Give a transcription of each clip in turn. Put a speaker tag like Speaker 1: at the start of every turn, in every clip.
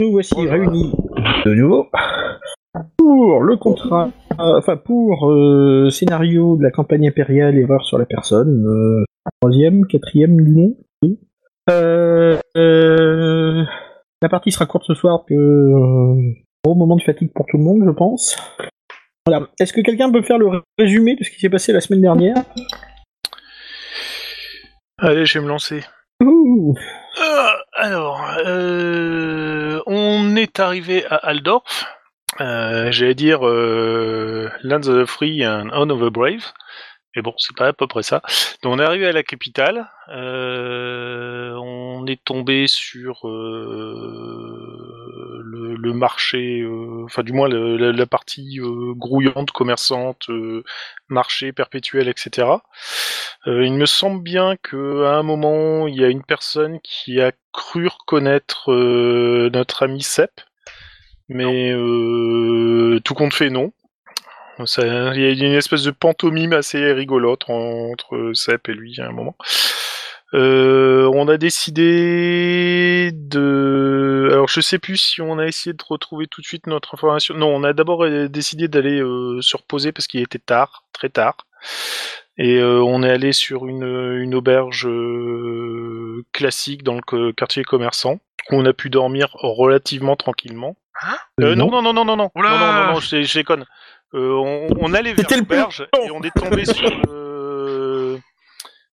Speaker 1: Nous voici réunis de nouveau pour le contrat, euh, enfin pour euh, scénario de la campagne impériale erreur sur la personne, euh, troisième, quatrième du nom. oui. Euh, euh, la partie sera courte ce soir, que euh, gros moment de fatigue pour tout le monde, je pense. Voilà. Est-ce que quelqu'un peut faire le résumé de ce qui s'est passé la semaine dernière
Speaker 2: Allez, je vais me lancer.
Speaker 1: Ouh.
Speaker 2: Euh, alors, euh, on est arrivé à Aldorf. Euh, J'allais dire euh, Lands of the Free and Home of the Brave. Mais bon, c'est pas à peu près ça. Donc on est arrivé à la capitale. Euh, on est tombé sur euh, le, le marché, euh, enfin du moins le- la, la partie euh, grouillante, commerçante, euh, marché perpétuel, etc. Euh, il me semble bien que à un moment, il y a une personne qui a cru reconnaître euh, notre ami Sep, mais euh, tout compte fait non. Ça- Il y a une espèce de pantomime assez rigolote en- entre Sep et lui à un moment. Euh, on a décidé de. Alors je sais plus si on a essayé de retrouver tout de suite notre information. Non, on a d'abord euh, décidé d'aller euh, se reposer parce qu'il était tard, très tard. Et euh, on est allé sur une, une auberge euh, classique dans le co- quartier commerçant où on a pu dormir relativement tranquillement. Euh, non, non, non, non, non, non, non,
Speaker 3: Oula
Speaker 2: non, non, non, je, je déconne. Euh, on, on allait vers
Speaker 1: C'était le plan.
Speaker 2: l'auberge et on est tombé sur euh,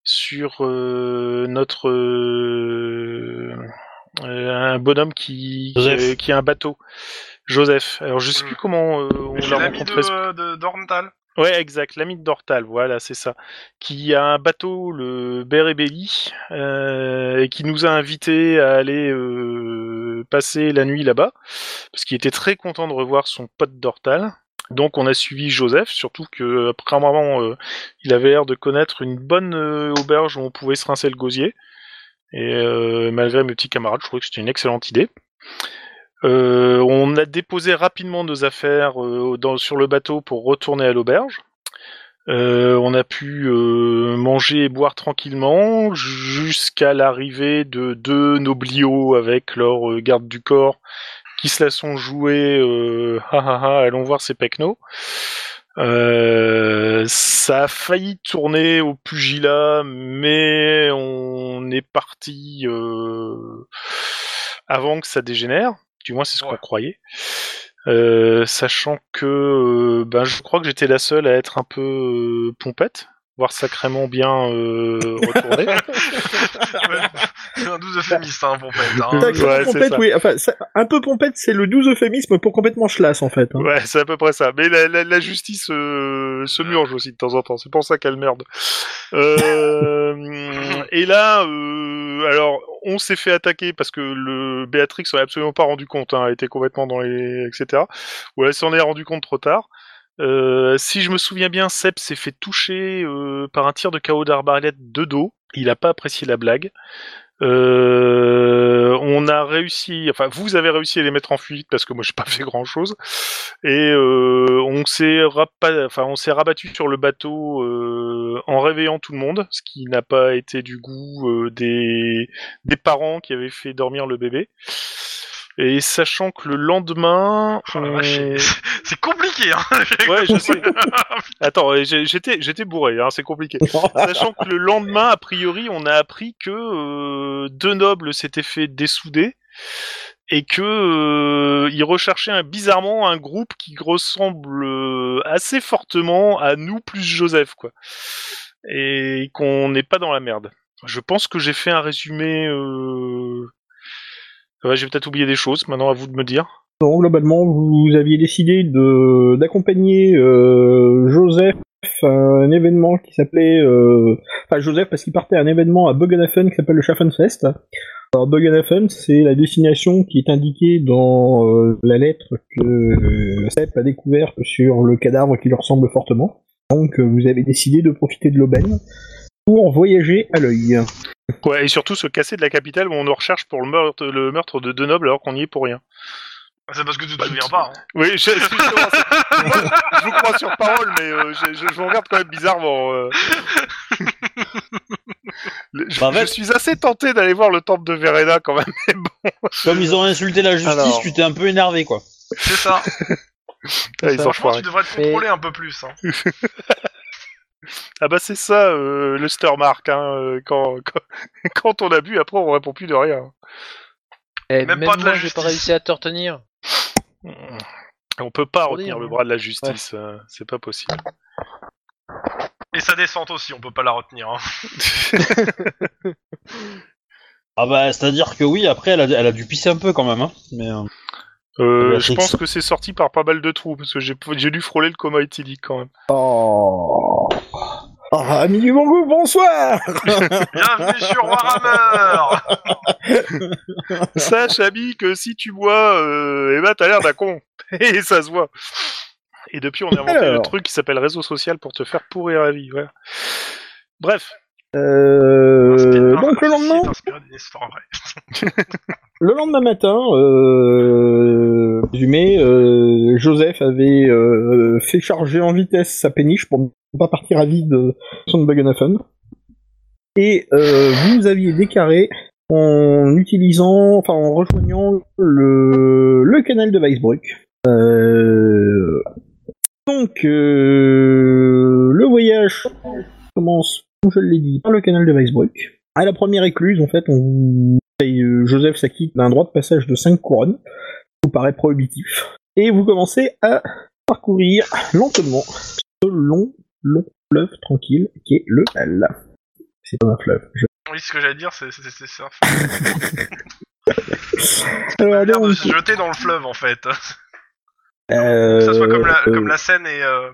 Speaker 2: sur euh, notre euh, euh, un bonhomme qui euh,
Speaker 4: Joseph.
Speaker 2: qui, qui a un bateau, Joseph. Alors je sais
Speaker 3: Mm.
Speaker 2: plus comment euh, on
Speaker 3: C'est
Speaker 2: l'a
Speaker 3: l'ami de,
Speaker 2: rencontré. ce
Speaker 3: euh, de Dorntal.
Speaker 2: Ouais, exact, l'ami de Dortal, voilà, c'est ça. Qui a un bateau, le Berébelli, euh, et qui nous a invités à aller euh, passer la nuit là-bas, parce qu'il était très content de revoir son pote Dortal. Donc on a suivi Joseph, surtout que apparemment euh, il avait l'air de connaître une bonne euh, auberge où on pouvait se rincer le gosier. Et euh, malgré mes petits camarades, je trouvais que c'était une excellente idée. Euh, on a déposé rapidement nos affaires euh, dans- sur le bateau pour retourner à l'auberge. Euh, on a pu euh, manger et boire tranquillement jusqu'à l'arrivée de deux nobliaux avec leur euh, garde du corps qui se la sont joués. Euh, ah ah ah, allons voir ces pecnos. Euh, ça a failli tourner au pugilat, mais on est parti euh, avant que ça dégénère. Du moins, c'est ce qu'on
Speaker 3: Ouais.
Speaker 2: croyait. Euh, sachant que euh, ben, je crois que j'étais la seule à être un peu euh, pompette, voire sacrément bien euh, retournée.
Speaker 3: C'est un doux euphémiste, hein, pour Pet. Hein.
Speaker 1: T'as-
Speaker 2: Ouais,
Speaker 1: t'as
Speaker 2: c'est
Speaker 1: pompette,
Speaker 2: ça.
Speaker 1: oui. Enfin, ça- un peu pompette, c'est le doux euphémisme pour complètement chlasse en fait. hein.
Speaker 2: Ouais, c'est à peu près ça. Mais la, la- la justice euh, se murge aussi de temps en temps. C'est pour ça qu'elle merde. Euh, et là, euh, alors, on s'est fait attaquer parce que le Béatrix s'en est absolument pas rendu compte. Hein, elle était complètement dans les, etc. Ou elle s'en est rendu compte trop tard. Euh, si je me souviens bien, Sep s'est fait toucher euh, par un tir de KO d'arbalète de dos. Il n'a pas apprécié la blague. Euh, on a réussi, enfin vous avez réussi à les mettre en fuite parce que moi j'ai pas fait grand chose et euh, on s'est rapa- enfin on s'est rabattu sur le bateau euh, en réveillant tout le monde, ce qui n'a pas été du goût euh, des des parents qui avaient fait dormir le bébé. Et sachant que le lendemain,
Speaker 3: Oh la
Speaker 2: on-
Speaker 3: vache, c'est- C'est compliqué, hein.
Speaker 2: ouais je sais. Attends, j'ai- j'étais j'étais bourré, hein, c'est compliqué. Sachant que le lendemain, a priori, on a appris que euh, deux nobles s'étaient fait dessouder et que euh, ils recherchaient un- bizarrement un groupe qui ressemble euh, assez fortement à nous plus Joseph, quoi. Et qu'on n'est pas dans la merde. Je pense que j'ai fait un résumé. Euh... ouais, j'ai peut-être oublié des choses. Maintenant, à vous de me dire.
Speaker 1: Non, globalement, vous aviez décidé de d'accompagner euh, Joseph à un événement qui s'appelait... euh, Enfin, Joseph, parce qu'il partait à un événement à Buggenhafen qui s'appelle le Schaffenfest. Alors, Buggenhafen, c'est la destination qui est indiquée dans euh, la lettre que euh, Sepp a découverte sur le cadavre qui lui ressemble fortement. Donc, euh, vous avez décidé de profiter de l'aubaine pour voyager à l'œil.
Speaker 2: Ouais, et surtout se casser de la capitale où on nous recherche pour le meurtre, le meurtre de deux nobles alors qu'on y est pour rien.
Speaker 3: C'est parce que tu te
Speaker 2: Bah,
Speaker 3: souviens
Speaker 2: tu-
Speaker 3: pas. hein.
Speaker 2: Oui, je, justement, c'est- moi, je vous crois sur parole, mais euh, je, je- je vous regarde quand même bizarrement. euh. Le- Je,
Speaker 4: Bah, en fait-
Speaker 2: je suis assez tenté d'aller voir le temple de Verena quand même. mais bon,
Speaker 4: Comme ils ont insulté la justice,
Speaker 2: Alors.
Speaker 4: tu t'es un peu énervé, quoi.
Speaker 3: C'est ça.
Speaker 2: ah, ils sont
Speaker 3: Franchement,
Speaker 2: foirés.
Speaker 3: tu devrais te contrôler un peu plus. hein.
Speaker 2: Ah bah c'est ça, euh, le Sturmark. Hein, euh, quand, quand, quand on a bu, après on répond plus de rien.
Speaker 5: Eh,
Speaker 3: Même
Speaker 5: même,
Speaker 3: pas de la
Speaker 5: moi, j'ai pas
Speaker 3: justice.
Speaker 5: réussi à te retenir.
Speaker 2: On peut pas
Speaker 5: Pour
Speaker 2: retenir
Speaker 5: dire,
Speaker 2: le
Speaker 5: hein.
Speaker 2: bras de la justice, euh, c'est pas possible.
Speaker 3: Et sa descente aussi, on peut pas la retenir. hein.
Speaker 4: Ah bah, c'est-à-dire que oui, après, elle a, elle a dû pisser un peu quand même, hein. Mais, euh,
Speaker 2: Euh,
Speaker 4: Matrix.
Speaker 2: je pense que c'est sorti par pas mal de trous, parce que j'ai j'ai dû frôler le coma éthylique quand même.
Speaker 1: Oh. Ah, ami du bon goût, bonsoir
Speaker 3: Bienvenue sur Warhammer
Speaker 2: Sache, ami, que si tu bois, euh, eh ben t'as l'air d'un con. Et ça se voit. Et depuis, on a inventé le
Speaker 1: Alors.
Speaker 2: truc qui s'appelle réseau social pour te faire pourrir la vie. voilà. Bref,
Speaker 3: Oh,
Speaker 1: Euh,
Speaker 3: Inspiré-
Speaker 1: donc le lendemain,
Speaker 3: C'est inspiré d'une histoire vraie.
Speaker 1: le lendemain matin, euh, résumé, euh, Joseph avait euh, fait charger en vitesse sa péniche pour ne pas partir à vide euh, son Buggenhofen. Et euh, vous aviez déclaré en utilisant, enfin en rejoignant le, le canal de Weisbruck. Euh, donc euh, le voyage commence, comme je l'ai dit, par le canal de Weisbruck. À la première écluse, en fait, on vous et euh, Joseph s'acquitte d'un droit de passage de 5 couronnes, qui vous paraît prohibitif. Et vous commencez à parcourir lentement ce long, long fleuve tranquille qui est le L. C'est pas un fleuve. je-
Speaker 3: Oui, ce que j'allais dire, c'est c'est- c'est ça.
Speaker 1: Alors,
Speaker 3: l'air de
Speaker 1: donc,
Speaker 3: Ah, se jeter dans le fleuve en fait. Que
Speaker 1: euh,
Speaker 3: ça soit comme la,
Speaker 1: euh,
Speaker 3: comme la Seine et. euh,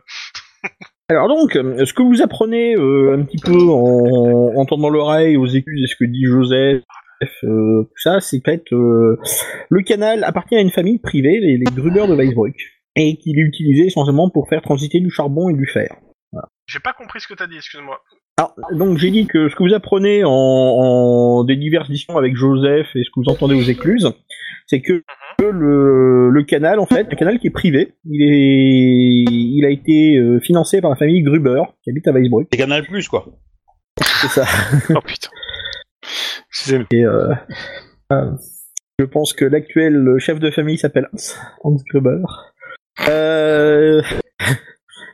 Speaker 1: Alors donc, euh, ce que vous apprenez euh, un petit peu en, en tendant l'oreille aux excuses et ce que dit Joseph, euh, tout ça, c'est peut-être euh, le canal appartient à une famille privée, les, les Gruber de Weisbruck, et qu'il est utilisé essentiellement pour faire transiter du charbon et du fer.
Speaker 3: J'ai pas compris ce que t'as dit, excuse-moi.
Speaker 1: Alors, donc j'ai dit que ce que vous apprenez en, en des diverses discussions avec Joseph et ce que vous entendez aux écluses, c'est que le, le canal, en fait, un canal qui est privé, il, est, il a été euh, financé par la famille Gruber, qui habite à Weisbruck.
Speaker 4: c'est Canal Plus, quoi.
Speaker 1: C'est ça.
Speaker 2: oh putain. Excusez-moi.
Speaker 1: Et, euh, euh, je pense que l'actuel chef de famille s'appelle Hans Gruber. Euh,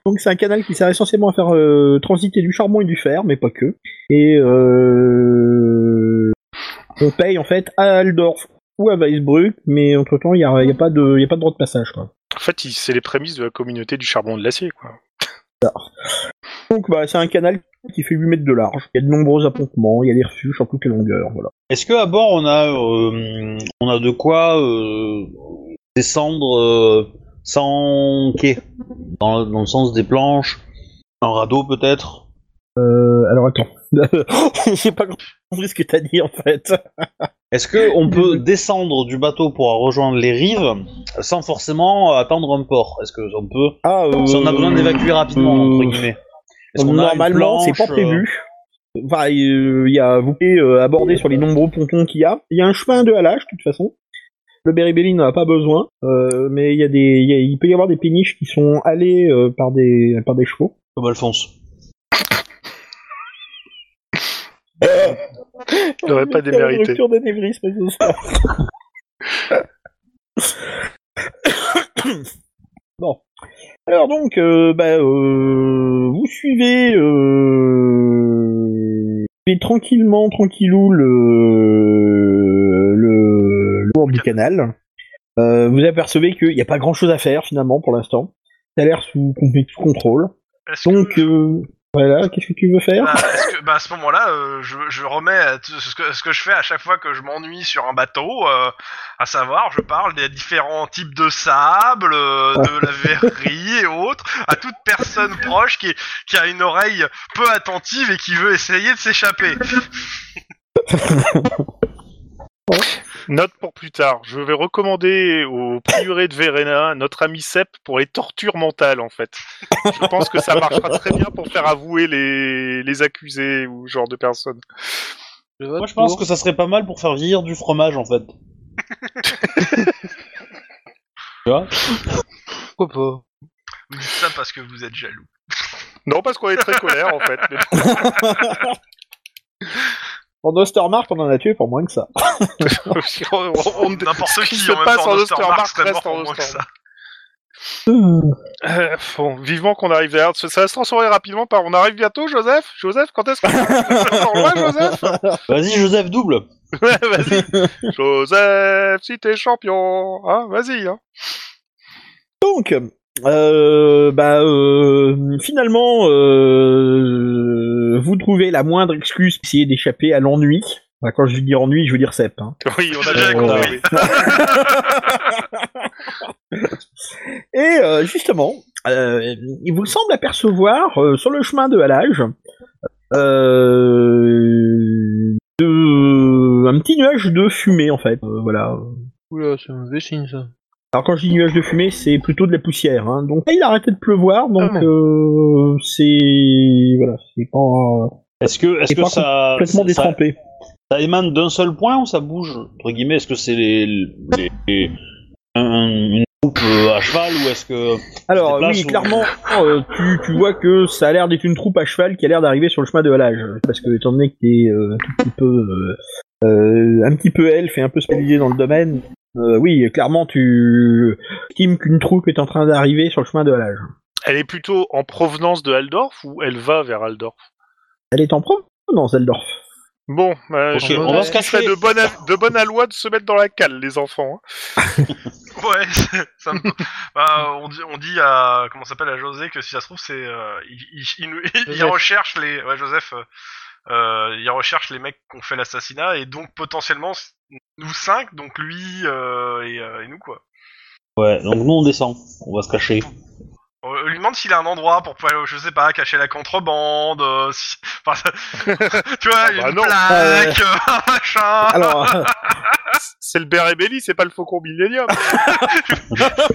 Speaker 1: donc c'est un canal qui sert essentiellement à faire euh, transiter du charbon et du fer, mais pas que. Et euh, on paye en fait à Aldorf ou à Weisbruck, mais entre temps il n'y a, il y a pas de il y a pas de droit de passage. Quoi.
Speaker 2: En fait, il- c'est les prémices de la communauté du charbon et de l'acier, quoi.
Speaker 1: Donc bah, c'est un canal qui fait 8 mètres de large. Il y a de nombreux appontements, il y a des refuges sur toutes les longueurs. Voilà.
Speaker 4: Est-ce que à bord, on a, euh, on a de quoi euh, descendre euh, sans quai dans, dans le sens des planches, un radeau peut-être
Speaker 1: Euh, alors attends, j'ai pas compris ce que t'as dit en fait.
Speaker 4: Est-ce que on peut descendre du bateau pour rejoindre les rives sans forcément attendre un port Est-ce que on peut
Speaker 1: Ah,
Speaker 4: Si on a besoin d'évacuer rapidement entre guillemets. Est-ce qu'on a une
Speaker 1: Euh, normalement, c'est pas
Speaker 4: planche, euh,
Speaker 1: prévu. Enfin, euh, il y a, vous pouvez euh, aborder sur les nombreux pontons qu'il y a. Il y a un chemin de halage, de toute façon. Le Beribelli n'en a pas besoin, euh, mais il y a des, il y a- il peut y avoir des péniches qui sont allées euh, par des, par des chevaux.
Speaker 4: euh, Comme Alphonse.
Speaker 2: J'aurais pas démérité.
Speaker 1: Rupture d'anévrisme ce soir. bon. Alors donc, euh, bah, euh, vous suivez, euh, suivez tranquillement, tranquillou le le, le bord du canal. Euh, vous apercevez qu'il n'y a pas grand chose à faire finalement pour l'instant. Ça a l'air sous compl- sous contrôle.
Speaker 3: Est-ce
Speaker 1: Donc
Speaker 3: que,
Speaker 1: euh, voilà, qu'est-ce que tu veux faire
Speaker 4: Ah,
Speaker 3: bah, est-ce que- bah, à ce moment-là, euh, je, je remets à tout ce que, ce que je fais à chaque fois que je m'ennuie sur un bateau, euh, à savoir, je parle des différents types de sable, euh, de la verrerie et autres, à toute personne proche qui, qui a une oreille peu attentive et qui veut essayer de s'échapper.
Speaker 2: Note pour plus tard. Je vais recommander au prieuré de Verena notre ami Sepp pour les tortures mentales, en fait. Je pense que ça marchera très bien pour faire avouer les, les accusés ou ce genre de personnes.
Speaker 4: Moi, je pense que ça serait pas mal pour faire vieillir du fromage en fait. tu vois
Speaker 5: Pourquoi pas
Speaker 3: Vous dites ça parce que vous êtes jaloux.
Speaker 2: Non, parce qu'on est très colère en fait. mais bon.
Speaker 1: En Ostermark, on en a tué pour moins que ça.
Speaker 2: on, on- on-
Speaker 3: N'importe
Speaker 2: ce
Speaker 3: qui,
Speaker 2: se
Speaker 3: en même
Speaker 2: passe
Speaker 3: temps,
Speaker 2: en
Speaker 3: Dr.
Speaker 2: Ostermark
Speaker 3: Marx serait
Speaker 2: reste
Speaker 3: mort
Speaker 2: en
Speaker 3: pour moins que ça.
Speaker 2: Euh, bon, vivement qu'on arrive derrière. Ça ça va se transformer rapidement par on arrive bientôt, Joseph Joseph, quand est-ce qu'on est encore loin, Joseph
Speaker 4: Vas-y, Joseph, double
Speaker 2: Ouais, Vas-y, Joseph, si t'es champion, hein, vas-y. Hein.
Speaker 1: Donc, euh, bah, euh, finalement, euh, vous trouvez la moindre excuse pour essayer d'échapper à l'ennui. Bah, quand je dis ennui, je veux dire CEP. hein.
Speaker 2: Oui, on a
Speaker 3: J'ai
Speaker 2: bien compris.
Speaker 3: compris.
Speaker 1: Et euh, justement, euh, il vous semble apercevoir euh, sur le chemin de halage euh, de- un petit nuage de fumée en fait. Euh, voilà.
Speaker 5: Oula, c'est un mauvais signe ça.
Speaker 1: Alors quand je dis nuage de fumée, c'est plutôt de la poussière. Hein. Donc là, il a arrêté de pleuvoir, donc
Speaker 2: Ah
Speaker 1: euh, c'est voilà, c'est pas euh,
Speaker 4: Est-ce que, est
Speaker 1: Et
Speaker 4: que
Speaker 1: pas
Speaker 4: ça,
Speaker 1: complètement
Speaker 4: ça- ça,
Speaker 1: détrempé.
Speaker 4: ça émane d'un seul point ou ça bouge Entre guillemets, est-ce que c'est les, les- les- un- une troupe euh, à cheval ou est-ce que.
Speaker 1: Alors
Speaker 4: des places
Speaker 1: oui,
Speaker 4: où-
Speaker 1: clairement, euh, tu, tu vois que ça a l'air d'être une troupe à cheval qui a l'air d'arriver sur le chemin de halage, parce que étant donné que t'es euh, un tout petit peu euh, euh, un petit peu elfe et un peu spécialisé dans le domaine, euh, oui, clairement tu estimes qu'une troupe est en train d'arriver sur le chemin de halage.
Speaker 2: Elle est plutôt en provenance de Aldorf ou elle va vers Aldorf
Speaker 1: Elle est en provenance, Zeldorf.
Speaker 2: Bon, euh,
Speaker 4: Ok,
Speaker 2: je-
Speaker 4: on va se
Speaker 2: il serait
Speaker 4: cacher.
Speaker 2: de bonne, a- de bonne aloi de se mettre dans la cale, les enfants. hein.
Speaker 3: Ouais, c'est- ça me... bah, on dit, on dit à comment ça s'appelle à José que si ça se trouve c'est euh, il, il, il nous- il
Speaker 5: Joseph.
Speaker 3: recherche les ouais Joseph euh, euh, il recherche les mecs qui ont fait l'assassinat et donc potentiellement nous cinq donc lui euh, et, euh, et nous quoi.
Speaker 4: Ouais, donc nous on descend, on va se cacher.
Speaker 3: On on lui demande s'il a un endroit pour pouvoir, je sais pas, cacher la contrebande, euh, si- enfin, ça- tu vois,
Speaker 2: Ah bah
Speaker 3: une
Speaker 2: non.
Speaker 3: plaque, un machin.
Speaker 1: Alors
Speaker 2: C'est le Bérébelli, c'est pas le Faucon Millennium.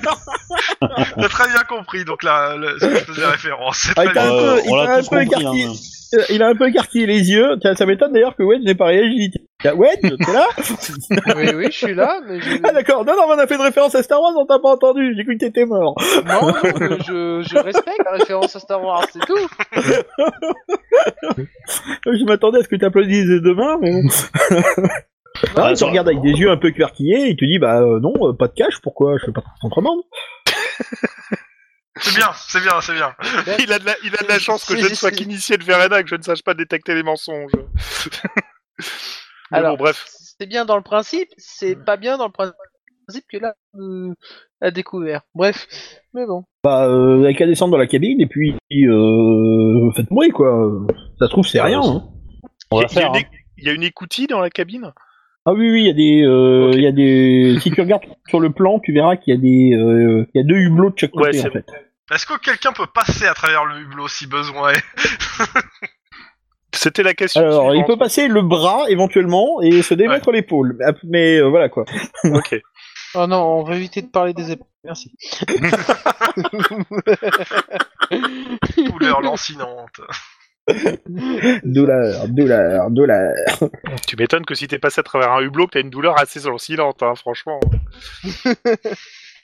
Speaker 3: T'as très bien compris, donc là, là, ce que je faisais référence, c'est
Speaker 1: Ah,
Speaker 3: très
Speaker 1: t'as-
Speaker 3: bien.
Speaker 1: un peu- il
Speaker 4: on
Speaker 1: a
Speaker 4: l'a
Speaker 1: un
Speaker 4: tous
Speaker 1: peu
Speaker 4: compris.
Speaker 1: écarté.
Speaker 4: hein.
Speaker 1: Euh, il a un peu écarquillé les yeux. Tiens, ça m'étonne d'ailleurs que Wedge n'ait pas réagi. Tiens, Wedge, t'es là
Speaker 5: oui, oui, je suis là, mais je.
Speaker 1: Ah d'accord, non, non, mais on a fait une référence à Star Wars, on t'a pas entendu, j'ai cru que t'étais mort.
Speaker 5: Non, non, je, je respecte la référence à Star Wars, c'est tout.
Speaker 1: Euh, Je m'attendais à ce que t'applaudisses dès demain, mais bon. non, il te
Speaker 4: Ah, ça-
Speaker 1: regarde avec des yeux un peu écarquillés, et il te dit, bah euh, non, euh, pas de cash, pourquoi je fais pas de contrebande
Speaker 3: C'est bien, c'est bien, c'est bien.
Speaker 2: Il a de la, il a de la chance que je ne sois qu'initié de Verena et que je ne sache pas détecter les mensonges. Mais
Speaker 5: Alors,
Speaker 2: bon, bref.
Speaker 5: C'est bien dans le principe, c'est pas bien dans le principe que là, euh, a découvert. Bref, mais bon.
Speaker 1: Bah, euh, vous avez qu'à descendre dans la cabine, et puis, euh, faites bruit, quoi. Ça se trouve, c'est rien. hein.
Speaker 4: On
Speaker 2: Il
Speaker 4: va
Speaker 2: y, a
Speaker 4: faire.
Speaker 2: une,
Speaker 4: hein.
Speaker 2: éc- il y a une écoutille dans la cabine
Speaker 1: Ah oui, oui, il y a des, euh, il y a des, si tu regardes sur le plan, tu verras qu'il y a des, euh, il y a deux hublots de chaque
Speaker 2: Ouais,
Speaker 1: côté,
Speaker 2: c'est
Speaker 1: en fait.
Speaker 3: Est-ce que quelqu'un peut passer à travers le hublot si besoin est
Speaker 2: C'était la question.
Speaker 1: Alors, il
Speaker 2: suivante.
Speaker 1: peut passer le bras, éventuellement, et se démettre l'épaule. Mais, mais, euh, voilà, quoi.
Speaker 2: Ok.
Speaker 5: Oh non, on va éviter de parler des épées. Merci.
Speaker 3: Couleur lancinante.
Speaker 1: Douleur, douleur, douleur.
Speaker 2: Tu m'étonnes que si t'es passé à travers un hublot, que t'as une douleur assez lancinante, hein, franchement.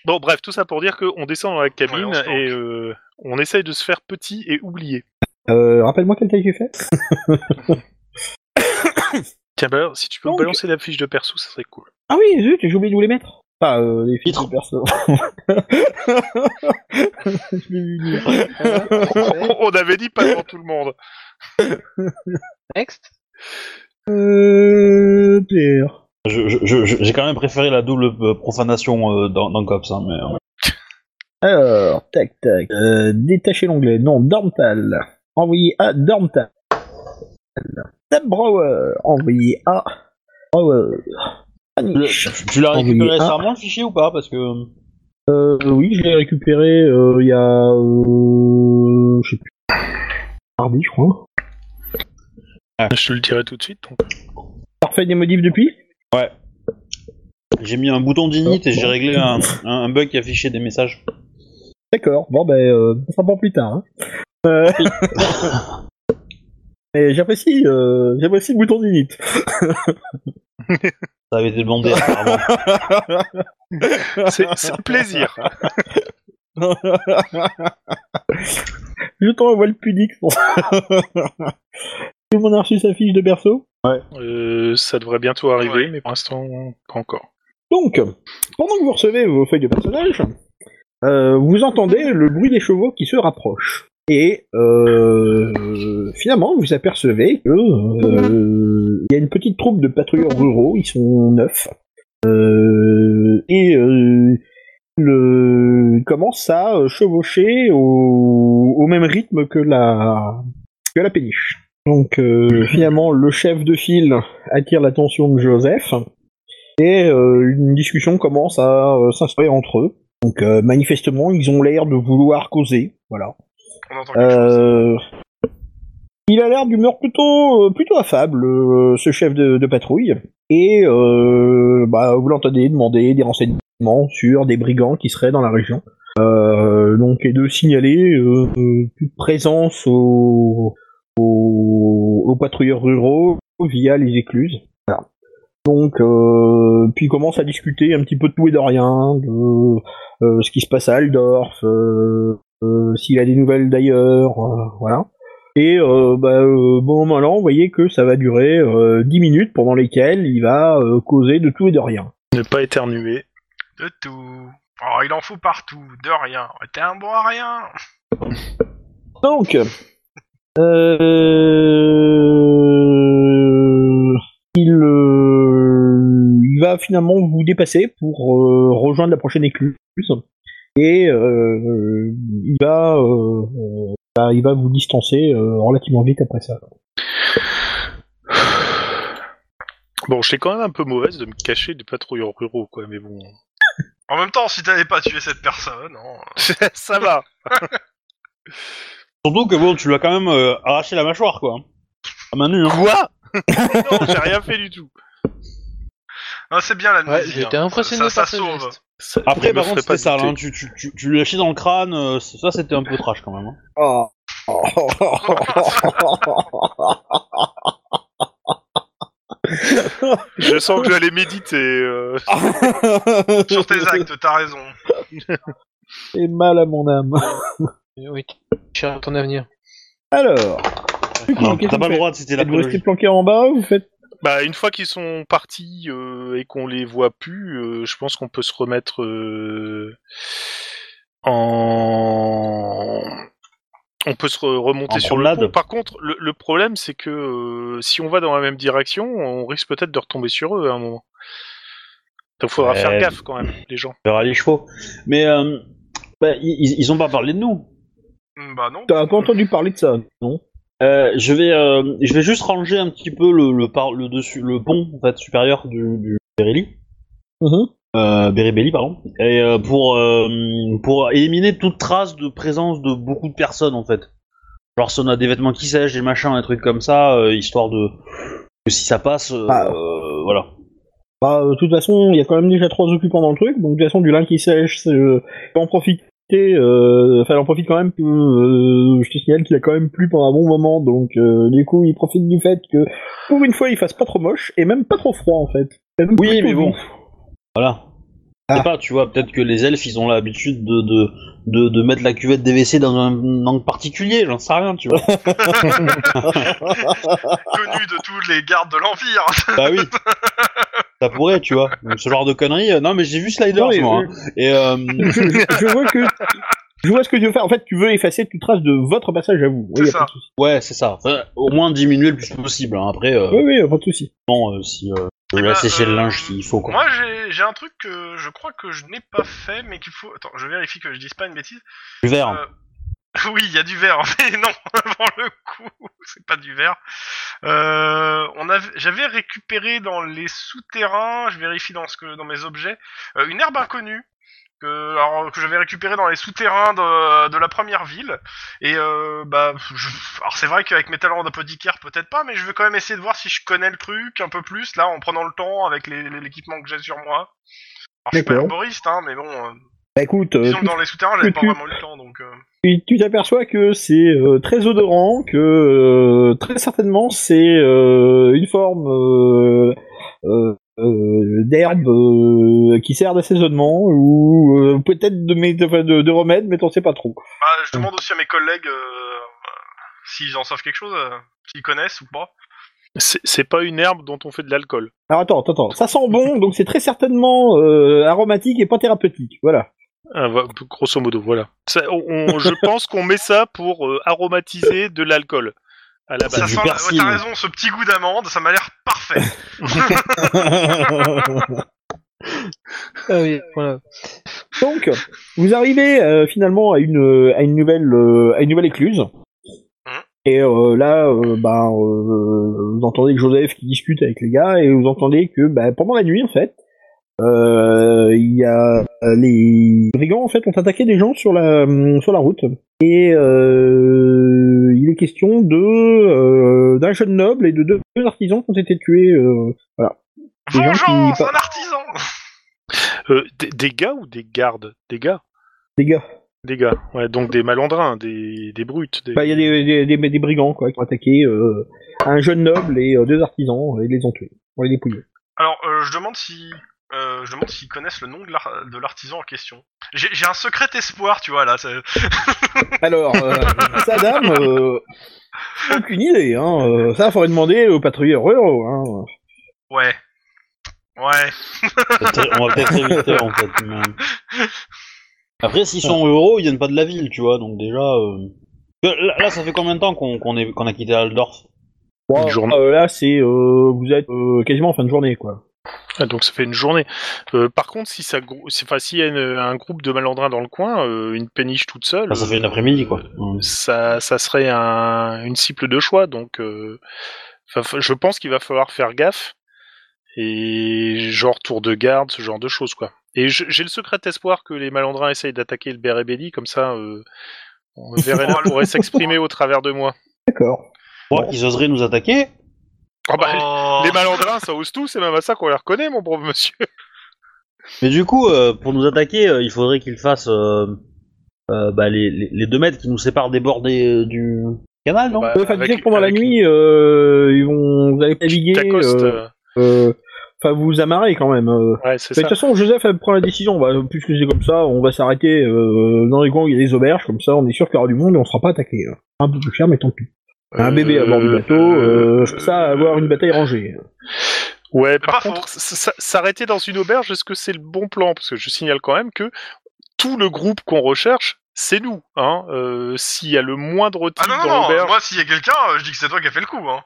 Speaker 2: bon, bref, tout ça pour dire qu'on descend dans la cabine
Speaker 3: Ouais, on se planque.
Speaker 2: et euh, on essaye de se faire petit et oublier.
Speaker 1: Euh, rappelle-moi quel taille j'ai fait.
Speaker 2: Tiens, bah, si tu peux me
Speaker 1: Donc-
Speaker 2: balancer la fiche de perso, ça serait cool.
Speaker 1: Ah oui, zut, j'ai oublié de vous les mettre. Enfin, euh, les filtres perso. Je l'ai vu venir.
Speaker 2: on avait dit pas devant tout le monde.
Speaker 5: Next.
Speaker 1: Euh, Pierre.
Speaker 4: Je- je- je- je- J'ai quand même préféré la double euh, profanation euh, dans, dans Cops. Hein, mais, euh,
Speaker 1: Alors, tac, tac. Euh, détacher l'onglet. Non, Dormtal. Envoyé à Dormtal. Tab Brower. Envoyé à Brower.
Speaker 4: tu l'as-
Speaker 1: Anish.
Speaker 4: Tu l'as récupéré
Speaker 1: Envoyé un.
Speaker 4: récemment le fichier ou pas Parce que.
Speaker 1: Euh, oui, je l'ai récupéré euh, il y a... Euh, je sais plus. Mardi, je crois.
Speaker 2: Je te le dirai tout de suite. donc.
Speaker 1: Parfait des modifs depuis
Speaker 4: J'ai mis un bouton d'init et j'ai réglé un, un- un bug qui affichait des messages.
Speaker 1: D'accord, bon ben, euh, ça sera pour plus tard. Hein. Euh, Mais j'apprécie, euh, j'apprécie le bouton d'init.
Speaker 4: Ça avait été demandé apparemment.
Speaker 2: C'est c'est un plaisir.
Speaker 1: Je t'envoie le pudique. Tout le monde a reçu sa fiche de berceau.
Speaker 2: Euh, ça devrait bientôt arriver,
Speaker 3: Ouais.
Speaker 2: mais pour l'instant, pas encore.
Speaker 1: Donc, pendant que vous recevez vos feuilles de personnage, euh, vous entendez le bruit des chevaux qui se rapprochent. Et euh, finalement, vous apercevez que euh, il y a une petite troupe de patrouilleurs ruraux. Ils sont neuf. Euh, et euh, le, ils commencent à euh, chevaucher au, au même rythme que la que la péniche. Donc euh, finalement, le chef de file attire l'attention de Joseph et euh, une discussion commence à euh, s'instaurer entre eux. Donc euh, manifestement, ils ont l'air de vouloir causer, voilà.
Speaker 3: On entend quelque chose.
Speaker 1: Euh, il a l'air d'humeur plutôt euh, plutôt affable, euh, ce chef de, de patrouille, et euh, bah, vous l'entendez demander des renseignements sur des brigands qui seraient dans la région. Euh, donc et de signaler euh, euh, toute présence aux, aux, aux patrouilleurs ruraux via les écluses. Voilà. Donc, euh, puis ils commencent à discuter un petit peu de tout et de rien, de euh, ce qui se passe à Aldorf, euh, euh, s'il a des nouvelles d'ailleurs, euh, voilà. Et euh, bah, euh, bon moment vous voyez que ça va durer euh, 10 minutes pendant lesquelles il va euh, causer de tout et de rien.
Speaker 2: Ne pas éternuer.
Speaker 3: De tout. Alors, il en fout partout, de rien. Ouais, T'es un bon à rien.
Speaker 1: Donc, euh, il, euh, il va finalement vous dépasser pour euh, rejoindre la prochaine écluse et euh, il va, euh, euh, bah, il va vous distancer euh, relativement vite après ça.
Speaker 2: Bon, je suis quand même un peu mauvaise de me cacher des patrouilleurs ruraux, quoi, mais bon.
Speaker 3: En même temps, si t'avais pas tué cette personne, hein,
Speaker 2: ça va
Speaker 4: Surtout que bon, tu lui as quand même euh, arraché la mâchoire, quoi. À main nue, hein.
Speaker 2: Quoi Non, j'ai rien fait du tout.
Speaker 3: hein, c'est bien la
Speaker 5: Ouais,
Speaker 3: musique.
Speaker 5: j'étais
Speaker 3: ça,
Speaker 5: impressionné
Speaker 3: ça
Speaker 5: par ce
Speaker 3: sauve.
Speaker 5: geste.
Speaker 4: Après,
Speaker 2: Je
Speaker 4: par
Speaker 2: me
Speaker 4: contre,
Speaker 2: ferais pas
Speaker 4: c'était sale,
Speaker 2: douter.
Speaker 4: hein. tu, tu, tu, tu lui as chié dans le crâne, euh, ça c'était un peu trash quand même. hein.
Speaker 1: Oh.
Speaker 2: Je sens que j'allais méditer. euh,
Speaker 3: Sur tes actes, t'as raison.
Speaker 1: Et mal à mon âme.
Speaker 5: Euh, Oui, cher ton avenir.
Speaker 1: Alors, du coup,
Speaker 4: Non,
Speaker 1: qu'est-ce
Speaker 4: T'as
Speaker 1: que vous
Speaker 4: pas le
Speaker 1: faites
Speaker 4: droit de citer la
Speaker 1: Vous restez
Speaker 4: biologie.
Speaker 1: planqué en bas vous faites
Speaker 2: Bah, une fois qu'ils sont partis euh, et qu'on les voit plus, euh, je pense qu'on peut se remettre euh, en. On peut se re- remonter
Speaker 4: En
Speaker 2: sur
Speaker 4: promenade.
Speaker 2: le pont. Par contre, le, le problème, c'est que euh, si on va dans la même direction, on risque peut-être de retomber sur eux à un moment. Donc, faudra
Speaker 4: Ouais.
Speaker 2: faire gaffe quand même, les gens.
Speaker 4: On verra les chevaux. Mais euh, bah, ils, ils ont pas parlé de nous.
Speaker 3: Hmm, Bah non.
Speaker 1: T'as pas entendu parler de ça, non
Speaker 4: Euh, je vais, euh, je vais juste ranger un petit peu le, le, par- le dessus, le pont en fait supérieur du, du Berelli,
Speaker 1: Mhm.
Speaker 4: euh, Beribelli, pardon, et euh, pour euh, pour éliminer toute trace de présence de beaucoup de personnes en fait. Genre si on a des vêtements qui sèchent, des machins, des trucs comme ça, euh, histoire de que si ça passe, euh,
Speaker 1: Ah.
Speaker 4: euh, voilà.
Speaker 1: Bah, euh, de toute façon, il y a quand même déjà trois occupants dans le truc, donc de toute façon, du lin qui sèche, c'est, euh, faut en profiter. euh, Enfin, il en profite quand même. que, euh, je te signale qu'il a quand même plu pendant un bon moment, donc euh, du coup, il profite du fait que pour une fois, il fasse pas trop moche et même pas trop froid en fait. Même
Speaker 4: Oui,
Speaker 1: plutôt
Speaker 4: mais bon.
Speaker 1: doux.
Speaker 4: Voilà. Je
Speaker 1: Ah.
Speaker 4: sais pas, tu vois, peut-être que les elfes, ils ont l'habitude de, de, de, de mettre la cuvette des WC dans un angle particulier, j'en sais rien, tu vois.
Speaker 3: Connu de tous les gardes de l'Empire.
Speaker 4: bah oui. Ça pourrait, tu vois. Donc, ce genre de conneries. euh, Non, mais j'ai vu Sliders,
Speaker 1: Non, mais-
Speaker 4: moi. hein. Et, euh,
Speaker 1: je, je vois que. Je vois ce que tu veux faire. En fait, tu veux effacer toute trace de votre passage à vous. Oui,
Speaker 3: C'est
Speaker 1: y a pas
Speaker 3: ça.
Speaker 1: de souci.
Speaker 4: ouais, c'est ça. Enfin, au moins diminuer le plus possible. hein. Après, euh,
Speaker 1: Oui, oui, y a pas de souci.
Speaker 4: bon, euh, si euh, je
Speaker 3: Eh
Speaker 4: vais
Speaker 3: ben,
Speaker 4: sécher le
Speaker 3: euh,
Speaker 4: linge s'il faut, quoi.
Speaker 3: Moi, j'ai- j'ai un truc que je crois que je n'ai pas fait, mais qu'il faut. Attends, je vérifie que je dise pas une bêtise.
Speaker 4: Du verre.
Speaker 3: euh, Oui, il y a du verre, mais non, pour le coup, c'est pas du verre. Euh, on avait, j'avais récupéré dans les souterrains, je vérifie dans ce que, dans mes objets, euh, une herbe inconnue que, alors, que j'avais récupérée dans les souterrains de, de la première ville. Et euh, bah, je- alors c'est vrai qu'avec mes talents d'apothicaire, peut-être pas, mais je vais quand même essayer de voir si je connais le truc un peu plus là, en prenant le temps avec les- les- l'équipement que j'ai sur moi. Alors, je suis pas
Speaker 1: D'accord.
Speaker 3: herboriste, hein, mais bon, euh,
Speaker 1: Bah, écoute, euh,
Speaker 3: disons que dans les souterrains, j'avais pas
Speaker 1: tu-
Speaker 3: vraiment eu le temps, donc. euh,
Speaker 1: tu tu t'aperçois que c'est euh, très odorant, que euh, très certainement c'est euh, une forme euh, euh, euh, d'herbe euh, qui sert d'assaisonnement ou euh, peut-être de, mé- enfin, de, de remède, mais on sait pas trop.
Speaker 3: Bah, je demande aussi à mes collègues euh, s'ils en savent quelque chose, euh, s'ils connaissent ou pas.
Speaker 2: C'est c'est pas une herbe dont on fait de l'alcool.
Speaker 1: Alors attends, attends, attends. ça sent bon, donc c'est très certainement euh, aromatique et pas thérapeutique. Voilà.
Speaker 2: Ah, va- grosso modo, voilà. Ça, on- on- je pense qu'on met ça pour euh, aromatiser de l'alcool à la
Speaker 4: Ça
Speaker 2: base.
Speaker 4: du
Speaker 3: sent la-
Speaker 4: persil.
Speaker 3: T'as raison, ce petit goût d'amande, ça m'a l'air parfait. euh,
Speaker 5: Ah oui, voilà.
Speaker 1: donc, vous arrivez euh, finalement à une euh, à une nouvelle euh, à une nouvelle écluse. Et euh, là, euh, ben, euh, vous entendez que Joseph qui discute avec les gars, et vous entendez que ben, pendant la nuit, en fait, euh, il y a les brigands en fait ont attaqué des gens sur la hum, sur la route. Et euh, il est question de euh, d'un jeune noble et de deux, deux artisans qui ont été tués. euh, Des gens qui-
Speaker 3: Vengeance, un artisan
Speaker 2: Euh, des, des gars ou des gardes Des gars.
Speaker 1: des gars.
Speaker 2: Des gars. Ouais, donc des malandrins, des, des brutes. Des...
Speaker 1: Bah, il y a des, des, des- des brigands quoi, qui ont attaqué euh, un jeune noble et euh, deux artisans et ils les ont tués. On les dépouillés.
Speaker 3: Alors, euh, je demande si. euh, je demande s'ils connaissent le nom de l'ar- de l'artisan en question. J'ai j'ai un secret espoir, tu vois, là. c'est-
Speaker 1: Alors, euh, sa dame, euh, aucune idée. Hein. euh, ça, faudrait demander aux patrouilleurs ruraux. Hein.
Speaker 3: Ouais. Ouais.
Speaker 4: Peut-être- On va peut-être éviter en fait. mais- Après, s'ils sont euros, ils viennent pas de la ville, tu vois, donc déjà. euh, Là, là, ça fait combien de temps qu'on qu'on est- qu'on a quitté Aldorf
Speaker 1: Bon,
Speaker 2: Une journée.
Speaker 1: euh, là, c'est euh, vous êtes euh, quasiment en fin de journée, quoi.
Speaker 2: Ah, donc ça fait une journée. Euh, par contre, si ça, grou- si- enfin, s'il y a une- un groupe de malandrins dans le coin, euh, une péniche toute seule,
Speaker 4: Enfin, Ah, Ça fait une après-midi, quoi. Ouais.
Speaker 2: ça, ça serait un, une cible de choix. Donc, euh, enfin, fa- je pense qu'il va falloir faire gaffe et genre tour de garde, ce genre de choses, quoi. Et je- j'ai le secret espoir que les malandrins essayent d'attaquer le Bérébéli, comme ça, euh, Verena pourrait s'exprimer au travers de moi.
Speaker 1: D'accord.
Speaker 4: Je crois qu'ils oseraient nous attaquer.
Speaker 2: Ah bah,
Speaker 3: Oh.
Speaker 2: Les malandrins, ça ose tout, c'est même à ça qu'on les reconnaît, mon pauvre monsieur.
Speaker 4: Mais du coup, euh, pour nous attaquer, euh, il faudrait qu'ils fassent euh, euh, bah, les, les, les deux mètres qui nous séparent des bords des, euh, du canal, non
Speaker 2: Bah,
Speaker 1: Euh, Enfin,
Speaker 2: avec-
Speaker 1: tu sais que pendant
Speaker 2: avec
Speaker 1: la
Speaker 2: une
Speaker 1: nuit, euh, ils vont vous allez naviguer.
Speaker 2: T'accostes,
Speaker 1: euh, euh, Enfin, vous vous amarrez quand même. euh.
Speaker 2: euh, ouais, c'est
Speaker 1: Mais
Speaker 2: ça.
Speaker 1: de toute façon, Joseph elle prend la décision. Bah, puisque c'est comme ça, on va s'arrêter euh, dans les coins où il y a des auberges. Comme ça, on est sûr qu'il y aura du monde et on sera pas attaqué. hein. Un peu plus cher, mais tant pis. Un
Speaker 2: Euh,
Speaker 1: bébé à bord du bateau, euh,
Speaker 2: euh,
Speaker 1: ça, avoir une bataille rangée.
Speaker 2: Ouais, par
Speaker 3: pas faux.
Speaker 2: contre, s- s- s'arrêter dans une auberge, est-ce que c'est le bon plan Parce que je signale quand même que tout le groupe qu'on recherche, c'est nous. Hein Euh, S'il y a le moindre type
Speaker 3: Ah non, non,
Speaker 2: dans
Speaker 3: non,
Speaker 2: l'auberge,
Speaker 3: moi, s'il y a quelqu'un, euh, je dis que c'est toi qui as fait le coup, hein.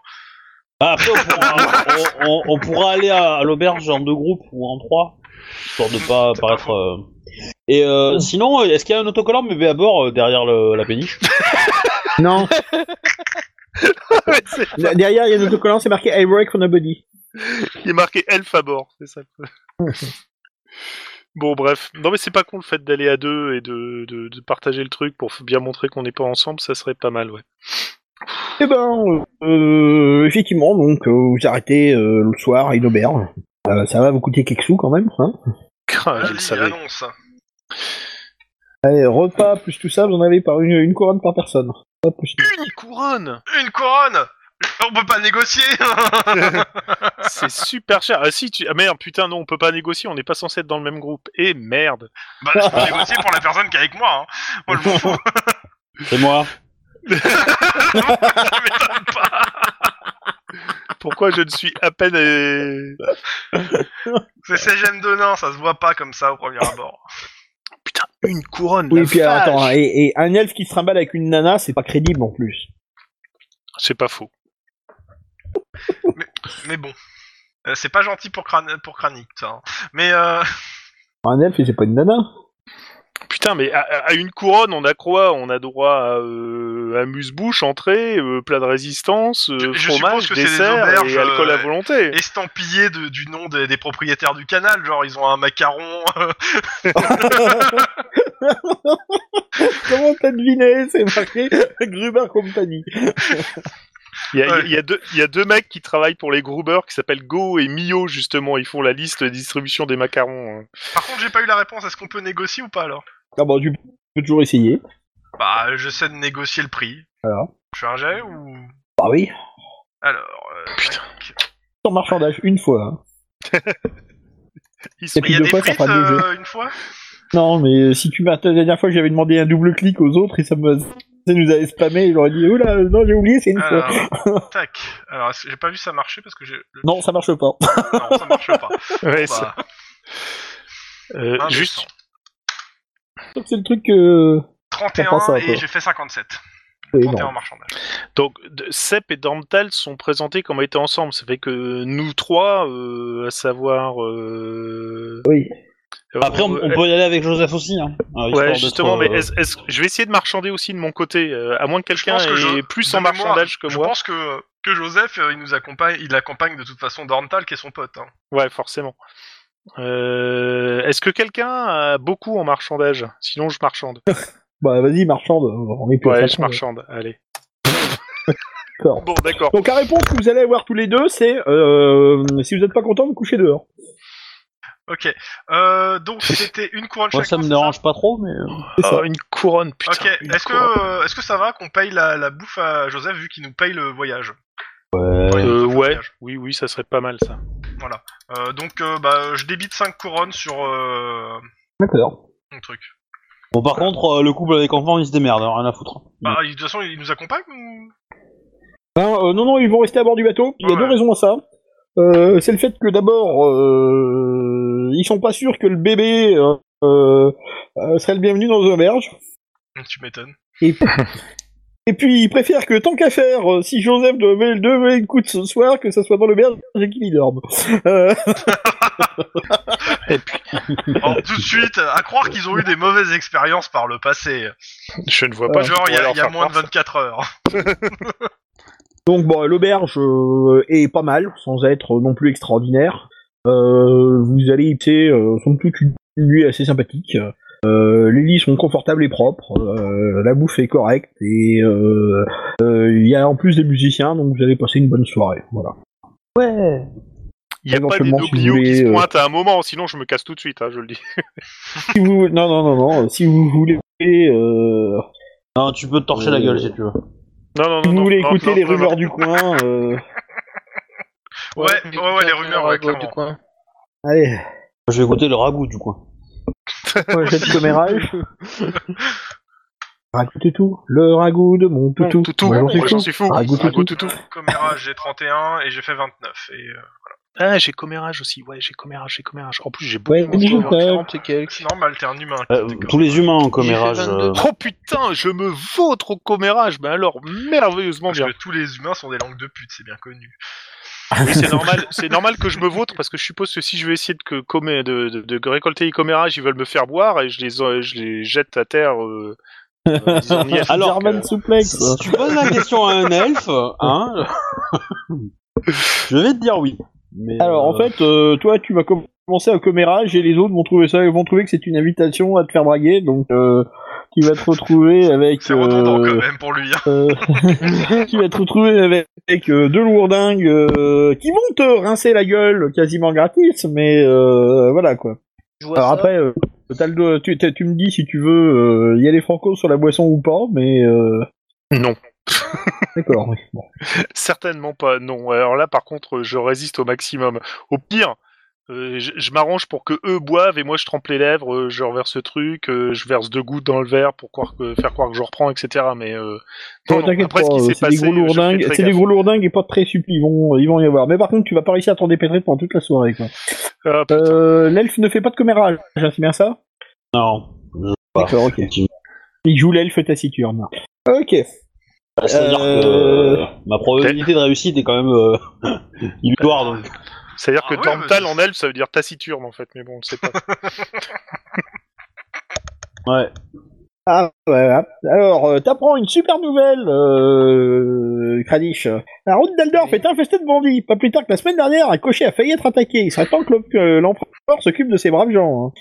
Speaker 4: Ah, Après, on pourra, on, on- on pourra aller à, à l'auberge en deux groupes ou en trois, histoire de pas paraître. euh, Et euh, sinon, euh, est-ce qu'il y a un autocollant bébé à bord euh, derrière le- la péniche
Speaker 1: Non. Là, Derrière, il y a un autocollant, c'est marqué I work for nobody.
Speaker 2: il est marqué elf à bord. C'est ça. bon, bref. Non, mais c'est pas con le fait d'aller à deux et de, de- de partager le truc pour bien montrer qu'on n'est pas ensemble, ça serait pas mal, ouais.
Speaker 1: Eh ben, euh, euh, effectivement, donc, euh, vous arrêtez euh, le soir à une auberge. Euh, ça va vous coûter quelques sous quand même. Hein.
Speaker 2: Ah, je le
Speaker 3: Vas-y,
Speaker 2: savais.
Speaker 3: annonce.
Speaker 1: Allez, repas plus tout ça, vous en avez par une, une couronne par personne. Pas plus.
Speaker 2: Une couronne
Speaker 3: Une couronne On peut pas négocier Bah,
Speaker 2: C'est super cher. Ah si, tu... ah merde, putain, non, on peut pas négocier, on n'est pas censé être dans le même groupe. Et merde.
Speaker 3: Bah, je peux négocier pour la personne qui est avec moi, hein. Moi, je m'en fous,
Speaker 4: C'est moi.
Speaker 3: ça m'étonne pas.
Speaker 2: Pourquoi je ne suis à peine... euh,
Speaker 3: C'est CGM de nain, ça se voit pas comme ça au premier abord.
Speaker 2: Putain, une couronne.
Speaker 1: Oui,
Speaker 2: la
Speaker 1: puis
Speaker 2: vache.
Speaker 1: attends, et, et un elfe qui se trimballe avec une nana, c'est pas crédible en plus.
Speaker 2: C'est pas faux.
Speaker 3: Mais bon. Euh, c'est pas gentil pour, Kran- pour Kranik, ça. hein. Mais euh...
Speaker 1: Un elfe, c'est pas une nana.
Speaker 2: Putain, mais à, à- à une couronne, on a quoi On a droit à, euh, à muse-bouche, entrée, euh, plat de résistance, euh,
Speaker 3: Je- je
Speaker 2: fromage,
Speaker 3: suppose que c'est des
Speaker 2: dessert
Speaker 3: auberges,
Speaker 2: et alcool à
Speaker 3: euh,
Speaker 2: volonté.
Speaker 3: estampillé de- du nom des, des propriétaires du canal, genre ils ont un macaron. euh,
Speaker 1: Comment t'as deviné C'est marqué Gruber Company.
Speaker 2: Il y, a-
Speaker 3: ouais.
Speaker 2: il y a deux- il y a deux mecs qui travaillent pour les Gruber qui s'appellent Go et Mio, justement. Ils font la liste de distribution des macarons. hein.
Speaker 3: Par contre, j'ai pas eu la réponse. Est-ce qu'on peut négocier ou pas alors
Speaker 1: Ah bon, tu peux toujours essayer.
Speaker 3: Bah, j'essaie de négocier le prix.
Speaker 1: Voilà.
Speaker 3: Je suis un jet ou
Speaker 1: Bah oui.
Speaker 3: alors euh,
Speaker 2: Putain.
Speaker 1: En marchandage, une fois. hein.
Speaker 2: Ils
Speaker 1: Et
Speaker 2: sont-
Speaker 3: Mais
Speaker 1: puis
Speaker 3: il y a
Speaker 1: deux
Speaker 3: des
Speaker 1: fois, ça
Speaker 3: frites
Speaker 1: fera deux jeux.
Speaker 3: euh, une fois
Speaker 1: Non, mais si tu m'as... La dernière fois, j'avais demandé un double clic aux autres et ça me... Ça nous avait spammé, et j'aurais dit, oh là, non, j'ai oublié, c'est une
Speaker 2: Ah.
Speaker 1: fois.
Speaker 3: Alors, tac. Alors, est-ce que j'ai pas vu ça marcher parce que j'ai. le-
Speaker 1: Non, ça marche pas.
Speaker 3: Non, ça marche pas.
Speaker 2: Ouais,
Speaker 3: Bon,
Speaker 2: ça-
Speaker 3: bah,
Speaker 2: euh,
Speaker 3: indécent.
Speaker 2: juste,
Speaker 1: Donc, c'est le truc que... on
Speaker 3: 31
Speaker 1: pense à quoi.
Speaker 3: et j'ai fait 57.
Speaker 1: C'est
Speaker 3: 31 en
Speaker 1: énorme.
Speaker 3: marchandage.
Speaker 2: donc, de- Sepp et Dormtal sont présentés comme étant ensemble. Ça fait que nous trois, euh, à savoir. euh,
Speaker 1: Oui.
Speaker 4: Après, on, on peut y aller avec Joseph aussi. Hein, euh, histoire
Speaker 2: Ouais,
Speaker 4: d'être,
Speaker 2: justement, mais
Speaker 4: euh,
Speaker 2: est-ce- est-ce- je vais essayer de marchander aussi de mon côté, euh, à moins que quelqu'un
Speaker 3: pense que je-
Speaker 2: ait plus
Speaker 3: de
Speaker 2: en
Speaker 3: mémoire,
Speaker 2: marchandage que
Speaker 3: Je
Speaker 2: moi.
Speaker 3: pense que, que Joseph, euh, il nous accompagne, il accompagne de toute façon Dorntal qui est son pote. hein.
Speaker 2: Ouais, forcément. Euh, Est-ce que quelqu'un a beaucoup en marchandage Sinon, je marchande.
Speaker 1: Bah, vas-y, marchande, on est plus
Speaker 2: Ouais,
Speaker 1: à
Speaker 2: je
Speaker 1: fond,
Speaker 2: marchande. Allez.
Speaker 1: D'accord.
Speaker 2: Bon, d'accord.
Speaker 1: Donc la réponse que vous allez avoir tous les deux, c'est euh, si vous n'êtes pas content, vous couchez dehors.
Speaker 3: Ok. Euh, donc c'était une couronne
Speaker 4: moi,
Speaker 3: chacun.
Speaker 4: ça me
Speaker 3: c'est
Speaker 4: dérange pas trop, mais. euh,
Speaker 1: C'est ça.
Speaker 2: Oh, une couronne, putain.
Speaker 3: Ok.
Speaker 2: une
Speaker 3: Est-ce que,
Speaker 2: couronne.
Speaker 3: euh, est-ce que ça va qu'on paye la, la bouffe à Joseph vu qu'il nous paye le voyage
Speaker 4: Ouais.
Speaker 2: Euh,
Speaker 3: Ouais.
Speaker 2: ouais, oui, oui, ça serait pas mal ça.
Speaker 3: Voilà. Euh, donc euh, bah, je débite 5 couronnes sur euh,
Speaker 1: D'accord.
Speaker 3: mon truc.
Speaker 4: Bon, par contre, euh, le couple avec enfants, ils se démerdent, hein, rien à foutre.
Speaker 3: Bah, il- de toute façon, il nous accompagne ou
Speaker 1: Ben, euh, non, non, ils vont rester à bord du bateau. Il y a
Speaker 3: Ouais.
Speaker 1: deux raisons à ça. Euh, c'est le fait que d'abord, euh, ils sont pas sûrs que le bébé euh, euh, serait le bienvenu dans une auberge.
Speaker 3: Tu m'étonnes.
Speaker 1: Et puis ils préfèrent que tant qu'à faire, euh, si Joseph devait, devait écouter ce soir, que ça soit dans l'auberge et qu'il y dorme. Euh,
Speaker 3: Alors, Oh, tout de suite, à croire qu'ils ont eu des mauvaises expériences par le passé.
Speaker 2: Je ne vois
Speaker 1: Euh,
Speaker 2: pas.
Speaker 3: Genre, il y a, il y a moins de
Speaker 2: de
Speaker 3: 24 heures.
Speaker 1: Donc bon, l'auberge euh, est pas mal, sans être non plus extraordinaire. Euh, vous allez éviter, euh, somme toute, une nuit assez sympathique. Euh, les lits sont confortables et propres, euh, la bouffe est correcte, et euh, euh, il y a en plus des musiciens, donc vous allez passer une bonne soirée. Voilà.
Speaker 4: Ouais.
Speaker 2: Il y a pas des
Speaker 1: éventuellement, si vous
Speaker 2: nobliaux qui se
Speaker 1: voulez, euh,
Speaker 2: pointent à un moment, sinon je me casse tout de suite, hein, je le dis.
Speaker 1: Si vous, non, non, non, non, si vous voulez... euh,
Speaker 4: Non, tu peux te torcher
Speaker 5: Euh.
Speaker 4: la gueule si tu veux.
Speaker 2: Non, non, non.
Speaker 1: si vous
Speaker 2: non,
Speaker 1: voulez
Speaker 2: non,
Speaker 1: écouter
Speaker 2: non,
Speaker 1: les
Speaker 2: non,
Speaker 1: rumeurs
Speaker 2: non.
Speaker 1: du coin, euh,
Speaker 3: Ouais, ouais, ouais, les rumeurs, ouais,
Speaker 5: du
Speaker 3: clairement.
Speaker 5: coin.
Speaker 1: allez,
Speaker 4: Je vais goûter le ragoût du coin.
Speaker 1: moi j'ai le commérage. Ragoût et tout, le ragoût de mon toutou.
Speaker 2: Toutou, toutou,
Speaker 1: Moi, j'en suis
Speaker 2: moi,
Speaker 1: fou.
Speaker 2: j'en suis fou. Ah,
Speaker 1: Ragoût toutou.
Speaker 2: Ragoût toutou.
Speaker 3: Coméra, j'ai 31 et j'ai fait 29. Et, euh,
Speaker 2: Ah, j'ai commérage aussi. Ouais, j'ai commérage, j'ai commérage. En plus, j'ai beaucoup.
Speaker 1: Ouais,
Speaker 2: mangé.
Speaker 1: dis-le.
Speaker 3: non, mais alterne humain.
Speaker 4: Euh, tous les humains en commérage.
Speaker 5: J'ai fait
Speaker 4: euh,
Speaker 5: 22.
Speaker 2: Oh putain, je me vautre au commérage. Ben alors, merveilleusement
Speaker 3: Parce
Speaker 2: bien.
Speaker 3: que tous les humains sont des langues de pute, c'est bien connu.
Speaker 2: Oui, c'est normal, c'est normal que je me vautre parce que je suppose que si je vais essayer de, que- commé- de, de, de récolter les commérages, ils veulent me faire boire et je les, en- je les jette à terre. euh, euh, en disant, Niette,
Speaker 4: Alors
Speaker 2: que-
Speaker 1: German Souplex.
Speaker 4: Si tu poses la question à un elfe, hein, je vais te dire oui. Mais,
Speaker 1: Alors en
Speaker 4: euh,
Speaker 1: fait, euh, toi tu vas com- commencer un commérage et les autres vont trouver ça, vont trouver que c'est une invitation à te faire draguer, donc euh, tu vas te retrouver avec.
Speaker 3: C'est redondant
Speaker 1: euh,
Speaker 3: quand même pour lui. hein.
Speaker 1: euh, tu vas te retrouver avec, avec, euh, deux lourdingues euh, qui vont te rincer la gueule quasiment gratis, mais euh, voilà quoi.
Speaker 5: Je vois
Speaker 1: Alors
Speaker 5: ça.
Speaker 1: après, euh, t'as le do- tu, t'as- tu me dis si tu veux euh, y aller franco sur la boisson ou pas, mais euh,
Speaker 2: Non,
Speaker 1: d'accord. oui, bon.
Speaker 2: certainement pas. Non. Alors là, par contre, je résiste au maximum. Au pire, euh, je, je m'arrange pour que eux boivent et moi je trempe les lèvres, euh, je reverse ce truc, euh, je verse deux gouttes dans le verre pour croire que, faire croire que je reprends, etc. Mais euh, non,
Speaker 1: Non,
Speaker 2: non,
Speaker 1: t'inquiète
Speaker 2: après
Speaker 1: pas,
Speaker 2: ce qui
Speaker 1: euh,
Speaker 2: s'est
Speaker 1: c'est des
Speaker 2: passé,
Speaker 1: gros
Speaker 2: je fais
Speaker 1: lourdingues,
Speaker 2: très
Speaker 1: c'est des
Speaker 2: gaffe.
Speaker 1: gros lourdingues et pas très subtils, ils vont, ils vont y avoir. Mais par contre, tu vas pas réussir à t'en dépêtrer pendant toute la soirée, quoi.
Speaker 2: Ah, putain.
Speaker 1: Euh, l'elfe ne fait pas de commérage, hein, c'est bien ça
Speaker 4: non. je- pas,
Speaker 1: D'accord, ok.
Speaker 4: effectivement.
Speaker 1: Il joue l'elfe taciturne. Ok.
Speaker 4: Bah, C'est-à-dire que euh, ma probabilité de réussite est quand même euh, illusoire. donc.
Speaker 2: C'est-à-dire
Speaker 3: Ah
Speaker 2: que
Speaker 3: ouais,
Speaker 2: Dormtal
Speaker 3: bah, c'est-
Speaker 2: en elfe, ça veut dire taciturne en fait, mais bon, on le sait pas.
Speaker 4: Ouais.
Speaker 1: Ah, voilà. Alors, euh, t'apprends une super nouvelle, euh, Kranich. La route d'Aldorf
Speaker 5: Oui.
Speaker 1: est infestée de bandits. Pas plus tard que la semaine dernière, un cocher a failli être attaqué. Il serait temps que l'em- que l'empereur s'occupe de ces braves gens. hein.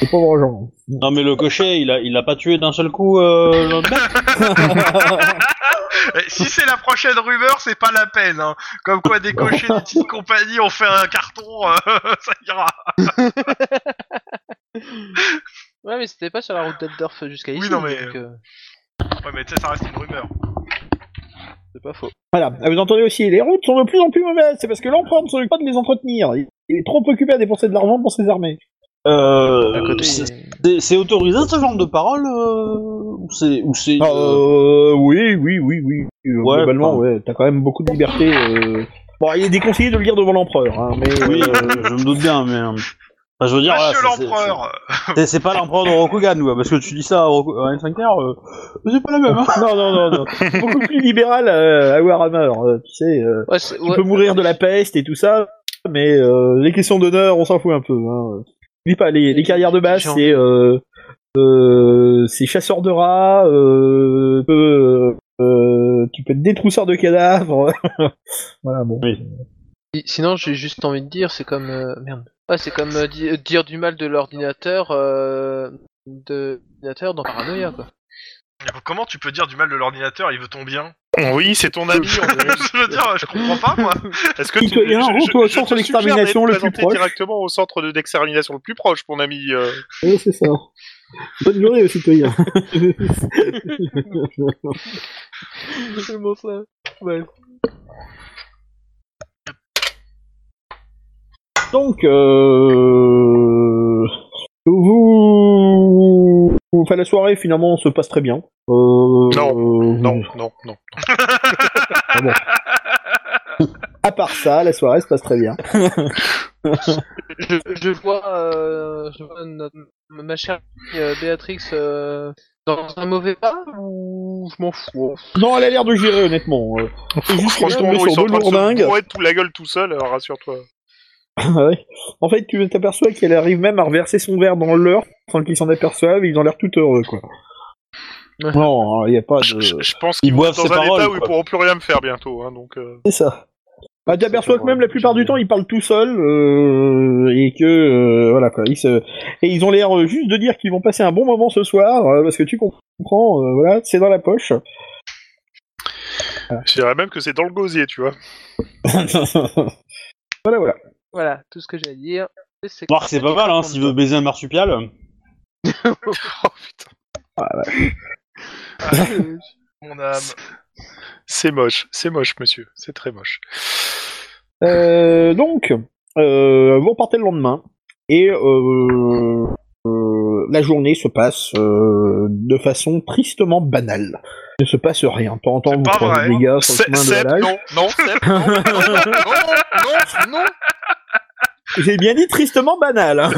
Speaker 1: Ces pauvres gens.
Speaker 4: Non mais le cocher, il a, il a pas tué d'un seul coup euh, l'autre mec
Speaker 3: Eh, si c'est la prochaine rumeur, c'est pas la peine. hein. Comme quoi, des cochers, des petites compagnies ont fait un carton, euh, ça ira.
Speaker 5: Ouais, mais c'était pas sur la route d'Aldorf jusqu'à
Speaker 3: Oui,
Speaker 5: ici.
Speaker 3: non, mais-
Speaker 5: donc, euh,
Speaker 3: Ouais, mais tu sais, ça reste une rumeur.
Speaker 5: c'est pas faux.
Speaker 1: Voilà. Ah, Vous entendez aussi, les routes sont de plus en plus mauvaises. C'est parce que l'empereur ne s'occupe pas de les entretenir. Il il est trop occupé à dépenser de l'argent pour ses armées.
Speaker 4: Euh,
Speaker 5: À côté,
Speaker 4: c'est- c'est- c'est autorisé ce genre de parole euh, ou c'est ou c'est euh,
Speaker 1: Euh, oui, oui, oui, oui. Euh,
Speaker 4: Ouais,
Speaker 1: globalement,
Speaker 4: enfin.
Speaker 1: ouais, t'as quand même beaucoup de liberté. euh. Bon, il est déconseillé de le lire devant l'empereur, hein, mais.
Speaker 4: oui
Speaker 1: euh,
Speaker 4: euh, je me doute bien mais euh, enfin, je veux dire
Speaker 3: Monsieur
Speaker 4: voilà, c'est- c'est-
Speaker 3: l'empereur
Speaker 4: c'est c'est pas l'empereur de Rokugan ouais, parce que tu dis ça à, Roku- à Anne Sinclair, euh, c'est pas la même hein.
Speaker 1: non, non, non, non. C'est beaucoup plus libéral euh, à Warhammer, euh, tu sais. euh,
Speaker 5: Ouais, c'est-
Speaker 1: tu
Speaker 5: ouais.
Speaker 1: peux mourir de la peste et tout ça, mais euh, les questions d'honneur, on s'en fout un peu. Hein. Oublie pas, les, les carrières de base,
Speaker 5: Genre.
Speaker 1: c'est euh, euh, c'est chasseur de rats, euh, tu peux, euh, tu peux être détrousseur de cadavres. voilà, bon.
Speaker 5: Si- Sinon, j'ai juste envie de dire, c'est comme euh, merde. Ouais, c'est comme euh, di- euh, dire du mal de l'ordinateur, euh, de l'ordinateur dans Paranoia quoi.
Speaker 3: Comment tu peux dire du mal de l'ordinateur Il veut ton bien.
Speaker 2: Oui, c'est ton ami. on est-
Speaker 3: je veux dire, je comprends pas moi.
Speaker 2: Est-ce que
Speaker 1: Citoyen,
Speaker 2: je- je-
Speaker 1: retour au
Speaker 2: je
Speaker 1: centre
Speaker 2: te
Speaker 1: d'extermination
Speaker 2: suggère
Speaker 1: le
Speaker 2: d'être
Speaker 1: plus
Speaker 2: présenté
Speaker 1: proche.
Speaker 2: directement au centre de- d'extermination le plus proche, mon ami. euh.
Speaker 1: Oui, c'est ça. Bonne journée aux citoyens.
Speaker 5: c'est bon ça. Ouais.
Speaker 1: Donc, euh, vous... Enfin, la soirée, finalement, se passe très bien. Euh,
Speaker 2: Non, Non, non, non.
Speaker 1: À part ça, la soirée se passe très bien.
Speaker 5: Je, je vois, euh, je vois notre- ma chère euh, Béatrix euh, dans un mauvais pas ou je m'en fous. hein.
Speaker 1: Non, elle a l'air de gérer, honnêtement. Euh, C'est juste qu'elle est
Speaker 2: Franchement,
Speaker 1: tombée
Speaker 2: non, ils
Speaker 1: sur
Speaker 2: sont en
Speaker 1: deux
Speaker 2: train de
Speaker 1: lourdingues.
Speaker 2: se bourrer tout la gueule tout seul, alors rassure-toi.
Speaker 1: Ah ouais. En fait, tu t'aperçois qu'elle arrive même à reverser son verre dans leur sans qu'ils s'en aperçoivent. Ils ont l'air tout heureux, quoi.
Speaker 5: Ouais.
Speaker 1: Non, il n'y a pas
Speaker 2: Je, je-
Speaker 1: de...
Speaker 2: je pense
Speaker 4: Ils
Speaker 2: qu'ils vont
Speaker 4: boivent
Speaker 2: être dans
Speaker 4: ses
Speaker 2: un
Speaker 4: paroles,
Speaker 2: état où ils
Speaker 4: quoi.
Speaker 2: pourront plus rien me faire bientôt, hein, donc. euh.
Speaker 1: C'est ça. Bah, tu aperçois que même la plupart du temps, ils parlent tout seuls euh, et que euh, voilà quoi. Ils se... Et ils ont l'air euh, juste de dire qu'ils vont passer un bon moment ce soir euh, parce que tu comprends, euh, voilà, c'est dans la poche.
Speaker 2: Je dirais même que c'est dans le gosier, tu vois.
Speaker 1: voilà, voilà.
Speaker 5: Voilà, tout ce que j'ai à dire. C'est que-
Speaker 4: Marc c'est pas mal hein s'il veut baiser un marsupial euh,
Speaker 2: Oh putain,
Speaker 5: Euh,
Speaker 3: Mon âme.
Speaker 2: c'est moche, c'est moche, monsieur, c'est très moche.
Speaker 1: Euh, donc, euh, vous repartez le lendemain et euh, euh, la journée se passe euh, de façon tristement banale. Il ne se passe rien. T'entends,
Speaker 3: C'est
Speaker 1: vous
Speaker 3: pas
Speaker 1: croisez
Speaker 3: vrai. hein.
Speaker 1: des gars sur
Speaker 2: C'est
Speaker 1: le chemin de la
Speaker 2: non, non, Seb, non, non, non, non, non.
Speaker 1: J'ai bien dit tristement banal. hein.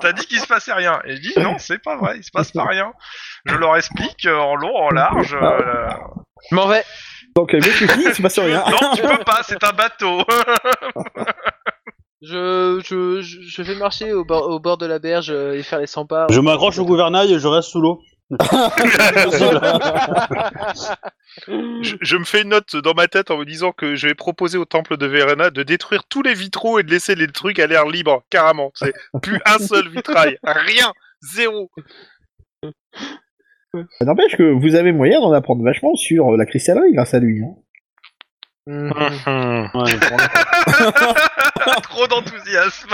Speaker 3: T'as dit qu'il se passait rien. Et je dis non, c'est pas vrai, il se passe pas rien. Je leur explique euh, en long, en large. euh,
Speaker 5: Je m'en vais.
Speaker 1: Donc, euh, mais tu dis, il se passe rien.
Speaker 3: non, tu peux pas, c'est un bateau.
Speaker 5: Je, je, je je vais marcher au bord, au bord de la berge euh, et faire les 100 pas.
Speaker 4: je m'accroche au gouvernail et je reste sous l'eau
Speaker 2: Je, je me fais une note dans ma tête en me disant que je vais proposer au temple de Verena de détruire tous les vitraux et de laisser les trucs à l'air libre, carrément. C'est plus un seul vitrail, rien, zéro.
Speaker 1: Ça N'empêche que vous avez moyen d'en apprendre vachement sur euh, la cristallerie grâce à lui. hein.
Speaker 5: Mhm.
Speaker 4: Ouais, pour l'instant.
Speaker 3: Trop d'enthousiasme.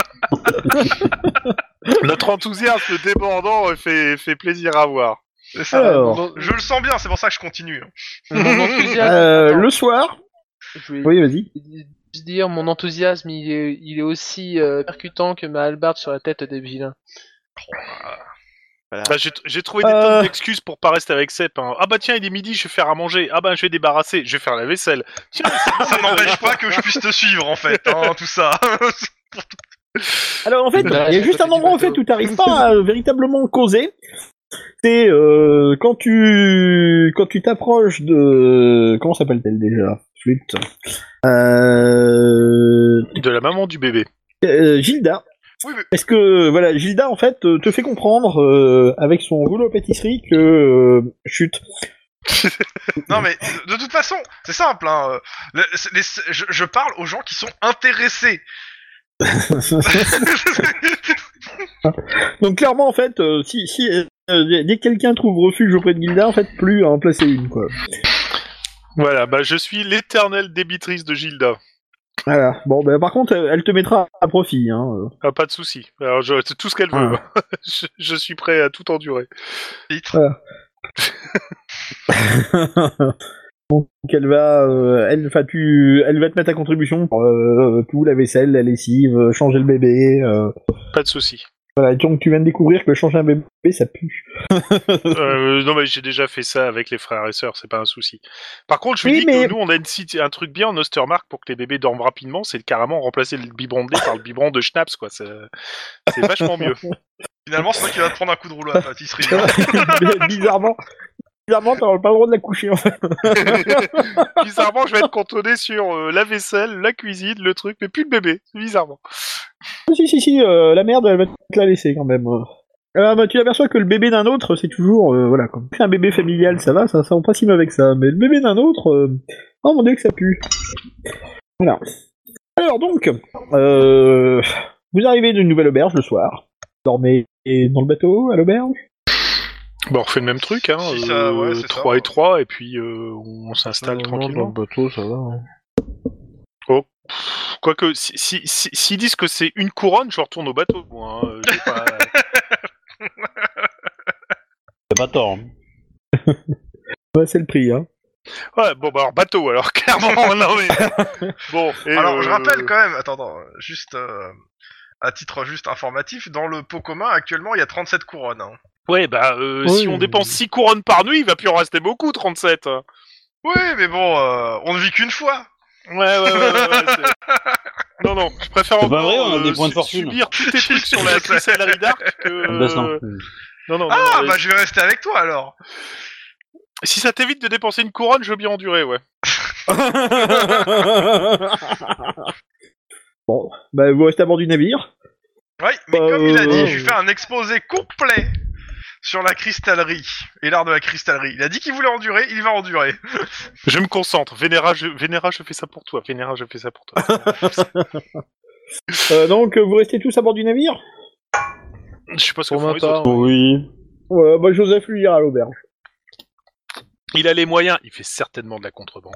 Speaker 2: Notre enthousiasme débordant fait, fait plaisir à voir.
Speaker 3: C'est ça.
Speaker 1: Alors,
Speaker 5: Euh, Mon-
Speaker 3: Je le sens bien, c'est pour ça que je continue.
Speaker 5: mon enthousiasme-
Speaker 1: euh, le soir.
Speaker 5: Je vais
Speaker 1: Oui, vas-y.
Speaker 5: juste dire, mon enthousiasme, il est, il est aussi euh, percutant que ma hallebarde sur la tête des vilains.
Speaker 2: Bah, J'ai j'ai trouvé des
Speaker 1: Euh.
Speaker 2: tonnes d'excuses pour pas rester avec Sep. hein. Ah bah tiens, il est midi, je vais faire à manger. Ah bah je vais débarrasser, je vais faire la vaisselle. Tiens,
Speaker 3: Ça n'empêche pas que je puisse te suivre en fait, hein, tout ça.
Speaker 1: Alors, en fait, il y
Speaker 5: Là,
Speaker 1: a
Speaker 5: c'est
Speaker 1: juste
Speaker 5: pas
Speaker 1: un endroit en
Speaker 5: du
Speaker 1: fait
Speaker 5: bateau.
Speaker 1: où t'arrives pas à euh, véritablement causer. C'est euh, quand tu quand tu t'approches de comment s'appelle-t-elle déjà Flûte. Euh,
Speaker 2: de la maman du bébé.
Speaker 1: euh, Gilda.
Speaker 3: Oui, mais-
Speaker 1: Est-ce que voilà, Gilda en fait euh, te fait comprendre euh, avec son rouleau à pâtisserie que euh, chut.
Speaker 3: Non mais de toute façon, c'est simple. Hein. euh, le- c'est- les- je, je parle aux gens qui sont intéressés.
Speaker 1: Donc clairement en fait, euh, si, si euh, dès que quelqu'un trouve refuge auprès de Gilda, en fait, plus à en placer une quoi.
Speaker 2: Voilà, bah je suis l'éternelle débitrice de Gilda.
Speaker 1: Voilà. Bon, ben par contre, elle te mettra à profit. Hein. euh.
Speaker 2: Ah, pas de souci. Alors je- c'est tout ce qu'elle veut.
Speaker 1: Ah.
Speaker 2: je, je suis prêt à tout endurer.
Speaker 3: Titre.
Speaker 1: Donc elle va, euh, elle, enfin tu, elle va te mettre ta contribution pour euh, tout, la vaisselle, la lessive, euh, changer le bébé. euh,
Speaker 2: Pas de souci.
Speaker 1: voilà. Donc tu viens de découvrir que changer un bébé, ça pue.
Speaker 2: Euh, non, mais j'ai déjà fait ça avec les frères et sœurs, c'est pas un souci. Par contre, je
Speaker 1: Oui,
Speaker 2: lui dis
Speaker 1: mais-
Speaker 2: que nous, on a une cité- un truc bien en Ostermark pour que les bébés dorment rapidement, c'est de carrément remplacer le biberon de lait par le biberon de schnapps, quoi. C'est c'est vachement mieux.
Speaker 3: Finalement, c'est toi qui vas te prendre un coup de rouleau à la pâtisserie. hein.
Speaker 1: bizarrement, bizarrement, t'as pas le droit de hein. la coucher. En fait.
Speaker 2: Bizarrement, je vais être cantonné sur euh, la vaisselle, la cuisine, le truc, mais plus le bébé, bizarrement.
Speaker 1: si si si, euh, la merde, elle va te la laisser quand même. euh. Ah, bah, tu aperçois que le bébé d'un autre, c'est toujours, euh, voilà, comme un bébé familial, ça va, ça, ça on pas si mal avec ça. Mais le bébé d'un autre, euh, oh mon dieu que ça pue. Voilà. Alors donc, euh, vous arrivez d'une nouvelle auberge le soir. Vous Dormez dans le bateau à l'auberge.
Speaker 2: Bon, on fait le même truc, hein.
Speaker 3: Si ça- ouais, c'est ça,
Speaker 2: 3 et
Speaker 3: ouais.
Speaker 2: 3, et puis euh, on s'installe tranquillement.
Speaker 4: bateau, ça va. hein.
Speaker 2: Quoique, si- si- si- s'ils disent que c'est une couronne, je retourne au bateau, moi. hein. Euh, j'ai pas-
Speaker 4: T'as pas tort. hein.
Speaker 1: Ouais, c'est le prix, hein.
Speaker 2: Ouais, bon, bah alors bateau, alors clairement, non mais. Bon, et,
Speaker 3: Alors, je
Speaker 2: euh,
Speaker 3: rappelle quand même, attends, attends, juste euh, à titre juste informatif, dans le pot commun actuellement, il y a 37 couronnes. hein.
Speaker 2: Ouais, bah, euh,
Speaker 1: Oui,
Speaker 2: si on
Speaker 1: oui,
Speaker 2: dépense 6 couronnes par nuit, il va plus en rester beaucoup, 37. Ouais,
Speaker 3: Oui, mais bon, euh, on ne vit qu'une fois.
Speaker 2: ouais, ouais, ouais, ouais, c'est- Non, non, je préfère
Speaker 4: C'est
Speaker 2: encore
Speaker 4: pas vrai, on a des
Speaker 2: euh,
Speaker 4: points de
Speaker 2: su-
Speaker 4: fortune. Ah, bah,
Speaker 2: subir tous tes trucs sur la cristallerie d'arc que.
Speaker 4: On baisse, non.
Speaker 2: euh, Non, non, non,
Speaker 3: Ah,
Speaker 2: non,
Speaker 3: bah je vais rester avec toi alors.
Speaker 2: Si ça t'évite de dépenser une couronne, je veux bien endurer, ouais.
Speaker 1: bon, bah vous restez à bord du navire.
Speaker 3: Oui, mais
Speaker 1: Bah,
Speaker 3: comme il a
Speaker 1: euh,
Speaker 3: dit, je lui fais un exposé complet sur la cristallerie et l'art de la cristallerie. Il a dit qu'il voulait endurer, il va endurer.
Speaker 2: Je me concentre. Vénéra, je, Vénéra, je fais ça pour toi. Vénéra, je fais ça pour toi.
Speaker 1: Euh, donc vous restez tous à bord du navire.
Speaker 2: je sais pas ce que
Speaker 5: Pour
Speaker 2: font
Speaker 5: ma
Speaker 2: les
Speaker 5: part,
Speaker 2: autres.
Speaker 4: Oui.
Speaker 1: Ouais, bah Joseph lui ira à l'auberge.
Speaker 2: Il a les moyens. Il fait certainement de la contrebande.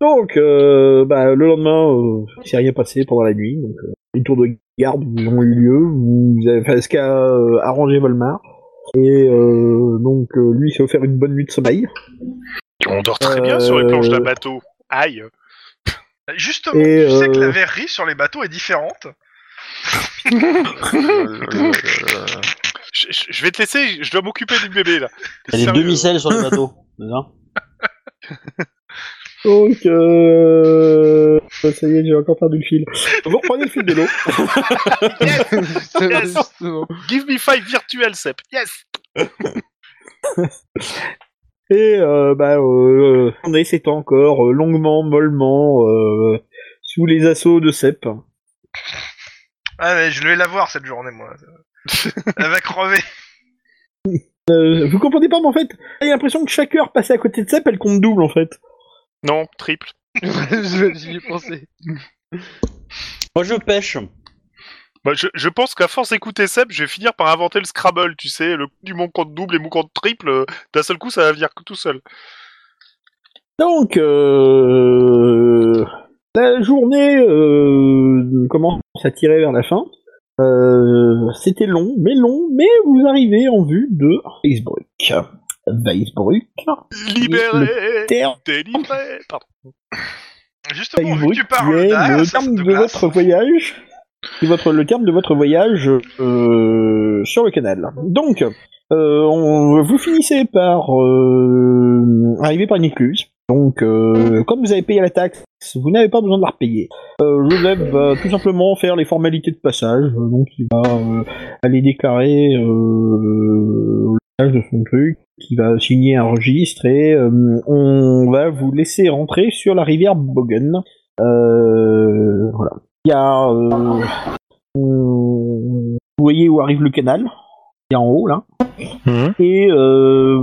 Speaker 1: Donc, euh, bah, le lendemain, euh, il s'est rien passé pendant la nuit. Donc, euh, les tours de garde vous ont eu lieu. Vous avez fait ce qu'a euh, arrangé Volmar. Et euh, donc, euh, lui, il s'est offert une bonne nuit de sommeil.
Speaker 2: On dort très
Speaker 1: Euh,
Speaker 2: bien sur les planches d'un bateau. Aïe.
Speaker 3: Justement,
Speaker 1: Et,
Speaker 3: tu sais que
Speaker 1: euh,
Speaker 3: la verrerie sur les bateaux est différente.
Speaker 2: Je, je- je vais te laisser. Je dois m'occuper du bébé là. T'es
Speaker 4: Il y a des
Speaker 2: sérieux
Speaker 4: demi-selles sur le bateau. c'est ça
Speaker 1: Donc, euh, ça y est, j'ai encore perdu le fil. Vous reprenez le fil de l'eau.
Speaker 2: Yes, Yes.
Speaker 5: Justement.
Speaker 2: Give me five virtual, Sep. Yes.
Speaker 1: Et euh, bah, euh, on essaie encore euh, longuement, mollement, euh, sous les assauts de Cep.
Speaker 3: Ah, mais je vais la voir cette journée, moi. Elle va crever.
Speaker 1: Euh, vous comprenez pas, mais en fait, j'ai l'impression que chaque heure passée à côté de Cep, elle compte double, en fait.
Speaker 2: Non, triple.
Speaker 5: Je- J'y ai pensé.
Speaker 4: Moi, je pêche.
Speaker 2: Bah, je, je pense qu'à force d'écouter Sep, je vais finir par inventer le Scrabble. Tu sais, le coup du mon compte double et mon compte triple. euh, D'un seul coup, ça va venir tout seul.
Speaker 1: Donc, euh, la journée euh, commence à tirer vers la fin. Euh, C'était long, mais long, mais vous arrivez en vue de Weisbruck. Weisbruck,
Speaker 2: Libéré.
Speaker 1: terme,
Speaker 2: Délivré. Pardon.
Speaker 3: Justement, vu que
Speaker 1: Weisbruck
Speaker 3: tu
Speaker 1: qui
Speaker 3: parles
Speaker 1: est
Speaker 3: d'art,
Speaker 1: le
Speaker 3: ça,
Speaker 1: terme de,
Speaker 3: c'est glace.
Speaker 1: votre voyage. C'est votre, le terme de votre voyage euh, sur le canal. Donc, euh, on- vous finissez par euh, arriver par une écluse. Donc, euh, comme vous avez payé la taxe, vous n'avez pas besoin de la repayer. Euh, Joseph va tout simplement faire les formalités de passage. euh, Donc, il va euh, aller déclarer euh, le passage de son truc. Il va signer un registre et euh, on va vous laisser rentrer sur la rivière Bogen. Euh, voilà. Il y a. euh, on- vous voyez où arrive le canal. Il est en haut, là et euh,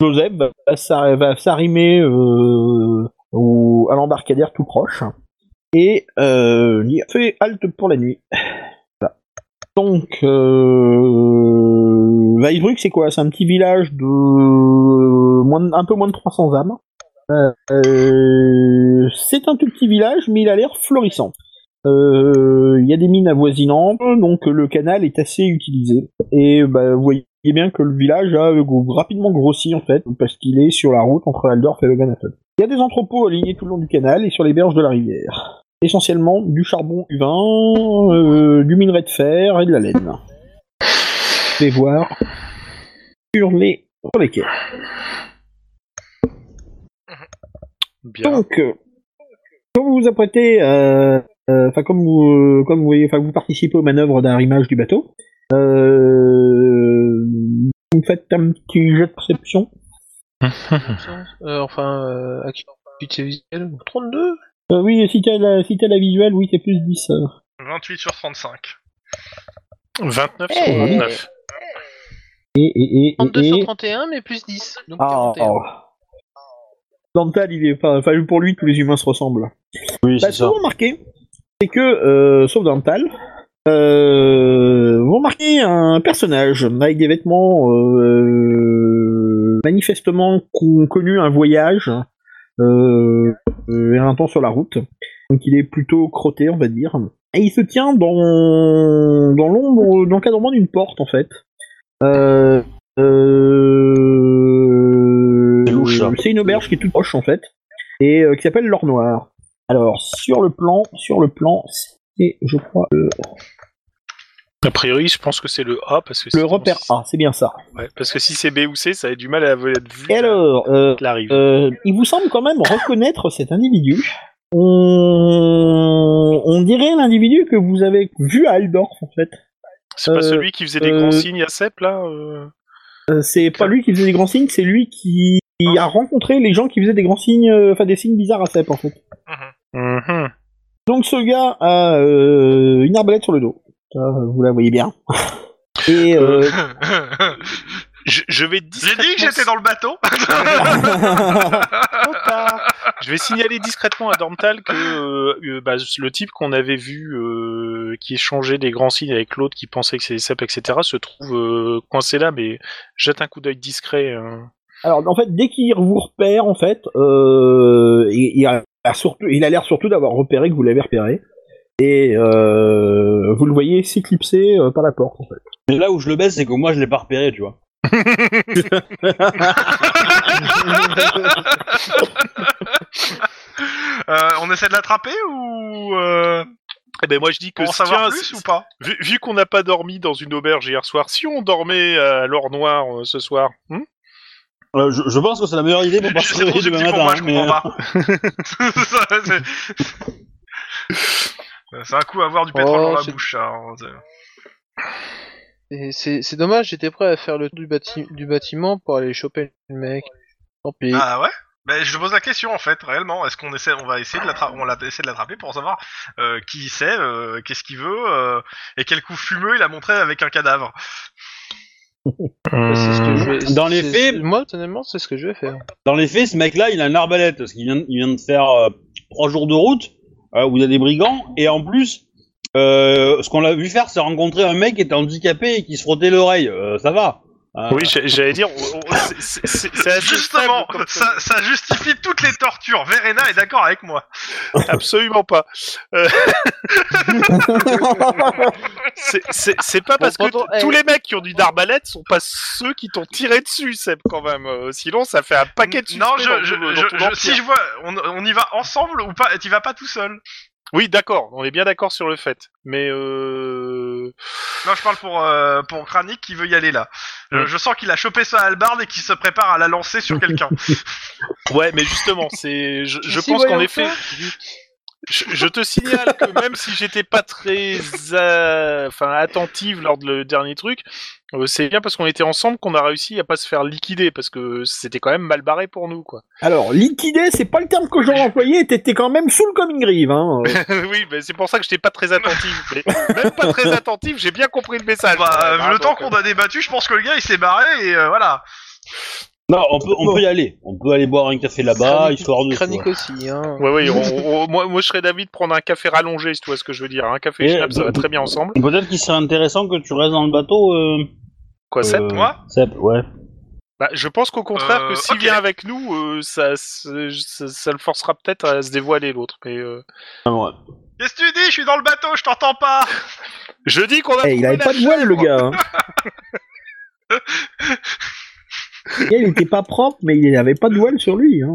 Speaker 1: Joseph va, s'a- va s'arrimer euh, au- à l'embarcadère tout proche et euh, il fait halte pour la nuit. Voilà. Donc, euh, Weisbruck, c'est quoi C'est un petit village de moins de- un peu moins de 300 âmes. Euh, euh, c'est un tout petit village, mais il a l'air florissant. Euh, Il y a des mines avoisinantes, donc le canal est assez utilisé. Et bah, vous voyez voyez bien que le village a euh, gro- rapidement grossi en fait, parce qu'il est sur la route entre Aldorf et Loganathan. Il y a des entrepôts alignés tout le long du canal et sur les berges de la rivière. Essentiellement du charbon, du vin, euh, du minerai de fer et de la laine. Vous pouvez voir sur les, sur les quais.
Speaker 2: Bien.
Speaker 1: Donc, euh, comme vous vous apprêtez, euh, euh, enfin comme vous, euh, comme vous voyez, enfin vous participez aux manœuvres d'arrimage du bateau, euh, vous me faites un petit jet de perception.
Speaker 5: Euh, enfin, euh, acuité visuelle. 32
Speaker 1: Euh, oui, si t'as la, si t'as la visuelle, oui, t'es plus 10. euh.
Speaker 3: 28 sur 35.
Speaker 2: 29 sur
Speaker 5: Eh.
Speaker 2: 29.
Speaker 1: Et, et, et,
Speaker 5: 32
Speaker 1: et,
Speaker 5: sur
Speaker 1: et...
Speaker 5: 31, mais plus 10. Donc
Speaker 1: Ah,
Speaker 5: 41.
Speaker 1: Dantal, il est, enfin, enfin, pour lui, tous les humains se ressemblent.
Speaker 4: Oui,
Speaker 1: Bah,
Speaker 4: c'est
Speaker 1: ce que
Speaker 4: ça.
Speaker 1: vous remarquez, c'est que, euh, sauf Dantal, euh, vous remarquez un personnage avec des vêtements euh, manifestement con- connu un voyage euh, euh, et un temps sur la route. Donc il est plutôt crotté, on va dire. Et il se tient dans, dans l'ombre, dans l'encadrement d'une porte, en fait. Euh, euh,
Speaker 4: C'est louche, ça.
Speaker 1: c'est une auberge qui est toute proche, en fait, et euh, qui s'appelle l'Or Noir. Alors, sur le plan, sur le plan, c'est, je crois, le,
Speaker 2: A priori, je pense que c'est le A parce que
Speaker 1: le
Speaker 2: sinon,
Speaker 1: repère
Speaker 2: si-
Speaker 1: A, c'est bien ça.
Speaker 2: ouais, parce que si c'est B ou C, ça a du mal à être vu.
Speaker 1: Et alors, euh,
Speaker 2: la rive.
Speaker 1: Euh, il vous semble quand même reconnaître cet individu. On, on dirait l'individu que vous avez vu à Aldorf en fait.
Speaker 2: c'est pas
Speaker 1: euh,
Speaker 2: celui qui faisait des
Speaker 1: euh,
Speaker 2: grands signes à Cep là euh
Speaker 1: Euh, c'est pas lui qui faisait des grands signes, c'est lui qui qui a rencontré les gens qui faisaient des grands signes, euh, enfin des signes bizarres à Sep en fait.
Speaker 2: Mhm.
Speaker 1: Donc ce gars a euh, une arbalète sur le dos. Ça, vous la voyez bien. Et euh,
Speaker 2: je, je vais
Speaker 3: J'ai dit que
Speaker 2: discrètement-
Speaker 3: j'étais dans le bateau.
Speaker 2: Trop tard. Je vais signaler discrètement à Dormtal que euh, euh, bah, le type qu'on avait vu euh, qui échangeait des grands signes avec l'autre qui pensait que c'était Sep, etc., se trouve euh, coincé là, mais jette un coup d'œil discret. hein.
Speaker 1: Alors en fait, dès qu'il vous repère, en fait, euh, il, il a, a surtout, il a l'air surtout d'avoir repéré que vous l'avez repéré. Et euh, vous le voyez s'éclipser euh, par la porte, en fait.
Speaker 4: Mais là où je le baisse, c'est que moi je l'ai pas repéré, tu vois.
Speaker 3: Euh, on essaie de l'attraper ou euh,
Speaker 2: Eh ben moi je dis que
Speaker 3: pour en savoir
Speaker 2: tiens,
Speaker 3: plus
Speaker 2: c'est-
Speaker 3: ou pas
Speaker 2: vu, vu qu'on n'a pas dormi dans une auberge hier soir, si on dormait à l'or noir euh, ce soir, hein
Speaker 4: Euh, je, je pense que c'est la meilleure idée pour pas
Speaker 3: C'est
Speaker 4: se
Speaker 3: trop
Speaker 4: réveiller demain
Speaker 3: subtil
Speaker 4: matin.
Speaker 3: pour moi,
Speaker 4: hein,
Speaker 3: je
Speaker 4: mais-
Speaker 3: comprends pas. C'est- C'est un coup à avoir du pétrole
Speaker 5: Oh,
Speaker 3: dans la
Speaker 5: c'est-
Speaker 3: bouche. ça, hein, c'est-
Speaker 5: Et C'est c'est dommage, j'étais prêt à faire le tour du, bati- du bâtiment pour aller choper le mec. Tant pis.
Speaker 3: Ah ouais mais je te pose la question en fait, réellement, est-ce qu'on essaie, on va essayer de l'attraper, on l'a essayé de l'attraper pour savoir euh, qui c'est, euh, qu'est-ce qu'il veut euh, et quel coup fumeux il a montré avec un cadavre.
Speaker 5: Bah, c'est ce que je vais-
Speaker 4: Dans les
Speaker 5: c'est-
Speaker 4: faits-
Speaker 5: c'est- Moi, personnellement, c'est ce que je vais faire.
Speaker 4: Dans les faits, ce mec-là, il a une arbalète, parce qu'il vient, il vient de faire euh, trois jours de route, euh, où il y a des brigands, et en plus, euh, ce qu'on l'a vu faire, c'est rencontrer un mec qui était handicapé et qui se frottait l'oreille. Euh, ça va. Euh,
Speaker 2: Oui, j'ai- j'allais dire, on- on- c'est- c'est c'est assez
Speaker 3: Justement,
Speaker 2: faible comme
Speaker 3: ça, ça justifie toutes les tortures. Verena est d'accord avec moi.
Speaker 2: Absolument pas. Euh, c'est- c'est c'est pas parce que
Speaker 5: pendant-
Speaker 2: t- tous
Speaker 5: eh.
Speaker 2: les mecs qui ont du d'arbalète sont pas ceux qui t'ont tiré dessus, Seb, quand même. Euh, sinon, ça fait un paquet de
Speaker 3: Non,
Speaker 2: suspects
Speaker 3: je,
Speaker 2: dans-
Speaker 3: je,
Speaker 2: dans
Speaker 3: je-
Speaker 2: ton
Speaker 3: je-
Speaker 2: empire.
Speaker 3: si je vois, on, on y va ensemble ou pas Tu vas pas tout seul
Speaker 2: Oui, d'accord, on est bien d'accord sur le fait. Mais euh...
Speaker 3: Non, je parle pour euh, pour Kranik qui veut y aller là. Je,
Speaker 2: Mm.
Speaker 3: je sens qu'il a chopé sa hallebarde et qu'il se prépare à la lancer sur quelqu'un.
Speaker 2: ouais, mais justement, c'est je, je
Speaker 5: Si,
Speaker 2: pense qu'en
Speaker 5: voyons
Speaker 2: effet,
Speaker 5: ça.
Speaker 2: je, je te signale que même si j'étais pas très euh, enfin attentive lors de le dernier truc, euh, c'est bien parce qu'on était ensemble qu'on a réussi à pas se faire liquider parce que c'était quand même mal barré pour nous, quoi.
Speaker 1: Alors, liquider, c'est pas le terme que j'aurais employé, t'étais quand même saoul comme une grive, hein. euh.
Speaker 2: oui, mais c'est pour ça que j'étais pas très attentif. Mais même pas très attentif, j'ai bien compris le message.
Speaker 3: Bah, euh,
Speaker 2: Ah,
Speaker 3: le temps
Speaker 2: donc,
Speaker 3: qu'on a débattu, je pense que le gars il s'est barré et euh, voilà.
Speaker 4: Non, on peut, on peut y aller. On peut aller boire un café là-bas,
Speaker 5: Cranic-
Speaker 4: histoire de.
Speaker 5: Cranic
Speaker 4: quoi.
Speaker 5: aussi, hein.
Speaker 2: Ouais, ouais, on- on- moi, moi je serais d'avis de prendre un café rallongé, si tu vois ce que je veux dire. Un café
Speaker 4: Et- euh,
Speaker 2: schnapp, ça va très bien ensemble.
Speaker 4: Peut-être qu'il serait intéressant que tu restes dans le bateau. Euh...
Speaker 2: Quoi, Seb
Speaker 4: euh,
Speaker 3: moi
Speaker 4: Seb, ouais.
Speaker 2: bah, Je pense qu'au contraire,
Speaker 3: Euh,
Speaker 2: que s'il
Speaker 3: ok.
Speaker 2: vient avec nous, euh, ça, se- ça, ça le forcera peut-être à se dévoiler l'autre. Mais euh,
Speaker 4: Ah, ouais.
Speaker 3: Qu'est-ce que tu dis Je suis dans le bateau, je t'entends pas.
Speaker 2: je dis qu'on a.
Speaker 1: Eh, il
Speaker 2: trouvé
Speaker 1: avait
Speaker 2: la
Speaker 1: pas de voile, le
Speaker 2: chèvre.
Speaker 1: gars. hein. il était pas propre, mais il n'avait pas de voile sur lui. Hein.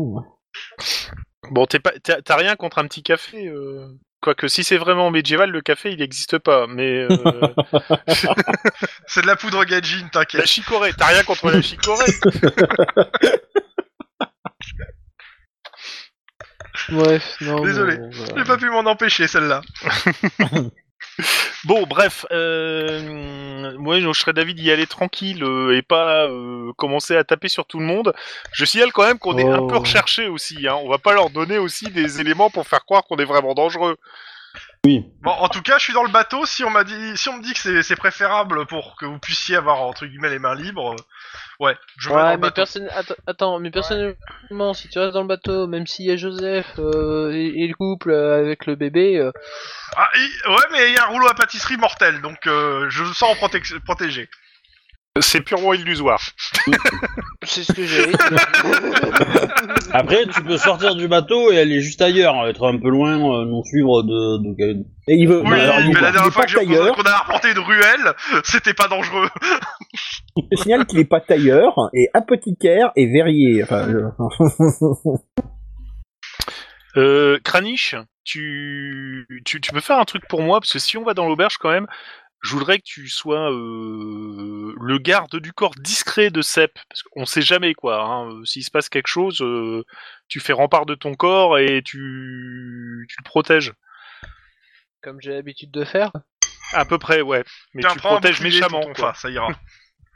Speaker 2: Bon, t'es pas- t'as t'as rien contre un petit café euh, Quoique, si c'est vraiment médiéval, le café, il n'existe pas. Mais euh,
Speaker 3: C'est de la poudre gadjin,
Speaker 2: la
Speaker 3: t'inquiète.
Speaker 2: chicorée, t'as rien contre la chicorée
Speaker 5: Bref, non.
Speaker 3: Désolé,
Speaker 5: bon,
Speaker 3: J'ai
Speaker 5: voilà.
Speaker 3: pas pu m'en empêcher, celle-là.
Speaker 2: Bon, bref, euh, moi je serais d'avis d'y aller tranquille euh, et pas euh, commencer à taper sur tout le monde. Je signale quand même qu'on est un
Speaker 5: Oh.
Speaker 2: peu recherché aussi. Hein. On va pas leur donner aussi des éléments pour faire croire qu'on est vraiment dangereux.
Speaker 3: Bon, en tout cas, je suis dans le bateau. Si on m'a dit, si on me dit que c'est- c'est préférable pour que vous puissiez avoir entre guillemets les mains libres, euh, ouais, je me mets dans
Speaker 5: Ouais,
Speaker 3: le
Speaker 5: mais
Speaker 3: bateau.
Speaker 5: personne... Attends, attends, mais personnellement, si tu restes dans le bateau, même s'il y a Joseph euh, et, et le couple euh, avec le bébé, euh,
Speaker 3: Ah, et- ouais, mais il y a un rouleau à pâtisserie mortel, donc euh, je me sens protex- protégé.
Speaker 2: C'est purement illusoire.
Speaker 5: c'est ce que j'ai.
Speaker 4: Après, tu peux sortir du bateau et aller juste ailleurs, être un peu loin, euh, non suivre de. de- de-
Speaker 1: Et il veut.
Speaker 3: Oui,
Speaker 4: Bah, alors,
Speaker 1: il
Speaker 4: du
Speaker 3: mais
Speaker 4: coup,
Speaker 1: veut-
Speaker 3: la
Speaker 1: il est
Speaker 3: dernière fois
Speaker 1: pas
Speaker 3: que j'ai
Speaker 1: tailleur.
Speaker 3: qu'on a rapporté une ruelle, c'était pas dangereux.
Speaker 1: Je signale qu'il est pas tailleur, et apothicaire, et verrier. Enfin, je-
Speaker 2: Euh, Kranich, tu, tu, tu peux faire un truc pour moi parce que si on va dans l'auberge quand même, je voudrais que tu sois euh, le garde du corps discret de Sep parce qu'on sait jamais quoi. hein. Euh, S'il se passe quelque chose, euh, tu fais rempart de ton corps et tu, tu le protèges.
Speaker 5: Comme j'ai l'habitude de faire.
Speaker 2: À peu près, ouais. Mais
Speaker 3: Tiens,
Speaker 2: tu
Speaker 3: prends un
Speaker 2: protèges
Speaker 3: bouclier
Speaker 2: méchamment.
Speaker 3: sur ton
Speaker 2: quoi.
Speaker 3: face, ça ira.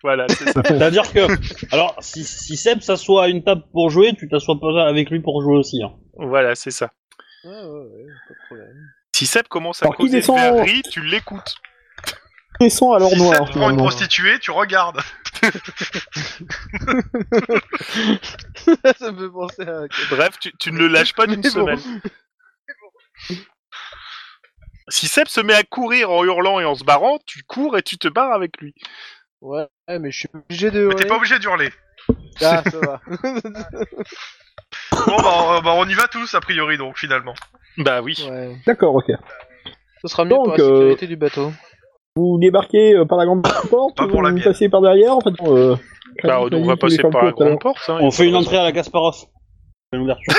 Speaker 2: Voilà, c'est ça.
Speaker 4: C'est-à-dire que. Alors, si, si Seb s'assoit à une table pour jouer, tu t'assois pas avec lui pour jouer aussi. hein.
Speaker 2: voilà, c'est ça.
Speaker 5: Ouais, ouais, ouais, pas de problème.
Speaker 2: Si Sep commence à
Speaker 1: Alors, qui
Speaker 2: causer
Speaker 1: descend-
Speaker 2: verrerie, tu l'écoutes.
Speaker 1: Descends à l'or
Speaker 3: si ça
Speaker 1: noir.
Speaker 3: te prend une
Speaker 1: finalement.
Speaker 3: prostituée, tu regardes.
Speaker 5: ça me fait penser à.
Speaker 2: Bref, tu, tu ne le lâches pas d'une
Speaker 5: Mais bon.
Speaker 2: semaine. Si Seb se met à courir en hurlant et en se barrant, tu cours et tu te barres avec lui.
Speaker 5: Ouais, ouais, mais je suis obligé de.
Speaker 3: Mais t'es pas obligé d'hurler.
Speaker 5: Ah, ça va.
Speaker 3: Bon, bah, euh, bah, on y va tous, a priori, donc, finalement.
Speaker 2: Bah oui.
Speaker 5: Ouais.
Speaker 1: D'accord, ok.
Speaker 5: Ce sera mieux
Speaker 1: Donc,
Speaker 5: pour la
Speaker 1: euh,
Speaker 5: sécurité du bateau.
Speaker 1: Vous débarquez euh, par la grande porte,
Speaker 3: Pas pour
Speaker 1: vous
Speaker 3: la mienne.
Speaker 1: passez par derrière, en fait. non, euh,
Speaker 2: Bah,
Speaker 1: Kranich
Speaker 2: on
Speaker 1: m'a
Speaker 2: va
Speaker 1: dit qu'il
Speaker 2: passer
Speaker 1: est
Speaker 2: par la
Speaker 1: complot, alors.
Speaker 2: grande porte. hein, y a
Speaker 4: On
Speaker 2: pas
Speaker 4: fait une
Speaker 2: de
Speaker 4: entrée
Speaker 2: raison.
Speaker 4: à la Kasparov.
Speaker 2: Bah,
Speaker 4: Une ouverture.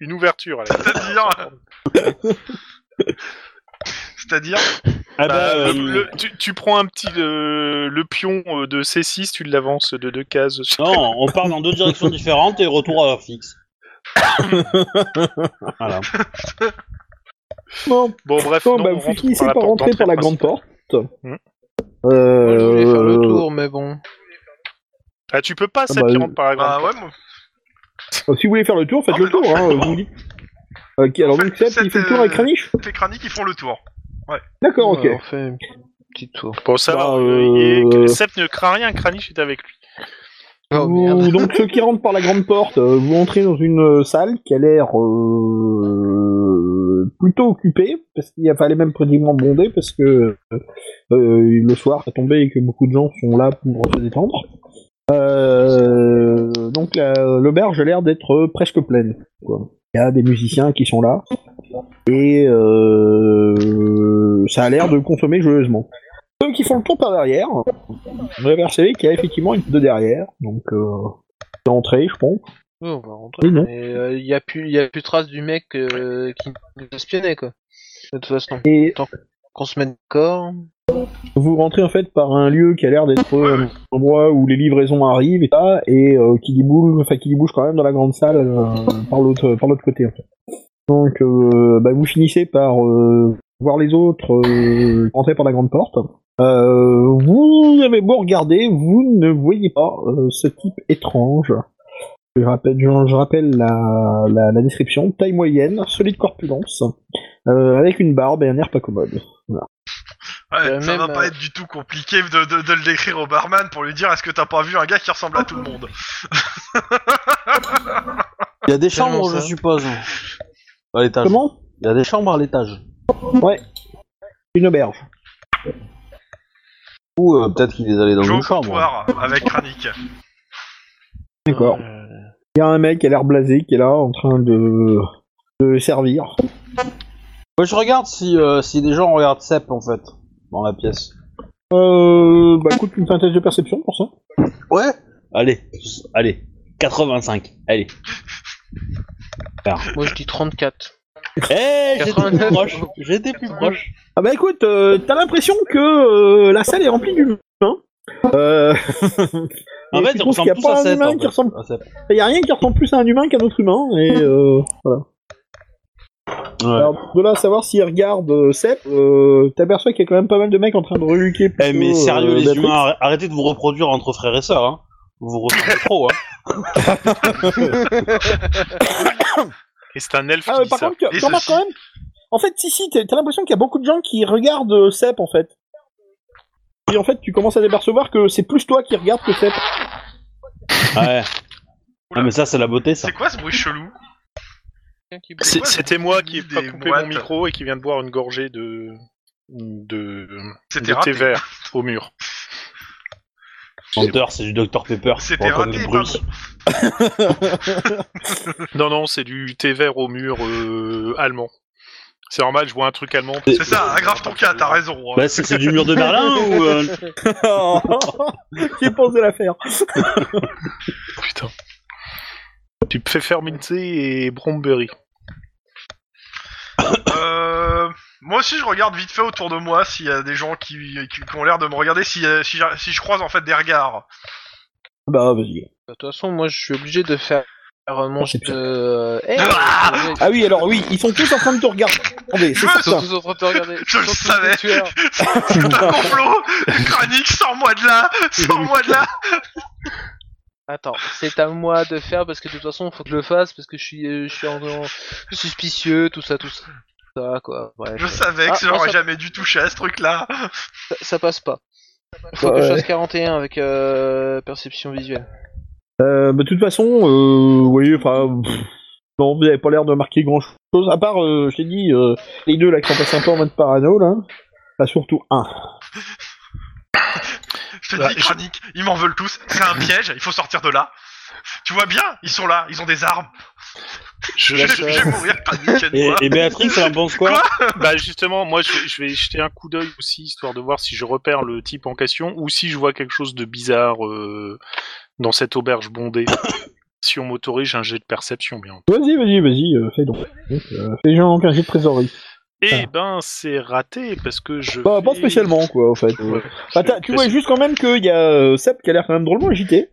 Speaker 2: Une ouverture. allez.
Speaker 3: C'est-à-dire. C'est-à-dire.
Speaker 4: Ah
Speaker 2: Bah,
Speaker 4: bah,
Speaker 2: le-
Speaker 4: euh,
Speaker 2: le- tu, tu prends un petit euh, le pion euh, de C6, tu l'avances de deux cases.
Speaker 4: Non, on part dans deux directions différentes et retour à l'heure fixe. voilà.
Speaker 1: Bon,
Speaker 2: Bon bref,
Speaker 1: bon,
Speaker 2: non,
Speaker 1: bah,
Speaker 2: on
Speaker 1: vous
Speaker 2: rentre
Speaker 1: finissez
Speaker 2: par la
Speaker 1: par
Speaker 2: porte
Speaker 1: rentrer par la
Speaker 2: d'entrée
Speaker 1: grande
Speaker 2: principale.
Speaker 1: porte.
Speaker 2: Hmm.
Speaker 5: Moi, je voulais faire le
Speaker 1: Euh,
Speaker 5: tour, mais bon.
Speaker 2: Ah, tu peux pas Seb
Speaker 1: bah,
Speaker 2: qui
Speaker 1: euh,
Speaker 2: rentre
Speaker 4: Ah
Speaker 2: par la grande
Speaker 3: Bah,
Speaker 2: porte.
Speaker 3: ouais, moi.
Speaker 1: Euh, Si vous voulez faire le tour, faites le
Speaker 3: Non, mais non,
Speaker 1: tour, hein,
Speaker 3: je fais
Speaker 1: vous me dites. Ok, alors
Speaker 3: En
Speaker 1: donc
Speaker 3: fait,
Speaker 1: Seb, il fait le
Speaker 3: cette,
Speaker 1: tour avec
Speaker 3: euh,
Speaker 1: Kranich
Speaker 3: Les craniques, ils font le tour.
Speaker 1: D'accord, ok.
Speaker 5: Ouais, on fait un petit tour.
Speaker 2: Bon ça
Speaker 1: Bah,
Speaker 2: va.
Speaker 1: euh,
Speaker 2: il est- Seb ne craint rien, Kranich est avec lui.
Speaker 5: Oh
Speaker 1: Vous-
Speaker 5: merde.
Speaker 1: donc ceux qui rentrent par la grande porte, euh, vous entrez dans une euh, salle qui a l'air euh, plutôt occupée, parce qu'il y a enfin, elle est même pratiquement bondée, parce que euh, euh, le soir ça tombé et que beaucoup de gens sont là pour se détendre. Euh, donc la- l'auberge a l'air d'être euh, presque pleine. quoi. Il y a des musiciens qui sont là, et euh, ça a l'air de consommer joyeusement. Ceux qui font le tour par derrière, vous apercevez qu'il y a effectivement une de derrière, donc euh, c'est entrée, je pense.
Speaker 5: Ouais, on va rentrer.
Speaker 1: Oui, non.
Speaker 5: Mais il n'y a, plus- y a plus trace du mec euh, qui nous espionnait, quoi. De toute façon,
Speaker 1: Et
Speaker 5: qu'on se mette d'accord.
Speaker 1: vous rentrez en fait par un lieu qui a l'air d'être euh, un endroit où les livraisons arrivent et ça, et euh, qui déboule, enfin qui débouche quand même dans la grande salle euh, par l'autre par l'autre côté. En fait. Donc euh, bah, vous finissez par euh, voir les autres euh, rentrer par la grande porte. Euh, vous avez beau regarder, vous ne voyez pas euh, ce type étrange. Je rappelle, je, je rappelle la, la- la description taille moyenne, solide corpulence, euh, avec une barbe et un air pas commode.
Speaker 3: Ouais,
Speaker 5: Euh,
Speaker 3: ça
Speaker 5: même,
Speaker 3: va pas
Speaker 5: euh,
Speaker 3: être du tout compliqué de, de- de le décrire au barman pour lui dire est-ce que t'as pas vu un gars qui ressemble à tout le monde
Speaker 4: Il y a des
Speaker 5: Tellement
Speaker 4: chambres, je
Speaker 5: ça.
Speaker 4: suppose. À l'étage.
Speaker 1: Comment
Speaker 4: Il y a des chambres à l'étage.
Speaker 1: Une auberge.
Speaker 4: Ou euh, peut-être qu'il est allé dans
Speaker 3: Je vais au
Speaker 4: une chambre.
Speaker 3: comptoir avec Kranik.
Speaker 1: D'accord.
Speaker 5: Euh,
Speaker 1: Il y a un mec qui a l'air blasé qui est là en train de, de servir.
Speaker 4: Moi, je regarde si, euh, si des gens regardent Sep en fait dans la pièce.
Speaker 1: Euh, bah écoute, tu me fais un test de perception pour ça.
Speaker 4: Ouais Allez, allez. 85, allez.
Speaker 5: Moi je dis 34.
Speaker 4: Eh, j'étais plus
Speaker 5: 89.
Speaker 4: proche, j'étais plus proche.
Speaker 1: Ah bah écoute, euh, t'as l'impression que euh, la salle est remplie d'humains. Euh...
Speaker 4: En
Speaker 1: et
Speaker 4: fait,
Speaker 1: tu
Speaker 4: on
Speaker 1: trouves
Speaker 4: ressemble
Speaker 1: qu'il y a
Speaker 4: tous
Speaker 1: pas
Speaker 4: à
Speaker 1: un
Speaker 4: 7.
Speaker 1: humain
Speaker 4: en
Speaker 1: qui
Speaker 4: fait.
Speaker 1: ressemble-
Speaker 4: À sept.
Speaker 1: Il y a rien qui ressemble plus à un humain qu'un autre humain, et euh, voilà.
Speaker 4: Ouais.
Speaker 1: Alors, de là à savoir s'il regarde euh, Sep, euh, t'aperçois qu'il y a quand même pas mal de mecs en train de reluquer.
Speaker 4: Eh, mais
Speaker 1: plutôt,
Speaker 4: sérieux,
Speaker 1: euh,
Speaker 4: les
Speaker 1: Béatrix.
Speaker 4: humains, arr- arrêtez de vous reproduire entre frères et sœurs, hein. Vous vous ressemblez trop, hein.
Speaker 2: Et c'est un elfe
Speaker 1: Ah,
Speaker 2: qui
Speaker 1: euh,
Speaker 2: dit
Speaker 1: par
Speaker 2: ça.
Speaker 1: contre, tu
Speaker 3: Et
Speaker 1: remarques
Speaker 3: ceci.
Speaker 1: quand même. En fait, si, si, t'as t'as l'impression qu'il y a beaucoup de gens qui regardent euh, Sep, en fait. Et en fait, tu commences à t'apercevoir que c'est plus toi qui regarde que Sep.
Speaker 4: Ouais. Ah, mais ça, c'est la beauté, ça.
Speaker 3: C'est quoi ce bruit chelou
Speaker 2: C'est-
Speaker 3: quoi,
Speaker 2: C'était moi
Speaker 3: cette
Speaker 2: qui ai
Speaker 3: idée
Speaker 2: pas
Speaker 3: des
Speaker 2: coupé
Speaker 3: boîtes
Speaker 2: mon micro et qui vient de boire une gorgée de de,
Speaker 3: C'était
Speaker 2: de thé
Speaker 3: raté.
Speaker 2: vert au mur.
Speaker 4: Menteur, c'est du Dr Pepper.
Speaker 3: C'était
Speaker 4: Pour
Speaker 3: raté,
Speaker 4: reconnaître Bruce.
Speaker 3: pas
Speaker 2: Non non, c'est du thé vert au mur euh, allemand. C'est normal, je vois un truc allemand.
Speaker 3: C'est ça, aggrave ton cas, t'as raison. hein.
Speaker 4: Bah, c'est c'est du mur de Berlin ou. euh,
Speaker 1: J'ai pensé la faire.
Speaker 2: Putain. Tu me fais fermenter et Bromberry.
Speaker 3: Euh, moi aussi, je regarde vite fait autour de moi s'il y a des gens qui, qui, qui ont l'air de me regarder, si, euh, si, j'a- si je croise en fait des regards.
Speaker 1: Bah, vas-y.
Speaker 5: De toute façon, moi je suis obligé de faire euh, mon jet
Speaker 1: Perception.
Speaker 5: de. Eh,
Speaker 3: Ah
Speaker 5: vous êtes-
Speaker 1: Ah oui, alors oui, ils sont tous en train de te regarder. Attendez, c'est
Speaker 5: Ils sont
Speaker 1: certain.
Speaker 5: tous en train de te regarder.
Speaker 3: Je le
Speaker 5: Ils sont tous
Speaker 3: savais.
Speaker 5: des tueurs.
Speaker 3: C'est un complot Chronique, sors-moi de là Sors-moi de là
Speaker 5: Attends, c'est à moi de faire parce que de toute façon, faut que je le fasse parce que je suis, euh, je suis en, en- suspicieux, tout ça, tout ça, ça, quoi. Bref,
Speaker 3: Je savais que
Speaker 5: Ah, moi,
Speaker 3: j'aurais
Speaker 5: ça-
Speaker 3: jamais dû toucher à ce truc-là
Speaker 5: ça, ça passe pas. Faut que je fasse 41 avec euh, perception visuelle.
Speaker 1: Euh, bah, de toute façon, euh, oui, enfin, pff, non, vous avez pas l'air de marquer grand chose, à part, euh, je t'ai dit, euh, les deux là qui sont passés un peu en mode parano, là. Bah, surtout un.
Speaker 3: Je te
Speaker 2: Bah,
Speaker 3: dis,
Speaker 2: je-
Speaker 3: Chronique, ils m'en veulent tous, c'est un piège, il faut sortir de là Tu vois bien, ils sont là, ils ont des armes
Speaker 2: Je,
Speaker 3: Je je
Speaker 2: je- euh,
Speaker 3: vais mourir, Chronique,
Speaker 4: Et,
Speaker 3: aide-moi
Speaker 4: et Béatrix, hein, elle en pense quoi,
Speaker 3: Quoi
Speaker 2: bah justement, moi je, je vais jeter un coup d'œil aussi histoire de voir si je repère le type en question ou si je vois quelque chose de bizarre euh, dans cette auberge bondée. si on m'autorise un jet de perception, bien.
Speaker 1: Vas-y, vas-y, vas-y, euh, fais donc. Euh, fais genre un jet de trésorerie.
Speaker 2: Eh ben c'est raté parce que je.
Speaker 1: Bah, pas
Speaker 2: vais-
Speaker 1: spécialement, quoi, en fait.
Speaker 2: Ouais,
Speaker 1: Bah,
Speaker 2: je-
Speaker 1: t'as- tu vois juste quand même qu'il y a euh, Sep qui a l'air quand même drôlement agité.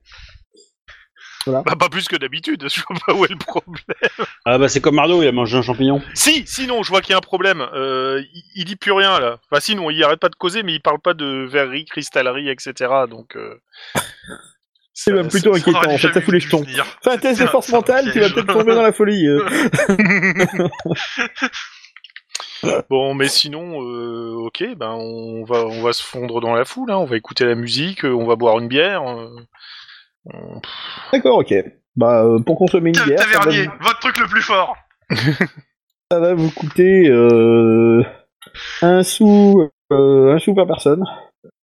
Speaker 2: Bah, pas plus que d'habitude, je vois pas où est le problème.
Speaker 4: Ah, bah, c'est comme Mario, il a mangé un champignon.
Speaker 2: Si, sinon, je vois qu'il y a un problème. Euh, il, il dit plus rien, là. Enfin, sinon, il arrête pas de causer, mais il parle pas de verrerie, cristallerie, etc. Donc. euh,
Speaker 1: C'est même plutôt
Speaker 3: On aurait
Speaker 1: inquiétant, en fait,
Speaker 3: Oh, jamais
Speaker 1: ça fout les
Speaker 3: dû
Speaker 1: jetons.
Speaker 3: venir.
Speaker 1: Fais un test de
Speaker 3: C'est un-
Speaker 1: force
Speaker 3: c'est un
Speaker 1: mentale, tu vas
Speaker 3: piège.
Speaker 1: peut-être tomber dans la folie. euh.
Speaker 2: Bon, mais sinon, euh, ok, ben on va, on va se fondre dans la foule, hein, on va écouter la musique, euh, on va boire une bière. euh, on-
Speaker 1: D'accord, ok. Bah, euh, pour consommer une
Speaker 3: Ta-
Speaker 1: bière, ça va
Speaker 3: Tavernier, votre truc le plus fort
Speaker 1: Ça va vous coûter euh, un sou, euh, un sou par personne.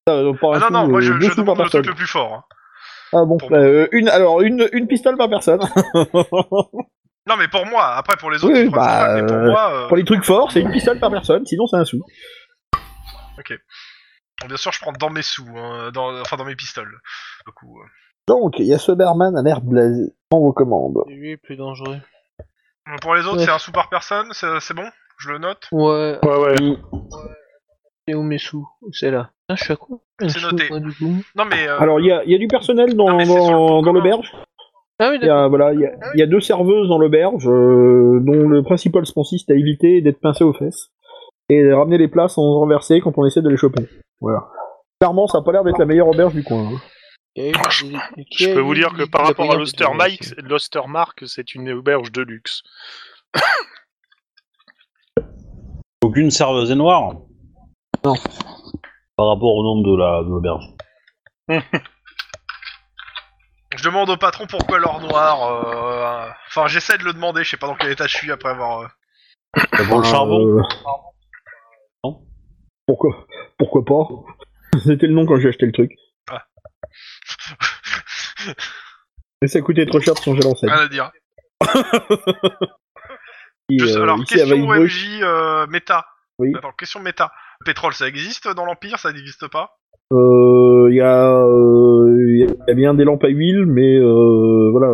Speaker 1: Ah, non, pas un
Speaker 3: Ah non,
Speaker 1: sou,
Speaker 3: non, moi
Speaker 1: euh,
Speaker 3: je,
Speaker 1: deux
Speaker 3: je
Speaker 1: sous par
Speaker 3: demande le
Speaker 1: personne.
Speaker 3: truc le plus fort. hein.
Speaker 1: Ah bon,
Speaker 3: pour
Speaker 1: euh, une, alors une, une pistole par personne.
Speaker 3: Non, mais pour moi, après pour les autres,
Speaker 1: Oui,
Speaker 3: je crois que c'est
Speaker 1: bah,
Speaker 3: pas, mais pour
Speaker 1: euh,
Speaker 3: moi, euh,
Speaker 1: Pour les trucs forts, c'est une pistole par personne, sinon c'est un sou.
Speaker 3: bien sûr, je prends dans mes sous, hein, dans, enfin dans mes pistoles. Du coup, euh.
Speaker 1: Donc, il y a ce barman à l'air blasé. On vous
Speaker 3: Euh,
Speaker 1: commande.
Speaker 5: C'est lui le plus dangereux.
Speaker 3: Pour les autres,
Speaker 5: Ouais.
Speaker 3: c'est un sou par personne, c'est c'est bon Je le note
Speaker 5: Ouais,
Speaker 2: Ouais, ouais.
Speaker 5: c'est où mes sous C'est là. Putain, je suis à quoi
Speaker 3: C'est noté.
Speaker 5: Ouais, du coup.
Speaker 3: Non, mais. euh,
Speaker 1: Alors, il y a, il y a du personnel dans,
Speaker 3: Non, mais c'est sur le
Speaker 1: dans,
Speaker 3: pont
Speaker 1: dans
Speaker 3: commun.
Speaker 1: l'auberge.
Speaker 5: Ah oui,
Speaker 1: Il y
Speaker 5: d'accord.
Speaker 1: a, voilà, il y a, il y a deux serveuses dans l'auberge, euh, dont le principal consiste à éviter d'être pincé aux fesses et de ramener les plats sans renverser quand on essaie de les choper. Voilà. Clairement, ça a pas l'air d'être la meilleure auberge du coin. hein.
Speaker 5: Il y a eu- il y a eu-
Speaker 2: Je peux vous dire que par
Speaker 5: il y a
Speaker 2: rapport à
Speaker 5: eu-
Speaker 2: l'Ostermark, l'Ostermark, c'est une auberge de luxe.
Speaker 4: Aucune serveuse est noire. Non. Par rapport au nombre de la- de l'auberge.
Speaker 3: Je demande au patron pourquoi l'or noir. euh, euh, Enfin, j'essaie de le demander, je sais pas dans quel état je suis après avoir. euh,
Speaker 4: C'est pour le charbon.
Speaker 1: Euh,
Speaker 4: Non.
Speaker 1: Pourquoi Pourquoi pas C'était le nom quand j'ai acheté le truc.
Speaker 3: Ah.
Speaker 1: Mais ça coûtait trop cher de changer l'enseigne.
Speaker 4: Euh,
Speaker 3: rien à dire.
Speaker 1: Qui,
Speaker 3: Je sais-
Speaker 1: euh,
Speaker 3: alors,
Speaker 1: ici, à
Speaker 3: question
Speaker 1: Weilbruch-
Speaker 3: OMJ euh, méta.
Speaker 1: Oui.
Speaker 3: Attends, question méta. Pétrole, ça existe dans l'Empire Ça n'existe pas
Speaker 1: Euh, Il y, a, euh, il y a bien des lampes à huile, mais euh, voilà.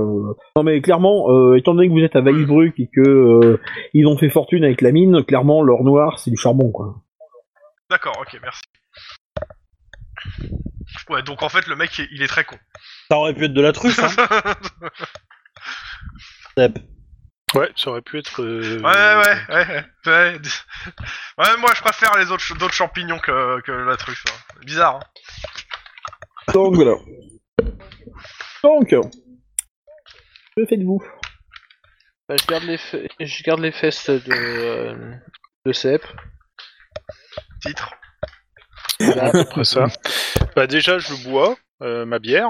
Speaker 1: Non mais clairement, euh, étant donné que vous êtes à Valibruck et que euh, ils ont fait fortune avec la mine, clairement l'or noir c'est du charbon quoi.
Speaker 3: D'accord, ok, merci. Ouais, donc en fait, le mec, il est très con.
Speaker 4: Ça aurait pu être de la truffe, hein Seb.
Speaker 2: Ouais, ça aurait pu être. euh,
Speaker 3: Ouais, ouais, ouais, ouais, ouais. Ouais, moi, je préfère les autres, ch- d'autres champignons que, que la truffe. hein. Bizarre, hein.
Speaker 1: Donc voilà. Donc, que faites-vous
Speaker 5: Bah, je garde les fe- je garde les fesses de euh, de Cep.
Speaker 3: Titre.
Speaker 5: Là,
Speaker 2: Après ça. Bah déjà, je bois euh, ma bière.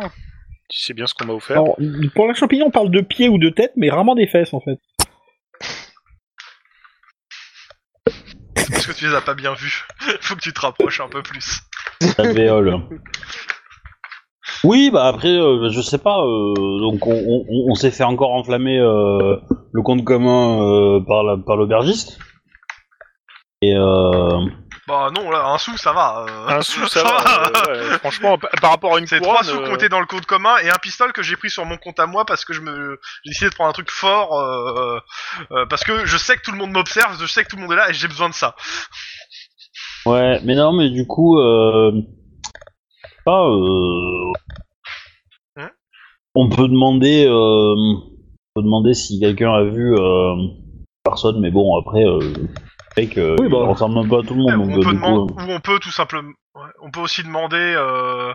Speaker 2: Tu sais bien ce qu'on m'a offert.
Speaker 1: Alors, pour la champignon, on parle de pieds ou de tête, mais rarement des fesses en fait.
Speaker 3: Parce que tu les as pas bien vus. Faut que tu te rapproches un peu plus.
Speaker 4: La véole. Oui, bah après, euh, je sais pas. euh, donc, on, on- on s'est fait encore enflammer euh, le compte commun euh, par la- par l'aubergiste. Et euh,
Speaker 3: Bah non, là, un sou, ça va. euh.
Speaker 2: Un sou, ça va. euh, ouais, franchement, pa- par rapport à une
Speaker 3: C'est
Speaker 2: couronne...
Speaker 3: trois sous
Speaker 2: euh,
Speaker 3: comptés dans le compte commun et un pistolet que j'ai pris sur mon compte à moi parce que je me j'ai décidé de prendre un truc fort euh, euh, parce que je sais que tout le monde m'observe, je sais que tout le monde est là et j'ai besoin de ça.
Speaker 4: ouais, mais non, mais du coup, euh, pas. euh,
Speaker 3: Hein
Speaker 4: on peut demander, euh, on peut demander si quelqu'un a vu euh, personne, mais bon, après, euh, le mec, euh,
Speaker 1: Oui, bah.
Speaker 4: il ressemble un peu à tout le monde.
Speaker 3: Ou
Speaker 4: donc,
Speaker 3: Ah, on peut
Speaker 4: euh, du coup,
Speaker 3: demander, ou on peut tout simplement, ouais, on peut aussi demander euh,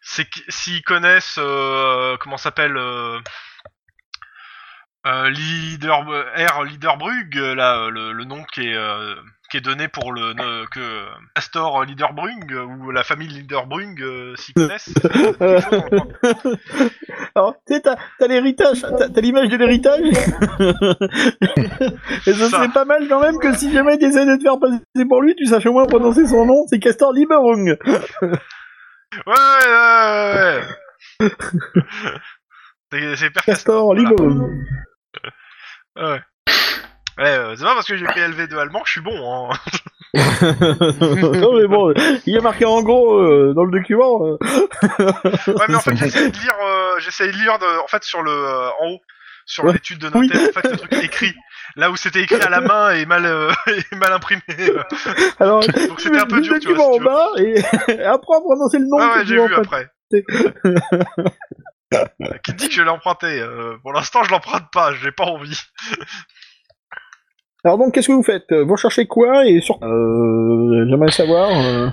Speaker 3: c'est qui- s'ils connaissent euh, comment s'appelle euh, euh, leader R Leaderbrug euh, là euh, le, le nom qui est euh, qui est donné pour le ne- que Astor Leaderbrug euh, ou la famille Leaderbrug euh, s'ils connaissent. quelque chose en-
Speaker 1: Alors, Hein, tu sais, t'as t'as l'héritage, t'as t'as l'image de l'héritage. Et ce
Speaker 3: Ça.
Speaker 1: serait pas mal quand même que si jamais tu essaies de te faire passer pour lui, tu saches au moins prononcer son nom, c'est Castor Liberung.
Speaker 3: Ouais, ouais, ouais, ouais. C'est- C'est hyper casse-
Speaker 1: Castor Liberung.
Speaker 3: Ouais. Ouais, euh, c'est pas parce que j'ai pris LV2 allemand que je suis bon. Hein.
Speaker 1: non mais bon, il est marqué en gros euh, dans le document. euh.
Speaker 3: Ouais, mais en fait, j'essaie de lire, euh, j'essaie de lire de, en fait sur le euh, en haut, sur
Speaker 1: Ouais.
Speaker 3: l'étude de notaire, en fait le truc écrit, là où c'était écrit à la main et mal euh, et mal imprimé. euh.
Speaker 1: Alors,
Speaker 3: Donc c'était un peu
Speaker 1: le
Speaker 3: dur, tu
Speaker 1: document
Speaker 3: vois. Si
Speaker 1: en
Speaker 3: tu veux.
Speaker 1: bas et après à prononcer le nom.
Speaker 3: Ah
Speaker 1: que
Speaker 3: ouais,
Speaker 1: tu
Speaker 3: j'ai
Speaker 1: veux, en
Speaker 3: vu
Speaker 1: fait.
Speaker 3: après. Qui dit que je l'ai emprunté euh, Pour l'instant, je l'emprunte pas, j'ai pas envie.
Speaker 1: Alors donc, qu'est-ce que vous faites Vous cherchez quoi et sur euh, J'aimerais savoir. euh.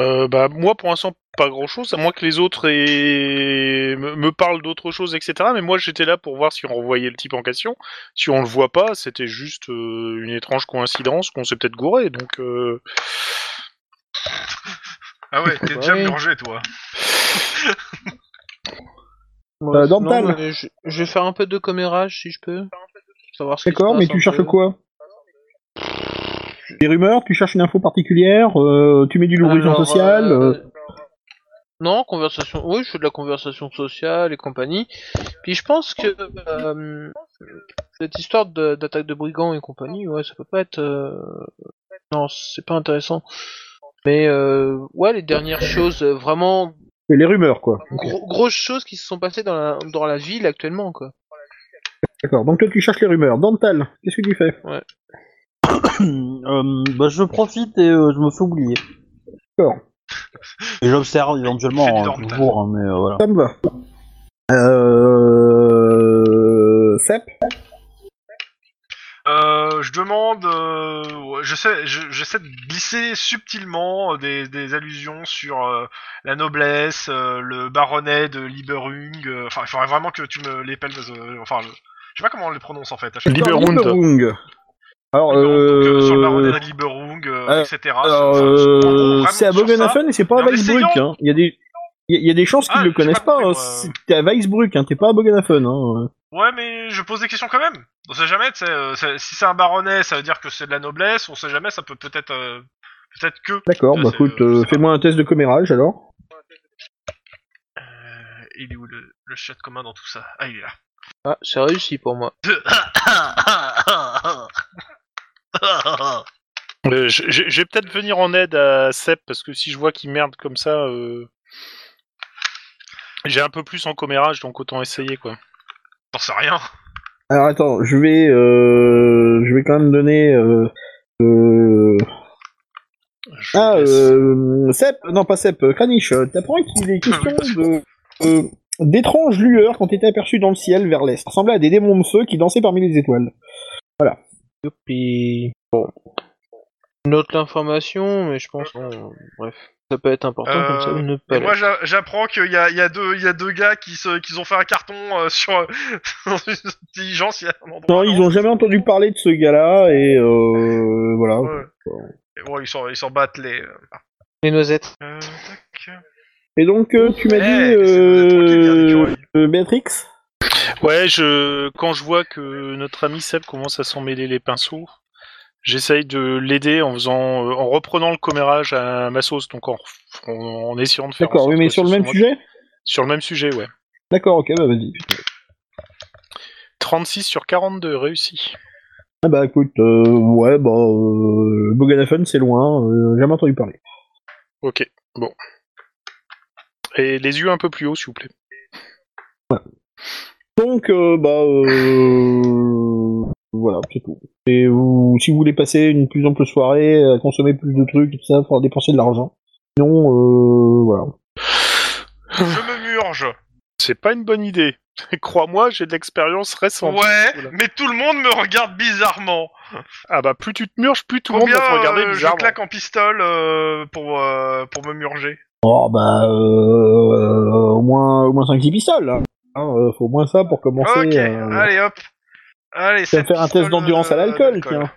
Speaker 2: Euh, bah, moi, pour l'instant, pas grand chose, à moins que les autres aient- me, me parlent d'autre chose, etc. Mais moi, j'étais là pour voir si on revoyait le type en question. Si on le voit pas, c'était juste euh, une étrange coïncidence qu'on s'est peut-être gouré. Donc, euh,
Speaker 3: Ah ouais, t'es déjà
Speaker 5: Ouais.
Speaker 3: murgé, toi.
Speaker 5: moi,
Speaker 1: Euh,
Speaker 5: sinon,
Speaker 1: Dental.
Speaker 5: euh, je, je vais faire un peu de commérage si je peux. Savoir ce qui se
Speaker 1: D'accord, mais
Speaker 5: passe
Speaker 1: tu
Speaker 5: un
Speaker 1: cherches
Speaker 5: peu.
Speaker 1: quoi Des rumeurs, tu cherches une info particulière, euh, tu mets du lubrifiant
Speaker 5: Alors,
Speaker 1: social.
Speaker 5: euh,
Speaker 1: euh,
Speaker 5: Non, conversation. Oui, je fais de la conversation sociale et compagnie. Puis je pense que euh, cette histoire de- d'attaque de, brigands et compagnie, ouais, ça peut pas être. euh, Non, c'est pas intéressant. Mais euh, ouais, les dernières choses euh, vraiment
Speaker 1: et les rumeurs, quoi.
Speaker 5: gro- grosses choses qui se sont passées dans la dans la ville actuellement, quoi.
Speaker 1: D'accord, donc toi tu cherches les rumeurs. Dental, qu'est-ce que tu fais
Speaker 4: Euh, bah, je profite et euh, je me fais oublier.
Speaker 1: D'accord.
Speaker 4: Et j'observe éventuellement
Speaker 3: Tu fais du
Speaker 4: hein,
Speaker 3: dormant.
Speaker 4: toujours, hein, mais euh, voilà.
Speaker 1: Ça me va. Euh... Sep
Speaker 3: Euh, je demande, euh, ouais, je sais, je- j'essaie de glisser subtilement euh, des, des allusions sur euh, la noblesse, euh, le baronnet de Liberung. euh, Enfin, il faudrait vraiment que tu me l'épelles. euh, enfin, le- je sais pas comment on les prononce en fait. à chaque fois.
Speaker 2: Liberung.
Speaker 1: Liberung. Alors,
Speaker 3: Liberung, donc, euh, sur le baronnet
Speaker 1: euh...
Speaker 3: de Liberung, euh,
Speaker 1: alors,
Speaker 3: etc.
Speaker 1: alors,
Speaker 3: Enfin, je- je comprends
Speaker 1: euh,
Speaker 3: vraiment
Speaker 1: c'est à
Speaker 3: sur ça.
Speaker 1: Bogenhafen et c'est pas à
Speaker 3: Mais en
Speaker 1: Weisbruck.
Speaker 3: essayant-
Speaker 1: Hein. Il y a des... Il y a- il y a des chances qu'ils
Speaker 3: Ah,
Speaker 1: le
Speaker 3: j'ai
Speaker 1: connaissent
Speaker 3: pas
Speaker 1: pas.
Speaker 3: compris,
Speaker 1: hein.
Speaker 3: moi.
Speaker 1: C'est- T'es à Weisbruck, hein. t'es pas à Bogenhafen. Hein.
Speaker 3: Ouais, mais je pose des questions quand même. On sait jamais, tu sais, euh, c'est- si c'est un baronnet, ça veut dire que c'est de la noblesse. On sait jamais, ça peut peut-être, euh, peut-être que.
Speaker 1: D'accord,
Speaker 3: Ouais,
Speaker 1: bah
Speaker 3: Ah, c'est-
Speaker 1: écoute,
Speaker 3: je
Speaker 1: euh,
Speaker 3: sais pas.
Speaker 1: fais-moi un test de commérage alors.
Speaker 3: Euh, il est où le, le chat commun dans tout ça Ah, il est là.
Speaker 5: Ah, c'est réussi pour moi.
Speaker 2: Euh, je, je- je vais peut-être venir en aide à Sep parce que si je vois qu'il merde comme ça, euh, j'ai un peu plus en commérage donc autant essayer quoi.
Speaker 3: T'en sais rien.
Speaker 1: Alors attends, je vais, euh, je vais quand même donner. Euh, euh,
Speaker 2: Je
Speaker 1: ah,
Speaker 2: laisse.
Speaker 1: euh, Sep, non pas Sep, euh, Kranich, euh, t'apprends qu'il est question de euh, d'étranges lueurs quand étaient aperçues dans le ciel vers l'est, ressemblaient à des démons de feu qui dansaient parmi les étoiles.
Speaker 5: Youpi. Bon. Note l'information, mais je pense. bon, euh, bref. Ça peut être important comme ça
Speaker 3: Euh,
Speaker 5: ou ne
Speaker 3: Et
Speaker 5: pas
Speaker 3: moi,
Speaker 5: l'être.
Speaker 3: j'a- j'apprends qu'il y a, il y, a deux- il y a deux gars qui, se, qui ont fait un carton euh, sur dans une diligence. Il y a un endroit.
Speaker 1: Non, ils ont jamais entendu parler de ce gars-là et euh, voilà.
Speaker 3: Ouais. Et bon, ils s'en ils s'en battent les. euh,
Speaker 5: Les noisettes.
Speaker 3: Euh, tac.
Speaker 1: Et donc euh, tu m'as
Speaker 3: Eh,
Speaker 1: dit,
Speaker 3: laissez-vous être tranquille, il y a un
Speaker 1: euh,
Speaker 3: écureuil.
Speaker 1: euh, Béatrix,
Speaker 2: Ouais, je quand je vois que notre ami Seb commence à s'en mêler les pinceaux, j'essaye de l'aider en faisant, euh, en reprenant le commérage à ma sauce, donc en, en, en essayant de faire. en
Speaker 1: d'accord,
Speaker 2: sorte
Speaker 1: oui, mais
Speaker 2: que
Speaker 1: sur le
Speaker 2: ce
Speaker 1: même
Speaker 2: soit-
Speaker 1: sujet.
Speaker 2: Sur le même sujet, ouais.
Speaker 1: D'accord, ok, bah vas-y.
Speaker 2: 36 sur 42 réussi.
Speaker 1: Ah bah écoute, euh, ouais, bah, euh, Boganafen, c'est loin, euh, jamais entendu parler.
Speaker 2: Ok, bon. Et les yeux un peu plus haut, s'il vous plaît.
Speaker 1: Donc, euh, bah, euh, voilà, c'est tout. Et vous, si vous voulez passer une plus ample soirée, euh, consommer plus de trucs et tout ça, il faudra dépenser de l'argent. Sinon, euh, voilà.
Speaker 3: Je me murge.
Speaker 2: C'est pas une bonne idée. Crois-moi, j'ai de l'expérience récente.
Speaker 3: Ouais,
Speaker 2: Oula.
Speaker 3: mais tout le monde me regarde bizarrement.
Speaker 2: Ah bah plus tu te murges, plus tout le monde
Speaker 3: Combien
Speaker 2: va te regarder
Speaker 3: euh, je
Speaker 2: bizarrement.
Speaker 3: claque en pistole euh, pour, euh, pour me murger
Speaker 1: Oh, bah, euh, au moins, au moins 5-6 pistoles, là. Hein, euh, faut au moins ça pour commencer.
Speaker 3: Ok,
Speaker 1: euh,
Speaker 3: allez euh, hop. Allez,
Speaker 1: ça
Speaker 3: c'est
Speaker 1: va faire un test d'endurance à l'alcool, tiens.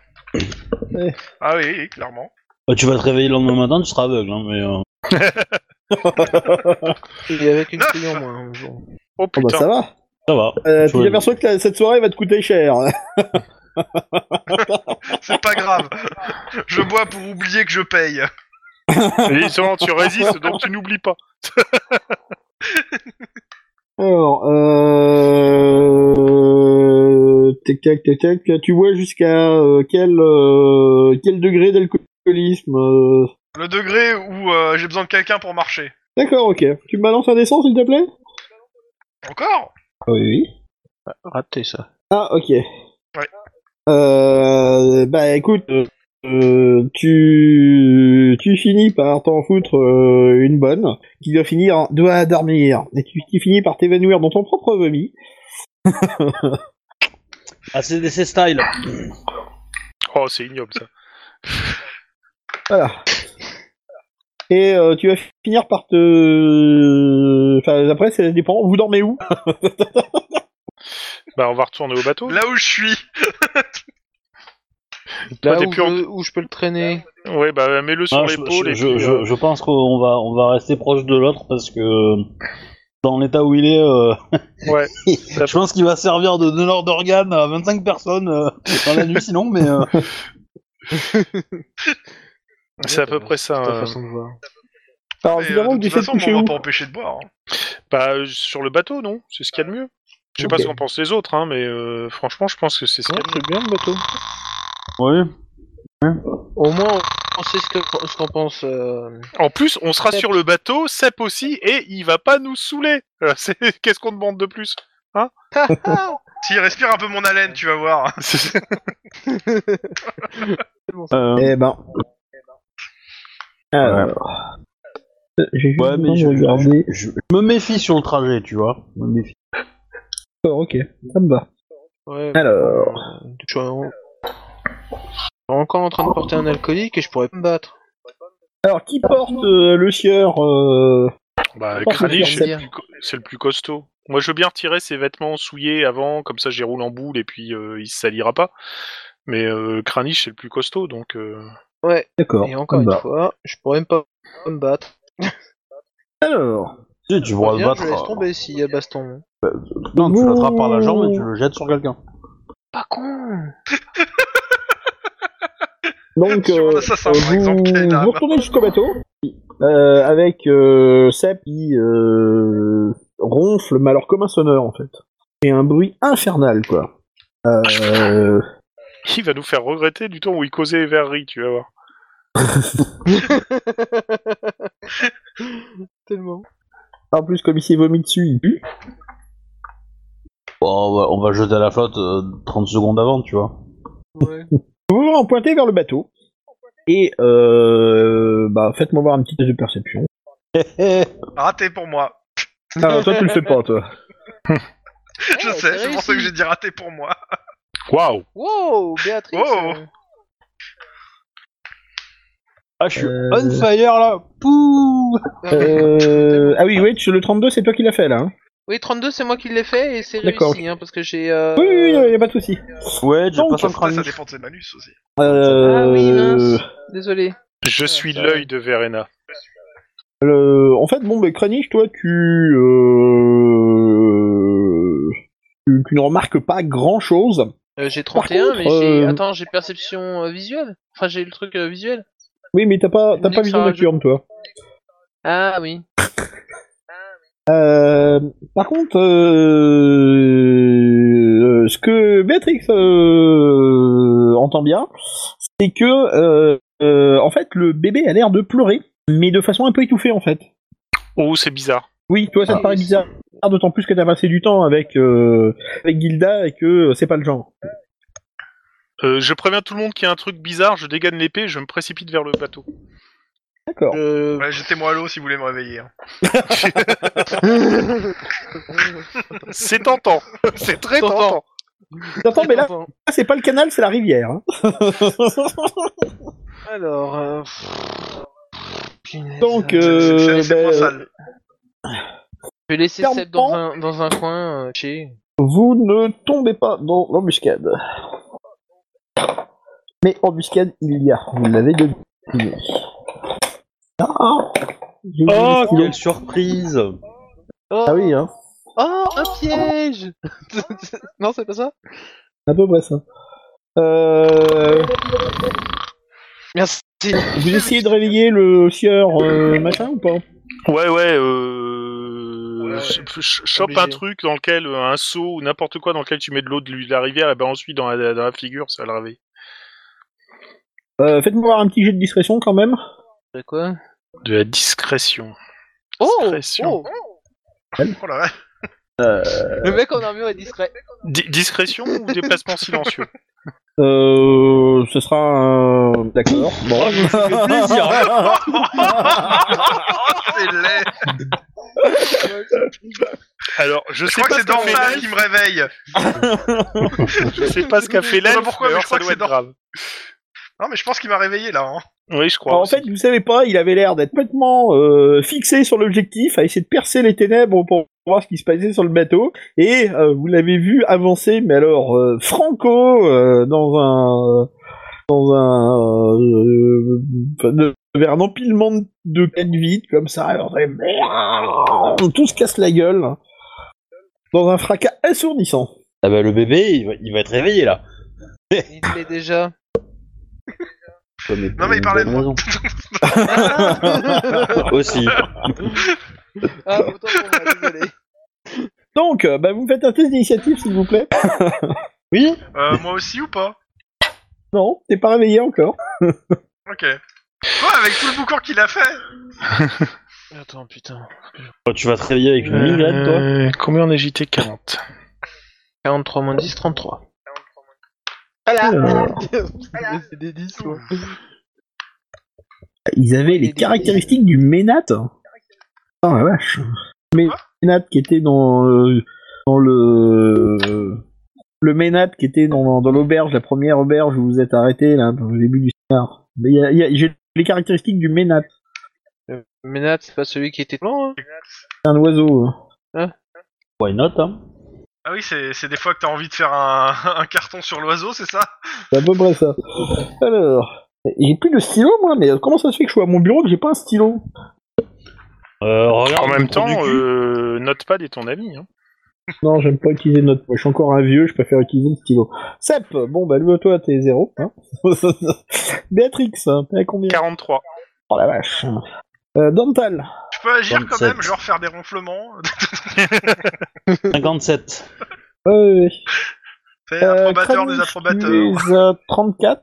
Speaker 3: Ah oui, oui, clairement.
Speaker 4: Bah, tu vas te réveiller le lendemain matin, tu seras aveugle, hein, mais... euh,
Speaker 5: Et avec une
Speaker 3: Neuf.
Speaker 5: fille en moins. hein, Bon.
Speaker 2: Oh
Speaker 1: Oh, bah,
Speaker 2: putain.
Speaker 1: ça va.
Speaker 4: ça va.
Speaker 1: Euh,
Speaker 4: Je
Speaker 1: tu
Speaker 4: vois-
Speaker 1: t'aperçois que la- cette soirée va te coûter cher.
Speaker 3: C'est pas grave. je bois pour oublier que je paye.
Speaker 2: Évidemment, tu résistes, donc tu n'oublies pas.
Speaker 1: Alors, euh... tac, tac, tac, tac, tu vois jusqu'à euh, quel, euh, quel degré d'alcoolisme euh,
Speaker 3: Le degré où euh, j'ai besoin de quelqu'un pour marcher.
Speaker 1: D'accord, ok. Tu me balances un dessin, s'il te plaît
Speaker 3: Encore
Speaker 1: Oui, oui.
Speaker 5: Raté ça.
Speaker 1: Ah, ok. Euh, bah écoute, euh, euh, tu, tu finis par t'en foutre euh, une bonne, qui doit finir en doit dormir, et tu, tu finis par t'évanouir dans ton propre vomi.
Speaker 4: ACDC Ah, style.
Speaker 2: Oh, c'est ignoble ça.
Speaker 1: Voilà. Et euh, tu vas finir par te. Enfin, après, ça dépend. Vous dormez où
Speaker 2: Bah, on va retourner au bateau.
Speaker 3: Là où je suis.
Speaker 2: Là,
Speaker 5: Là
Speaker 2: t'es
Speaker 5: où
Speaker 2: plus en-
Speaker 5: je, où je peux le traîner.
Speaker 2: Ouais, bah, mets-le sur
Speaker 4: Ah, je,
Speaker 2: l'épaule. et
Speaker 4: je- je-
Speaker 2: puis,
Speaker 4: je-
Speaker 2: euh,
Speaker 4: je pense qu'on va, on va rester proche de l'autre parce que euh, dans l'état où il est, euh,
Speaker 2: Ouais.
Speaker 4: je pense qu'il va servir de donneur d'organes à 25 personnes euh, dans la nuit sinon, mais euh,
Speaker 2: C'est à peu près ça.
Speaker 5: C'est ta
Speaker 2: euh.
Speaker 5: façon de voir.
Speaker 1: Alors, Ah,
Speaker 3: Mais, euh,
Speaker 1: évidemment,
Speaker 3: de
Speaker 1: que tu sais
Speaker 3: toute façon,
Speaker 1: te coucher
Speaker 3: on
Speaker 1: où
Speaker 3: va pas empêcher de boire. hein.
Speaker 2: Bah, euh, sur le bateau, non C'est ce qu'il y a de mieux. Je sais pas
Speaker 1: Ok.
Speaker 2: ce qu'en pensent les autres, hein, mais euh, franchement, je pense que c'est ce qu'il y a de mieux.
Speaker 5: C'est bien le bateau.
Speaker 4: oui.
Speaker 5: Au moins, on sait ce que- ce qu'on pense. euh,
Speaker 2: En plus, on sera
Speaker 5: Sep.
Speaker 2: sur le bateau, Sep aussi, et il va pas nous saouler. Euh, c'est- Qu'est-ce qu'on demande de plus
Speaker 3: Si, respire un peu mon haleine, tu vas voir.
Speaker 4: Euh,
Speaker 1: Eh ben. Alors. Euh, J'ai juste
Speaker 4: ouais, mais
Speaker 1: besoin de
Speaker 4: je,
Speaker 1: regarder.
Speaker 4: je- je- je me méfie sur le trajet, tu vois. Je me méfie.
Speaker 1: D'accord, Ah, ok. Ça me va.
Speaker 5: Ouais,
Speaker 1: Alors.
Speaker 5: euh, je suis en- encore en train de porter un alcoolique et je pourrais pas me battre.
Speaker 1: Alors, qui porte euh, le sieur euh,
Speaker 2: Bah,
Speaker 1: Je pense que
Speaker 2: Kranich,
Speaker 1: c'est
Speaker 2: c'est
Speaker 1: le
Speaker 2: le plus co- c'est le plus costaud. Moi, je veux bien retirer ses vêtements souillés avant, comme ça, j'y roule en boule et puis euh, il se salira pas. Mais euh, Kranich, c'est le plus costaud, donc. euh,
Speaker 5: Ouais,
Speaker 1: D'accord.
Speaker 5: et encore
Speaker 1: ça me
Speaker 5: une
Speaker 1: va.
Speaker 5: fois, je pourrais même pas me battre.
Speaker 1: Alors.
Speaker 4: Tu, sais, tu vois le
Speaker 5: Reviens,
Speaker 4: battre.
Speaker 5: je
Speaker 1: hein.
Speaker 5: laisse tomber s'il y a baston.
Speaker 4: Non, tu l'attrapes par la
Speaker 1: Ouh.
Speaker 4: jambe et tu le jettes sur quelqu'un.
Speaker 5: Pas con
Speaker 1: Donc,
Speaker 3: Sur un
Speaker 1: euh,
Speaker 3: assassin,
Speaker 1: euh,
Speaker 3: par exemple, qui a une
Speaker 1: vous,
Speaker 3: arme.
Speaker 1: vous retournez jusqu'au bateau euh, avec euh, Sep qui euh, ronfle, mais alors comme un sonneur en fait. Et un bruit infernal quoi. Euh,
Speaker 2: Il va nous faire regretter du temps où il causait Verri, tu vas voir.
Speaker 5: Tellement.
Speaker 1: En plus, comme il s'est vomi dessus, il pue.
Speaker 4: Bon, on va, on va jeter à la flotte euh, 30 secondes avant, tu vois.
Speaker 5: Ouais.
Speaker 1: Vous vous empointez vers le bateau. Et euh, bah, faites-moi voir un petit test de perception.
Speaker 4: Eh,
Speaker 3: Raté pour moi.
Speaker 1: Alors, toi, tu le fais pas, toi.
Speaker 3: Je
Speaker 5: Ouais,
Speaker 3: sais,
Speaker 5: t'as
Speaker 3: c'est pour ça que
Speaker 5: Eh, réussi.
Speaker 3: j'ai dit raté pour moi.
Speaker 2: Waouh
Speaker 5: Wow, Béatrice.
Speaker 3: Wow.
Speaker 5: euh,
Speaker 4: Ah, je suis
Speaker 1: Euh.
Speaker 4: on fire là Pouh
Speaker 1: Euh, ah oui, Wedge, le 32, c'est toi qui l'as fait, là. hein.
Speaker 5: Oui, 32, c'est moi qui l'ai fait et c'est
Speaker 1: D'accord,
Speaker 5: réussi, hein, parce que j'ai. euh,
Speaker 1: Oui, oui, oui, y a pas de souci.
Speaker 4: Ouais, j'ai
Speaker 1: Donc,
Speaker 4: pas
Speaker 3: Après, ça
Speaker 4: synchronique.
Speaker 3: dépend de ses malus aussi.
Speaker 5: Ah oui,
Speaker 1: Euh,
Speaker 5: mince. Désolé.
Speaker 2: Je suis
Speaker 1: Bah
Speaker 2: l'œil de Verena.
Speaker 1: le- En fait, bon, bah, Kranich, toi, tu, euh, tu, tu ne remarques pas grand-chose.
Speaker 5: Euh, j'ai
Speaker 1: Par
Speaker 5: 31,
Speaker 1: contre,
Speaker 5: mais j'ai.
Speaker 1: euh,
Speaker 5: Attends, j'ai perception euh, visuelle. Enfin, j'ai le truc euh, visuel.
Speaker 1: Oui, mais t'as pas, t'as
Speaker 5: Nick,
Speaker 1: pas
Speaker 5: ça
Speaker 1: vision
Speaker 5: rajoute.
Speaker 1: nocturne, toi.
Speaker 5: Ah oui.
Speaker 1: Euh, par contre, euh, euh, ce que Béatrix euh, entend bien, c'est que, euh, euh, en fait, le bébé a l'air de pleurer, mais de façon un peu étouffée, en fait.
Speaker 2: Oh, c'est bizarre.
Speaker 1: Oui, toi, ça
Speaker 5: Ah,
Speaker 1: te paraît
Speaker 5: oui.
Speaker 1: bizarre, d'autant plus que t'as passé du temps avec, euh, avec Gilda et que c'est pas le genre.
Speaker 2: Euh, je préviens tout le monde qu'il y a un truc bizarre, je dégaine l'épée, et je me précipite vers le bateau.
Speaker 1: D'accord.
Speaker 5: Je-
Speaker 3: Ouais, Jetez-moi à l'eau si vous voulez me réveiller. hein.
Speaker 2: C'est tentant C'est très tentant
Speaker 1: Attends, mais là,
Speaker 5: Attends.
Speaker 1: Ah, c'est pas le canal, c'est la rivière. hein.
Speaker 5: Alors. euh, punaise.
Speaker 1: Donc,
Speaker 3: C'est- c'est-
Speaker 1: euh,
Speaker 3: c'est- C'est
Speaker 1: ben,
Speaker 3: moins sale.
Speaker 5: Je vais laisser
Speaker 1: clairement-
Speaker 5: Seb dans un, dans un coin. euh, chez...
Speaker 1: Vous ne tombez pas dans l'embuscade. Mais embuscade, il y a. Vous l'avez deviné. Ah, Je vous
Speaker 4: Oh,
Speaker 1: ai dit-
Speaker 4: quelle surprise
Speaker 5: Oh,
Speaker 1: ah oui, hein,
Speaker 5: oh, un piège Non, c'est pas ça
Speaker 1: à peu près ça. Euh,
Speaker 5: Merci.
Speaker 1: vous essayez de réveiller le sieur euh, machin ou pas
Speaker 2: Ouais, ouais, euh...
Speaker 5: Ouais, ouais.
Speaker 2: ch- ch- chope
Speaker 5: Obligé.
Speaker 2: un truc dans lequel, euh, un seau ou n'importe quoi dans lequel tu mets de l'eau de, l'huile de la rivière, et ben ensuite dans la, dans la figure, ça va le réveille.
Speaker 1: euh, Faites-moi voir un petit jet de discrétion quand même.
Speaker 5: C'est quoi
Speaker 2: De la discrétion.
Speaker 5: Oh,
Speaker 2: Discrétion.
Speaker 5: oh
Speaker 3: Oh la vache.
Speaker 5: Le mec en armure est discret.
Speaker 2: Di- discrétion ou déplacement silencieux
Speaker 1: Euh, ce sera un... D'accord. Bon.
Speaker 4: Oh, je me suis fait plaisir
Speaker 3: Oh, c'est laid.
Speaker 2: Alors, je,
Speaker 3: Je
Speaker 2: sais
Speaker 3: crois que
Speaker 2: pas
Speaker 3: c'est
Speaker 2: ce qu'a fait
Speaker 3: Dorval qui
Speaker 2: Leif,
Speaker 3: me réveille.
Speaker 2: je sais pas ce qu'a fait
Speaker 3: Je sais pas
Speaker 2: l'elfe,
Speaker 3: pourquoi,
Speaker 2: mais
Speaker 3: mais
Speaker 2: alors
Speaker 3: je
Speaker 2: ça
Speaker 3: crois que
Speaker 2: doit
Speaker 3: c'est
Speaker 2: être grave.
Speaker 3: Non, mais je pense qu'il m'a réveillé là. hein.
Speaker 2: Oui, je crois.
Speaker 1: Alors, en
Speaker 2: aussi.
Speaker 1: fait, vous savez pas, il avait l'air d'être complètement euh, fixé sur l'objectif, à essayer de percer les ténèbres pour voir ce qui se passait sur le bateau, et euh, vous l'avez vu avancer, mais alors euh, franco euh, dans un dans un euh, enfin, de- vers un empilement de- de têtes vides comme ça, alors, et merde, tout se casse la gueule dans un fracas assourdissant.
Speaker 4: Ah bah le bébé, il va, il va être réveillé là
Speaker 5: Il l'est déjà.
Speaker 3: Non,
Speaker 4: Euh,
Speaker 3: mais il parlait de
Speaker 4: ben,
Speaker 3: moi.
Speaker 4: Aussi.
Speaker 5: Ah, autant pour moi, désolé.
Speaker 1: Donc, euh, bah, vous me faites un test d'initiative, s'il vous plaît.
Speaker 4: Oui
Speaker 3: Euh, moi aussi ou pas
Speaker 1: Non, t'es pas réveillé encore.
Speaker 3: Ok. Quoi, avec tout le boucan qu'il a fait
Speaker 5: Attends, putain.
Speaker 4: Oh, Tu vas te réveiller avec une migraine, toi
Speaker 2: Euh, Combien on a JT 40
Speaker 5: 43 moins 10, 33.
Speaker 1: Alors,
Speaker 5: C'est des 10, ouais.
Speaker 1: Ils avaient les caractéristiques du Ménat. Oh la vache. Mais Ménat qui était dans, euh, dans le. Le Ménat qui était dans, dans l'auberge, la première auberge où vous êtes arrêté, là, au début du scénar. Mais il y a- il y a- j'ai les caractéristiques du Ménat.
Speaker 5: Ménat, c'est pas celui qui était blanc, hein
Speaker 1: C'est un oiseau. hein.
Speaker 4: Why not, hein
Speaker 3: Ah oui, c'est c'est des fois que t'as envie de faire un, un carton sur l'oiseau, c'est ça
Speaker 1: C'est à peu près ça. Alors. J'ai plus de stylo, moi, mais comment ça se fait que je suis à mon bureau et que j'ai pas un stylo
Speaker 4: euh, regarde,
Speaker 2: En même
Speaker 4: le trou du
Speaker 2: temps,
Speaker 4: cul.
Speaker 2: euh, Notepad est ton ami. Hein.
Speaker 1: Non, j'aime pas utiliser notre. Je suis encore un vieux, je préfère utiliser le stylo. Sep, bon, bah, lui, toi, t'es zéro. Hein Béatrix, hein, t'es à combien
Speaker 2: 43.
Speaker 1: Oh la vache. Euh, Dantal.
Speaker 3: Je peux agir quand
Speaker 4: 27.
Speaker 3: même, genre faire des ronflements.
Speaker 4: 57.
Speaker 1: Euh,
Speaker 3: C'est
Speaker 1: euh,
Speaker 3: approbateur
Speaker 1: Kranich,
Speaker 3: des approbateurs.
Speaker 1: tu es à 34.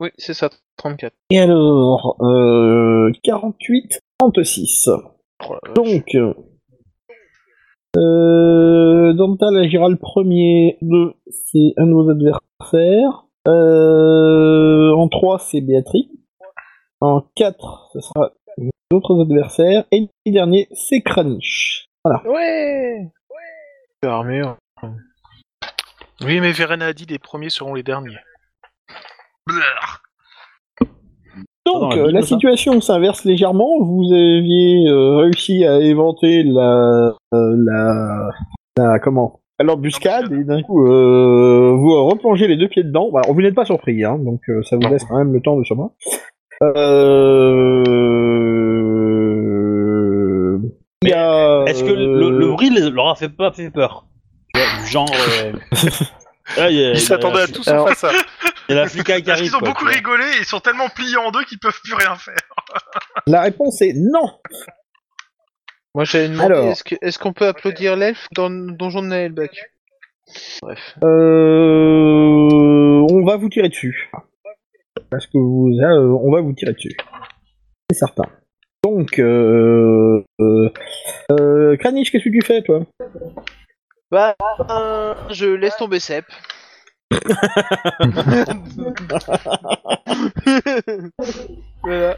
Speaker 5: Oui, c'est ça, 34.
Speaker 1: Et alors, euh, 48, 36.
Speaker 5: Oh la vache.
Speaker 1: Donc, euh, Dantal agira le premier de c'est un de vos adversaires. Euh, en 3, c'est Béatrix. En 4, ce sera d'autres adversaires. Et le dernier, c'est Kranich.
Speaker 5: Ouais
Speaker 1: hein.
Speaker 5: Armure.
Speaker 2: Oui, mais Verena a dit les premiers seront les derniers.
Speaker 3: Blur.
Speaker 1: Donc,
Speaker 4: Attends,
Speaker 1: euh,
Speaker 4: dis-le
Speaker 1: la
Speaker 4: ça.
Speaker 1: situation s'inverse légèrement. Vous aviez euh, réussi à éventer la. euh, la, la- comment à L'embuscade, et d'un coup, euh, vous replongez les deux pieds dedans. Bah, vous n'êtes pas surpris, hein, donc euh, ça vous
Speaker 2: Non.
Speaker 1: laisse quand même le temps de chemin. Euh... il y a,
Speaker 4: Est-ce que le, le- le
Speaker 1: Euh.
Speaker 4: bruit les- leur a fait pas fait peur Tu vois, du genre. euh, là, il y a- il y a
Speaker 2: Ils s'attendaient
Speaker 4: la-
Speaker 2: à tout sauf à ça.
Speaker 4: Il y a la flica qui
Speaker 3: Parce
Speaker 4: arrive.
Speaker 3: qu'ils ont
Speaker 4: quoi,
Speaker 3: beaucoup
Speaker 4: tu vois.
Speaker 3: rigolé et ils sont tellement pliés en deux qu'ils peuvent plus rien faire.
Speaker 1: euh, La réponse est non.
Speaker 5: Moi j'avais demandé,
Speaker 1: Alors.
Speaker 5: est-ce que- est-ce qu'on peut applaudir l'elfe dans le donjon de Naelbach Bref.
Speaker 1: Euh, on va vous tirer dessus. Parce que vous, euh, on va vous tirer dessus. C'est certain. Donc, euh, euh, euh, Kranich, qu'est-ce que tu fais, toi
Speaker 5: Bah, euh, je laisse tomber Sep. voilà.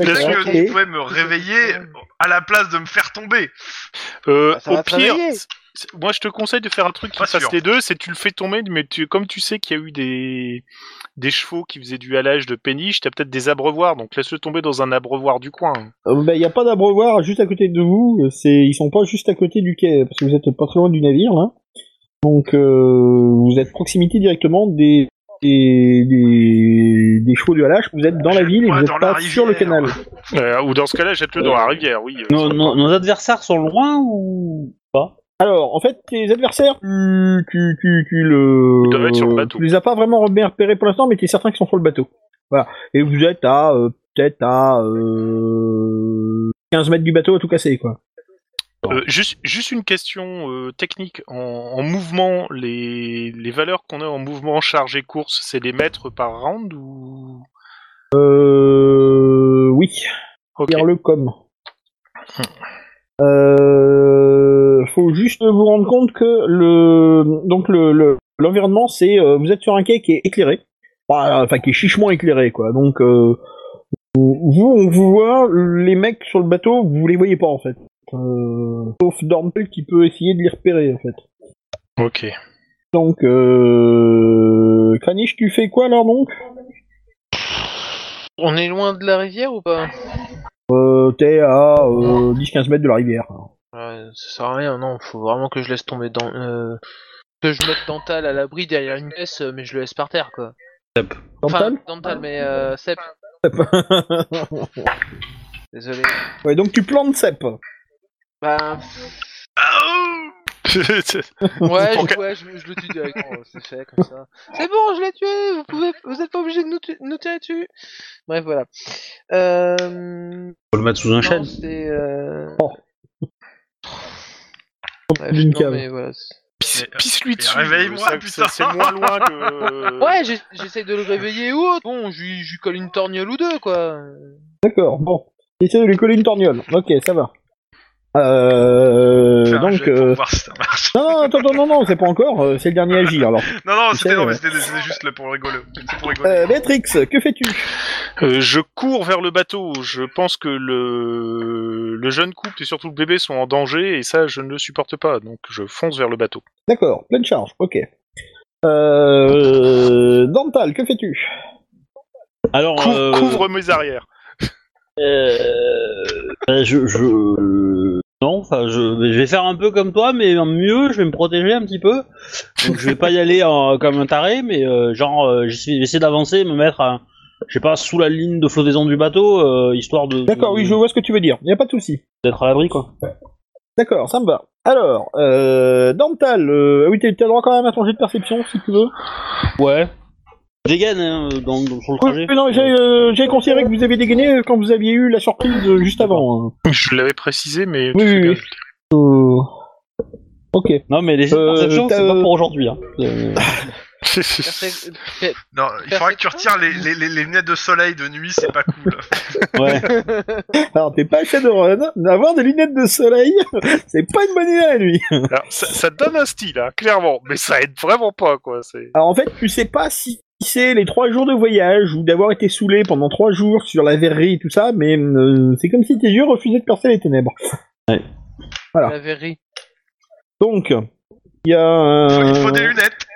Speaker 1: Ok.
Speaker 2: laisse-
Speaker 3: Peut-être que
Speaker 1: ok.
Speaker 3: tu pouvais me réveiller à la place de me faire tomber.
Speaker 2: euh,
Speaker 5: Bah, ça
Speaker 2: au
Speaker 5: va
Speaker 2: pire,
Speaker 5: travailler.
Speaker 2: c'est- moi je te conseille de faire un truc qui
Speaker 3: Pas
Speaker 2: fasse
Speaker 3: sûr.
Speaker 2: les deux, c'est tu le fais tomber, mais tu, comme tu sais qu'il y a eu des, des chevaux qui faisaient du halage de péniche, t'as peut-être des abreuvoirs, donc laisse-le tomber dans un abreuvoir du coin.
Speaker 1: Il n'y Euh, ben, a pas d'abreuvoir juste à côté de vous. C'est, ils sont pas juste à côté du quai, parce que vous êtes pas très loin du navire, là. Donc, euh, vous êtes proximité directement des, des, des, des chevaux du halage. Vous êtes dans la ville et
Speaker 3: Ouais,
Speaker 1: vous n'êtes
Speaker 3: dans
Speaker 1: pas
Speaker 3: la
Speaker 1: sur le
Speaker 3: rivière.
Speaker 1: canal.
Speaker 2: Euh, ou dans ce cas-là, jette-le dans la rivière, oui. euh,
Speaker 4: Nos, nos- nos adversaires sont loin ou pas
Speaker 1: Alors, en fait, tes adversaires, tu, tu, tu, tu le,
Speaker 2: Ils doivent être sur le bateau.
Speaker 1: tu les as pas vraiment bien repérés pour l'instant, mais tu es certain qu'ils sont sur le bateau. Voilà. Et vous êtes à euh, peut-être à euh, 15 mètres du bateau à tout casser, quoi.
Speaker 2: Euh, juste, juste une question euh, technique. En, en mouvement, les, les valeurs qu'on a en mouvement charge et course, c'est les mètres par round ou
Speaker 1: Euh, oui,
Speaker 2: Ok.
Speaker 1: dire le comme. Euh, faut juste vous rendre compte que le donc le le- l'environnement c'est euh, vous êtes sur un quai qui est éclairé, Enfin, enfin qui est chichement éclairé quoi. Donc euh, vous on vous voit les mecs sur le bateau, vous les voyez pas en fait. Euh, sauf Dornpel qui peut essayer de les repérer en fait.
Speaker 2: Ok.
Speaker 1: Donc euh, Kranich, tu fais quoi alors donc
Speaker 5: On est loin de la rivière ou pas
Speaker 1: euh, T'es à euh, 10-15 mètres de la rivière.
Speaker 5: Ouais, ça sert à rien, non, faut vraiment que je laisse tomber dans. euh, que je mette Dental à l'abri derrière une caisse, euh, mais je le laisse par terre, quoi. Enfin,
Speaker 1: Dornpel
Speaker 5: Dental, mais euh, Sep. Désolé.
Speaker 1: Ouais, donc tu plantes Sep.
Speaker 3: Ah,
Speaker 5: Bah,
Speaker 3: oh
Speaker 5: ouais,
Speaker 2: Pour
Speaker 5: je, ouais, je, je le tue directement, c'est fait comme ça. C'est bon, je l'ai tué, vous pouvez, vous êtes pas obligé de nous, tu- nous tirer dessus. Bref, voilà. Euh.
Speaker 4: Faut le mettre sous un
Speaker 5: Non,
Speaker 4: chêne.
Speaker 5: c'est. Euh...
Speaker 1: Oh.
Speaker 5: Bref,
Speaker 1: D'une
Speaker 5: non,
Speaker 1: cave.
Speaker 5: mais voilà. c'est-
Speaker 2: Pisse- Pisse-lui dessus.
Speaker 3: euh, réveille-moi,
Speaker 2: ça-
Speaker 3: putain.
Speaker 2: ça- C'est moins loin que. euh,
Speaker 5: Ouais, j'ai- j'essaie de le réveiller ou autre. Bon, je lui je lui colle une torgnole ou deux, quoi.
Speaker 1: D'accord, bon. Essaye de lui coller une torgnole. Ok, ça va. Euh,
Speaker 3: Faire un
Speaker 1: donc,
Speaker 3: jet pour
Speaker 1: euh,
Speaker 3: voir si ça marche.
Speaker 1: non, non, attends, attends, non, non, c'est pas encore, euh, c'est le dernier à agir, alors.
Speaker 3: Non, non,
Speaker 1: tu
Speaker 3: c'était
Speaker 1: sais,
Speaker 3: non, mais
Speaker 1: euh,
Speaker 3: c'était c'était juste le- pour rigoler. C'était pour rigoler.
Speaker 1: Euh, Béatrix, que fais-tu
Speaker 2: Euh, je cours vers le bateau. Je pense que le, le jeune couple et surtout le bébé sont en danger et ça, je ne le supporte pas. Donc, je fonce vers le bateau.
Speaker 1: D'accord, pleine charge, ok. Euh, Dental, que fais-tu
Speaker 4: Alors,
Speaker 2: Cou-
Speaker 4: euh,
Speaker 2: Couvre mes arrières.
Speaker 4: euh, ben, je, je- non, enfin, je, je vais faire un peu comme toi, mais en mieux. Je vais me protéger un petit peu. Donc, je vais pas y aller en- comme un taré, mais euh, genre, euh, j'essaie j'essaie d'avancer, me mettre, à, je sais pas, sous la ligne de flottaison du bateau, euh, histoire de.
Speaker 1: D'accord,
Speaker 4: de-
Speaker 1: oui, je vois ce que tu veux dire, y a pas de souci.
Speaker 4: D'être à l'abri, quoi.
Speaker 1: D'accord, ça me va. Alors, euh, Dental, euh, ah oui, t'as t'as le droit quand même à ton jet de perception, si tu veux.
Speaker 4: Ouais. Dégaine, hein, dans, dans- sur le
Speaker 1: Oui,
Speaker 4: trajet.
Speaker 1: mais non, j'ai euh, j'ai considéré que vous avez dégainé euh, quand vous aviez eu la surprise euh, juste avant. hein.
Speaker 2: Je l'avais précisé, mais.
Speaker 1: Oui, oui, oui. Euh, Ok.
Speaker 4: Non, mais les jeux de
Speaker 1: Euh,
Speaker 4: perception,
Speaker 1: t'as,
Speaker 4: c'est pas
Speaker 1: euh,
Speaker 4: pour aujourd'hui. Hein. Euh,
Speaker 5: Perse- euh,
Speaker 3: Non, il faudra que tu retires les, les, les- les lunettes de soleil de nuit, c'est pas cool.
Speaker 1: Euh.
Speaker 4: Ouais.
Speaker 1: Alors, t'es pas Shadowrun, mais avoir des lunettes de soleil, c'est pas une bonne idée à lui.
Speaker 2: Alors, ça, ça donne un style, hein, clairement, mais ça aide vraiment pas, quoi. C'est...
Speaker 1: Alors, en fait, tu sais pas si c'est les trois jours de voyage ou d'avoir été saoulé pendant trois jours sur la verrerie et tout ça, mais euh, c'est comme si tes yeux refusaient de percer les ténèbres. Ah.
Speaker 5: La verrie.
Speaker 1: Donc, il y a un,
Speaker 3: Il faut des lunettes.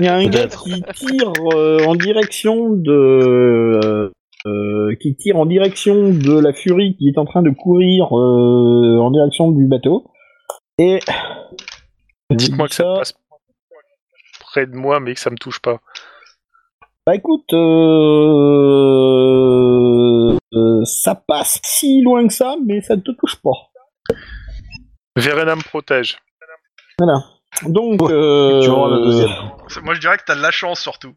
Speaker 1: il y a un gars
Speaker 4: Peut-être.
Speaker 1: qui tire euh, en direction de euh, qui tire en direction de la furie qui est en train de courir euh, en direction du bateau. Et
Speaker 2: Dites-moi que ça passe près de moi, mais que ça me touche pas.
Speaker 1: Bah écoute, euh, euh, ça passe si loin que ça, mais ça ne te touche pas.
Speaker 2: Verena me protège.
Speaker 1: Voilà. Donc, euh,
Speaker 4: Tu auras la deuxième.
Speaker 3: C'est- Moi, je dirais que t'as de la chance surtout.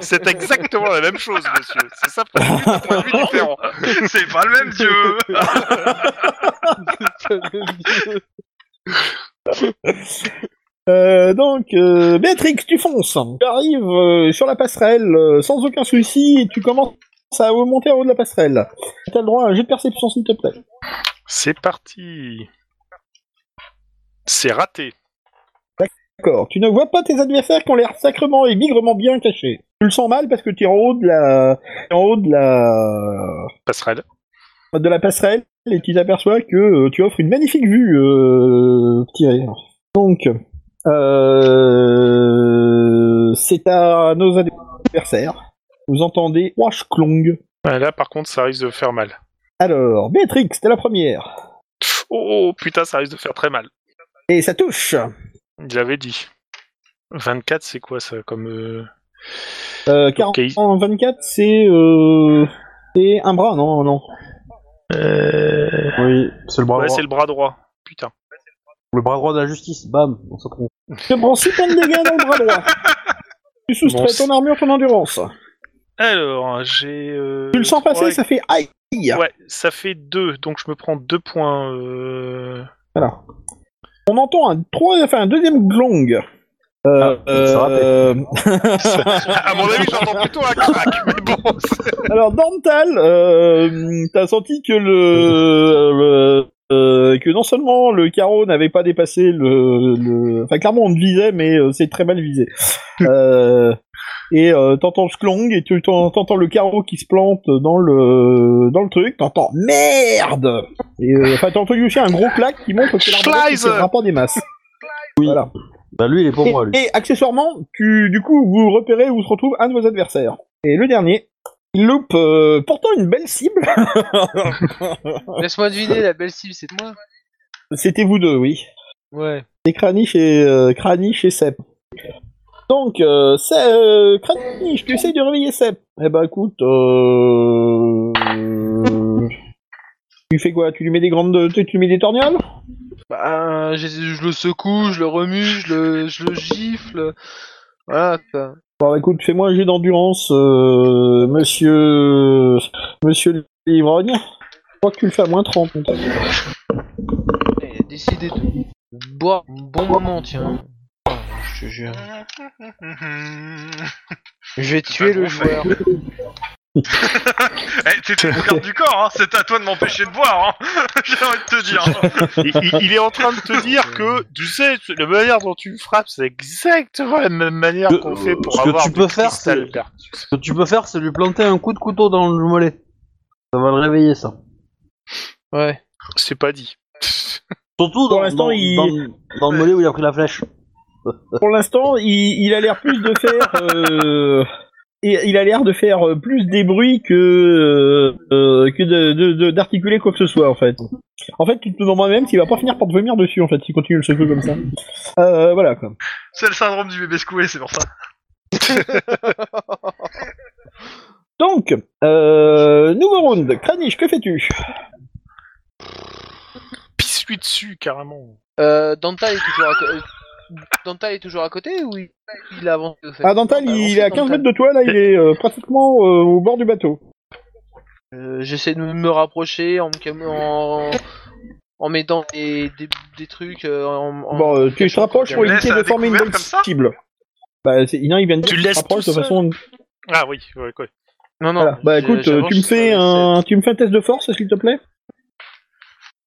Speaker 2: C'est exactement la même chose, monsieur. C'est ça, parce que c'est un point de vue différent.
Speaker 3: c'est pas le même dieu.
Speaker 1: euh, donc euh, Béatrix, tu fonces. Tu arrives euh, sur la passerelle euh, sans aucun souci et tu commences à remonter en haut de la passerelle. T'as le droit à un jet de perception, s'il te plaît.
Speaker 2: C'est parti. C'est raté.
Speaker 1: D'accord. Tu ne vois pas tes adversaires qui ont l'air sacrement et bigrement bien cachés. Tu le sens mal parce que tu es en haut de la, t'es en haut de la,
Speaker 2: Passerelle.
Speaker 1: de la passerelle et tu t'aperçois que euh, tu offres une magnifique vue, euh, Thierry. Donc, euh, c'est à nos adversaires. Vous entendez Wash Klong.
Speaker 2: Ah, Là, par contre, ça risque de faire mal.
Speaker 1: Alors, Béatrix, t'es la première.
Speaker 2: Oh, oh, putain, ça risque de faire très mal.
Speaker 1: Et ça touche.
Speaker 2: Il l'avait dit. 24, c'est quoi ça comme. euh,
Speaker 1: Euh, 40 en 24, c'est euh, c'est un bras, non, non.
Speaker 2: euh,
Speaker 4: Oui, c'est le bras
Speaker 2: Ouais,
Speaker 4: droit.
Speaker 2: c'est le bras droit. Putain.
Speaker 4: Le bras droit de la justice, bam, on se prend.
Speaker 1: Tu prends 6 points de dégâts dans le bras droit. Tu soustrais
Speaker 2: Bon, c'est-
Speaker 1: ton armure, ton endurance.
Speaker 2: Alors, j'ai. euh,
Speaker 1: Tu le sens
Speaker 2: trois
Speaker 1: passer,
Speaker 2: et-
Speaker 1: ça fait aïe.
Speaker 2: Ouais, ça fait 2, donc je me prends 2 points. euh,
Speaker 1: Voilà. On entend un, trois, enfin, un deuxième glong. Euh,
Speaker 4: Ah, c'est raté.
Speaker 1: euh,
Speaker 2: À mon avis, j'entends plutôt un crack, mais bon. c'est-
Speaker 1: Alors, Dental, euh, t'as senti que le, le- euh, que non seulement le carreau n'avait pas dépassé le, le- enfin clairement on le visait, mais euh, c'est très mal visé. Euh, et euh, t'entends Schlong et tu t'en- t'entends le carreau qui se plante dans le dans le truc. T'entends merde. Et, euh, Enfin, t'entends aussi un gros claque qui montre que l'arbre
Speaker 2: Schleiser.
Speaker 1: ne pas des masses.
Speaker 4: Oui.
Speaker 1: Voilà.
Speaker 4: Bah lui, il est pour
Speaker 1: Et,
Speaker 4: moi, lui.
Speaker 1: et accessoirement, tu, du coup, vous repérez où se retrouve un de vos adversaires. Et le dernier, il loupe euh, pourtant une belle cible.
Speaker 5: Laisse-moi deviner, la belle cible, c'est de moi.
Speaker 1: C'était vous deux, oui.
Speaker 5: Ouais.
Speaker 1: C'est Kranich et, euh, Kranich et Sepp. Donc, euh, c'est, euh, Kranich, tu essayes de réveiller Sepp. Eh ben, écoute, euh... euh, Tu fais quoi Tu lui mets des grandes... Tu tu lui mets des torgnales
Speaker 5: Bah, je, je le secoue, je le remue, je le, je le gifle. Voilà. quoi.
Speaker 1: Bon, écoute, fais-moi un jet d'endurance, euh, monsieur... Monsieur l'ivrogne. Je crois que tu le fais à moins 30. mon tableau.
Speaker 5: Il a décidé Eh, de boire un bon moment, tiens. Ah, Je te jure. Je vais tuer le
Speaker 3: bon
Speaker 5: joueur.
Speaker 3: Eh, t'es au garde du corps, hein. c'est à toi de m'empêcher de boire. Hein. J'ai envie de te dire.
Speaker 2: il, il- il est en train de te dire que, tu sais, la manière dont tu me frappes, c'est exactement la même manière
Speaker 4: Ce-
Speaker 2: qu'on fait pour
Speaker 4: Euh, ce que
Speaker 2: avoir
Speaker 4: tu
Speaker 2: du
Speaker 4: peux faire,
Speaker 2: cristal
Speaker 4: c'est-
Speaker 2: d'art.
Speaker 4: Ce que tu peux faire, c'est lui planter un coup de couteau dans le mollet. Ça va le réveiller, ça.
Speaker 5: Ouais.
Speaker 2: C'est pas dit.
Speaker 4: Surtout
Speaker 1: Pour
Speaker 4: dans,
Speaker 1: l'instant,
Speaker 4: dans-
Speaker 1: il-
Speaker 4: dans- dans le mollet où il a pris la flèche.
Speaker 1: pour l'instant, il, il a l'air plus de faire. euh, et il a l'air de faire euh, plus des bruits que euh, que de- de- de- d'articuler quoi que ce soit en fait. En fait, tu te demandes même s'il va pas finir par te vomir dessus en fait s'il continue le secouer comme ça. Euh, voilà quoi.
Speaker 3: C'est le syndrome du bébé secoué, c'est pour ça.
Speaker 1: Donc, euh, nouveau round. Kranich, que fais-tu
Speaker 2: Pisse-lui dessus, carrément.
Speaker 5: Euh, Danta est toujours à côté. Danta est toujours à côté ou il, il a avancé au fait
Speaker 1: Ah, Dental,
Speaker 5: Danta a
Speaker 1: il
Speaker 5: avancé,
Speaker 1: est à
Speaker 5: Danta.
Speaker 1: 15 mètres de toi là, il est euh, pratiquement euh, au bord du bateau.
Speaker 5: Euh, J'essaie de me rapprocher en me cam- en, en mettant des, des, des trucs euh, en, en-
Speaker 1: Bon, euh, tu te
Speaker 5: cachant
Speaker 1: rapproches
Speaker 5: qu'il y a
Speaker 1: pour
Speaker 5: un-
Speaker 3: laisse
Speaker 1: éviter
Speaker 3: à
Speaker 1: de former une
Speaker 3: découvert
Speaker 1: bonne
Speaker 3: comme ça
Speaker 1: cible. Bah, c'est- non, il vient de
Speaker 2: Tu
Speaker 1: tu
Speaker 2: le
Speaker 1: te
Speaker 2: laisses
Speaker 1: rapproches
Speaker 2: tout
Speaker 1: de façon.
Speaker 2: Ah oui, ouais, ouais.
Speaker 5: Non, non.
Speaker 1: Voilà. Bah
Speaker 5: j'ai-
Speaker 1: écoute,
Speaker 5: j'avance,
Speaker 1: tu me fais
Speaker 5: euh,
Speaker 1: un, tu me fais un test de force, s'il te plaît.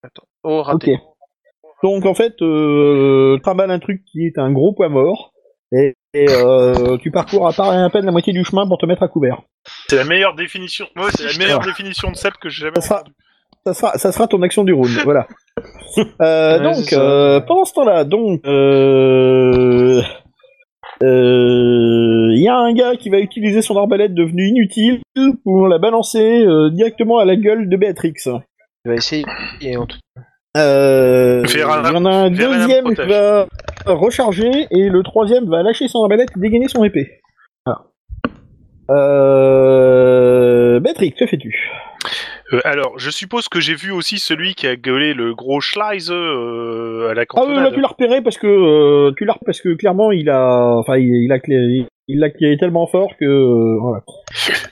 Speaker 5: c'est- Oh, raté.
Speaker 1: Ok. Donc en fait, euh, trimballes un truc qui est un gros poids mort et, et, euh, tu parcours à, part- à peine la moitié du chemin pour te mettre à couvert.
Speaker 2: C'est la meilleure définition.
Speaker 3: Moi aussi,
Speaker 2: c'est la
Speaker 3: je
Speaker 2: meilleure
Speaker 1: t'aime.
Speaker 2: définition de sable que j'ai jamais
Speaker 1: Ça sera-
Speaker 2: entendue.
Speaker 1: Ça sera, ça sera ton action du round, voilà. Euh,
Speaker 5: Ouais,
Speaker 1: donc
Speaker 5: c'est ça.
Speaker 1: euh, pendant ce temps-là, donc euh, euh, il y a un gars qui va utiliser son arbalète devenue inutile pour la balancer euh, directement à la gueule de Béatrix.
Speaker 5: Je vais essayer. Et en tout...
Speaker 1: Euh, il y
Speaker 2: Vera-
Speaker 1: en a un
Speaker 2: Vera la
Speaker 1: deuxième qui
Speaker 2: protège.
Speaker 1: va recharger et le troisième va lâcher son arbalète et dégainer son épée. Voilà. Euh... Patrick, que fais-tu
Speaker 2: Euh, alors, je suppose que j'ai vu aussi celui qui a gueulé le gros Schleiser euh, à la
Speaker 1: Ah oui,
Speaker 2: cantonade.
Speaker 1: là tu l'as repéré parce que euh, tu l'as parce que clairement il a enfin il, il a clé- il l'a clé tellement fort que euh, voilà.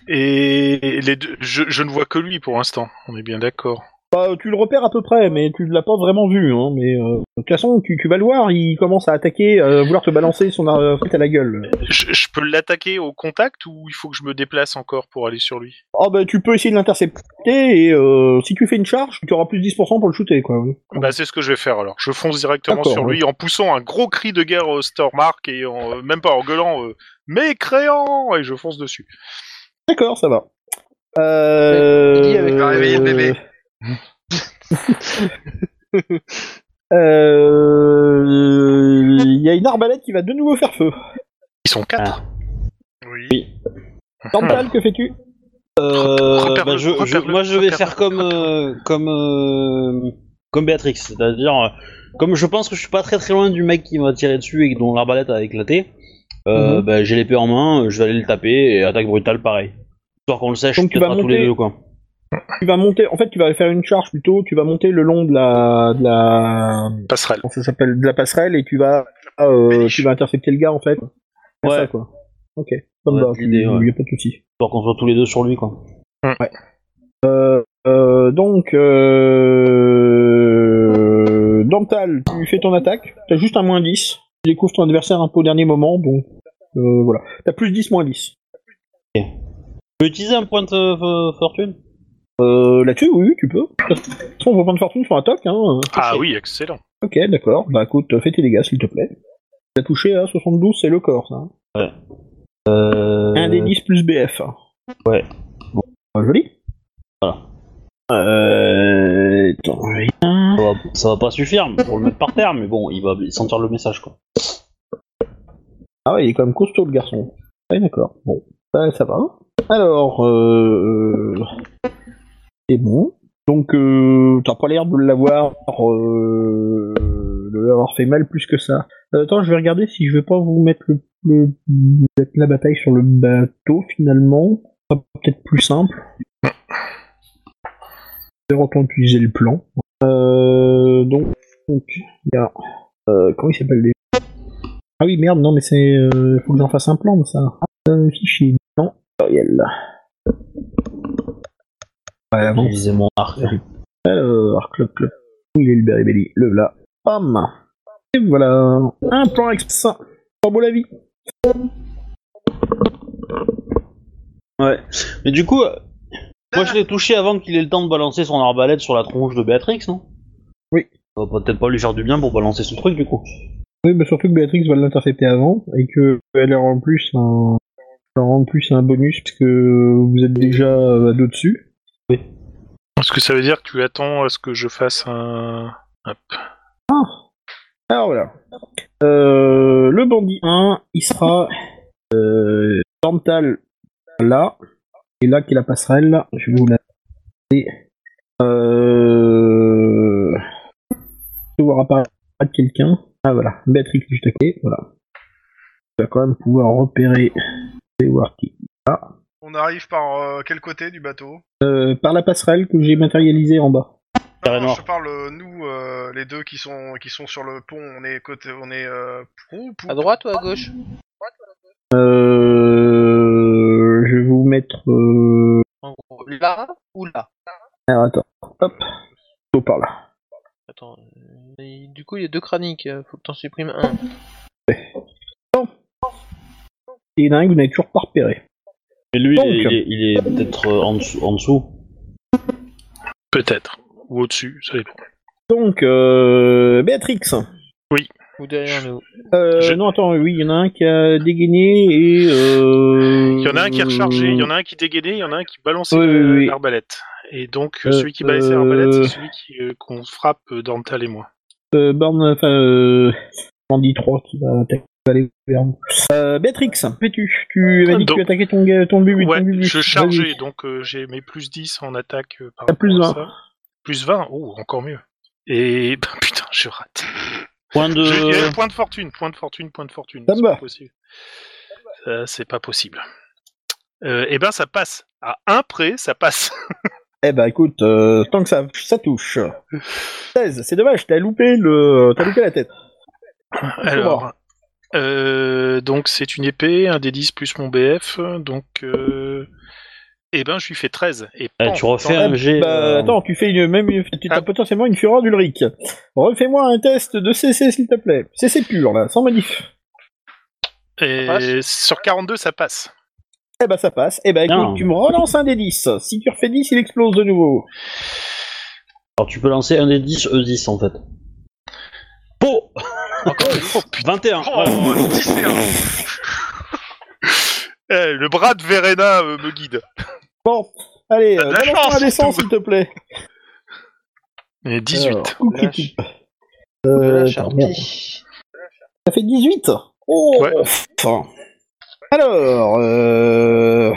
Speaker 2: Et les deux, je, je ne vois que lui pour l'instant. On est bien d'accord.
Speaker 1: Bah, tu le repères à peu près, mais tu l'as pas vraiment vu. Hein, mais euh, de toute façon, tu, tu vas le voir, il commence à attaquer, à vouloir te balancer son arbalète à la gueule.
Speaker 2: Je, je peux l'attaquer au contact ou il faut que je me déplace encore pour aller sur lui
Speaker 1: Oh bah tu peux essayer de l'intercepter et euh, si tu fais une charge, tu auras plus 10% pour le shooter quoi.
Speaker 2: Bah c'est ce que je vais faire alors. Je fonce directement
Speaker 1: D'accord,
Speaker 2: sur lui en poussant un gros cri de guerre au Stormark et en, euh, même pas en gueulant euh, mécréant et je fonce dessus.
Speaker 1: D'accord, ça va. Euh...
Speaker 5: Lily avec-
Speaker 3: va réveiller le bébé.
Speaker 1: Euh, Il y a une arbalète qui va de nouveau faire feu.
Speaker 2: Ils sont quatre.
Speaker 3: Oui.
Speaker 1: Tantal, que fais-tu
Speaker 4: Euh,
Speaker 2: repère-le,
Speaker 4: bah, je, je-
Speaker 2: repère-le,
Speaker 4: moi, je vais
Speaker 2: repère-le,
Speaker 4: faire comme euh, comme euh, comme Béatrix, c'est-à-dire euh, comme je pense que je suis pas très très loin du mec qui m'a tiré dessus et dont l'arbalète a éclaté. euh,
Speaker 1: Mhm.
Speaker 4: bah, j'ai l'épée en main, euh, je vais aller le taper et attaque brutale pareil. Histoire qu'on le sèche
Speaker 1: Donc, tu
Speaker 4: peut-être
Speaker 1: vas
Speaker 4: à tous les
Speaker 1: monter.
Speaker 4: deux quoi.
Speaker 1: Tu vas monter, en fait tu vas faire une charge plutôt, tu vas monter le long de la, de la,
Speaker 2: Passerelle.
Speaker 1: comment ça s'appelle, de la passerelle et tu vas, euh, tu vas intercepter le gars en fait. C'est
Speaker 4: Ouais.
Speaker 1: ça, quoi. Ok, ça me
Speaker 4: Ouais,
Speaker 1: va,
Speaker 4: l'idée,
Speaker 1: il
Speaker 4: ouais.
Speaker 1: y a pas de soucis.
Speaker 4: Histoire qu'on soit tous les deux sur lui quoi.
Speaker 1: Euh, euh, donc, euh, Dental, tu fais ton attaque. T'as juste un moins 10. Tu découvres ton adversaire un peu au dernier moment, donc euh, voilà. T'as plus 10, moins 10.
Speaker 4: Je peux utiliser un point de euh, fortune
Speaker 1: Euh, Là-dessus, oui, oui, tu peux. De toute façon, vos points de fortune sont un toc. Hein.
Speaker 2: Ah oui, excellent.
Speaker 1: Ok, d'accord. Bah écoute, fais tes dégâts, s'il te plaît. T'as touché à 72, c'est le corps, ça. hein.
Speaker 4: euh...
Speaker 1: Un des 10 plus BF.
Speaker 4: Ouais.
Speaker 1: Bon, bah, joli.
Speaker 4: Voilà.
Speaker 1: Euh... Attends,
Speaker 4: Ça va, ça va pas suffire pour le mettre par terre, mais bon, il va sentir le message quoi.
Speaker 1: Ah ouais, il est quand même costaud le garçon. Ouais, d'accord. Bon, Bah, ça, ça va. Alors, euh... c'est bon. Donc, euh, t'as pas l'air de l'avoir, euh, de l'avoir fait mal plus que ça. Euh, attends, je vais regarder si je vais pas vous mettre le, le- mettre la bataille sur le bateau finalement. Ça sera Peut-être plus simple. Je vais autant utiliser le plan. Euh, donc, donc, il y a, euh, comment il s'appelle déjà ah oui, merde, non, mais c'est. euh, faut que j'en fasse un plan de ça. Euh, fichier. Non, pluriel. Ouais, bon.
Speaker 4: Utiliser mon arc.
Speaker 1: Alors, cloc, cloc. Où il est le beribelli Le voilà. Pam Et voilà. Un plan express. Pas beau la vie.
Speaker 4: Ouais. Mais du coup, euh, moi je l'ai touché avant qu'il ait le temps de balancer son arbalète sur la tronche de Béatrix, non
Speaker 1: Oui.
Speaker 4: Ça va peut-être pas lui faire du bien pour balancer son truc du coup.
Speaker 1: Oui, mais surtout que Béatrix va l'intercepter avant et que elle aura en plus un. elle aura en plus un bonus puisque vous êtes déjà euh, à deux dessus.
Speaker 2: Est-ce que ça veut dire que tu attends à ce que je fasse un...
Speaker 1: Alors voilà. Euh, le bandit 1, il sera euh, frontal là, et là qui est la passerelle. Je vais vous la et, euh, Je vais voir apparaître quelqu'un. Ah voilà, Béatrix juste à côté, voilà. Tu vas quand même pouvoir repérer et voir qui.
Speaker 3: On arrive par euh, quel côté du bateau
Speaker 1: Euh, par la passerelle que j'ai matérialisée en bas.
Speaker 4: Carré
Speaker 3: Non,
Speaker 4: noir.
Speaker 3: Je parle euh, nous euh, les deux qui sont qui sont sur le pont. On est côté on est euh, pou- pou-
Speaker 5: À droite ou à gauche
Speaker 1: Euh, Je vais vous mettre euh, ah,
Speaker 5: En gros, là ou là
Speaker 1: Alors attends, hop, plutôt par là.
Speaker 5: euh, coup, il y a deux craniques. euh, Faut que t'en supprimes un.
Speaker 1: Et il y en a un que vous n'avez toujours pas repéré.
Speaker 4: Mais lui, il est,
Speaker 1: Donc.
Speaker 4: il est- il est peut-être euh, en dessous. En dessous.
Speaker 2: Peut-être. Ou au-dessus, ça dépend.
Speaker 1: Donc, euh, Béatrix.
Speaker 5: Ou derrière nous.
Speaker 1: Euh,
Speaker 2: Je-
Speaker 1: Non, attends, oui, il y en a un qui a dégainé et... euh,
Speaker 2: Il y en a un qui est rechargé, il y en a un qui dégainait, il y en a un qui balançait
Speaker 1: Oui, oui,
Speaker 2: euh,
Speaker 1: oui.
Speaker 2: l'arbalète. Et donc,
Speaker 1: Euh,
Speaker 2: celui qui balançait l'arbalète,
Speaker 1: euh,
Speaker 2: c'est celui qui, euh, qu'on frappe euh, Dantal et moi.
Speaker 1: Euh, Born, enfin, euh, Bandit 3 qui va attaquer. qui va aller vers nous. Euh, Béatrix, fais-tu Tu avais dit que
Speaker 2: Donc-
Speaker 1: tu attaquais ton, ga- ton bubu.
Speaker 2: ouais,
Speaker 1: ton bubu.
Speaker 2: je
Speaker 1: Vas-y.
Speaker 2: chargeais, donc euh, j'ai mes plus 10 en attaque euh, par
Speaker 1: Ah, plus
Speaker 2: rapport
Speaker 1: 20.
Speaker 2: à ça. Plus 20, oh, encore mieux. Et ben, putain, je rate.
Speaker 4: Point de.
Speaker 2: Je- il y a un point de fortune, point de fortune, point de fortune.
Speaker 1: Ça
Speaker 2: C'est
Speaker 1: me
Speaker 2: pas
Speaker 1: va.
Speaker 2: possible. Ça, c'est pas possible. Euh, eh ben, ça passe. À un près, ça passe.
Speaker 1: Eh ben écoute, euh, tant que ça, ça touche. 16, c'est dommage, t'as loupé le, t'as loupé la tête.
Speaker 2: Alors, euh, donc c'est une épée, un des 10 plus mon BF, donc... Euh... Eh ben, je lui fais 13. Et
Speaker 4: Eh,
Speaker 2: pan,
Speaker 4: tu refais
Speaker 2: dans la-
Speaker 4: un G. euh,
Speaker 1: Bah, attends, tu fais une, même, une- tu as
Speaker 2: Ah.
Speaker 1: potentiellement une fureur d'Ulrich. Refais-moi un test de CC s'il te plaît. CC pur là, sans manif.
Speaker 2: Et sur 42, ça passe.
Speaker 1: Eh ben ça passe. Eh ben écoute,
Speaker 4: Non.
Speaker 1: tu me relances un des 10. Si tu refais 10, il explose de nouveau.
Speaker 4: Alors, tu peux lancer un des 10, E10 en fait. Po
Speaker 2: Oh, putain.
Speaker 4: 21
Speaker 3: Oh, 10 et un.
Speaker 2: Eh, le bras de Verena euh, me guide.
Speaker 1: Bon, allez,
Speaker 2: T'as de la
Speaker 1: balance-moi un
Speaker 2: chance,
Speaker 1: dessin
Speaker 2: surtout.
Speaker 1: s'il te plaît.
Speaker 2: Et 18.
Speaker 1: Alors, coup
Speaker 5: Lâche.
Speaker 1: critique. Euh,
Speaker 5: Lâche,
Speaker 1: attends,
Speaker 5: harpie.
Speaker 1: merde. Ça fait 18 Oh
Speaker 2: Ouais.
Speaker 1: enfin. Alors, euh,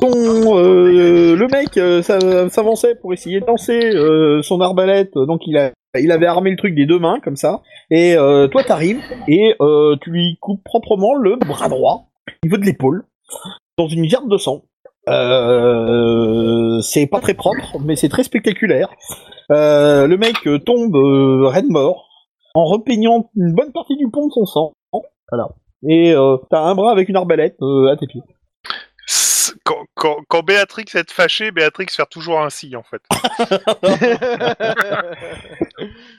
Speaker 1: ton, euh, le mec euh, s'a- s'avançait pour essayer de lancer euh, son arbalète, donc il, a, il avait armé le truc des deux mains, comme ça, et euh, toi t'arrives, et euh, tu lui coupes proprement le bras droit, au niveau de l'épaule, dans une gerbe de sang. Euh, c'est pas très propre, mais c'est très spectaculaire. Euh, le mec euh, tombe euh, raide mort, en repeignant une bonne partie du pont de son sang. Voilà. Et euh, t'as un bras avec une arbalète euh, à tes pieds.
Speaker 2: C'est- Quand, quand, quand Béatrix est fâchée, Béatrix fait toujours ainsi, en fait.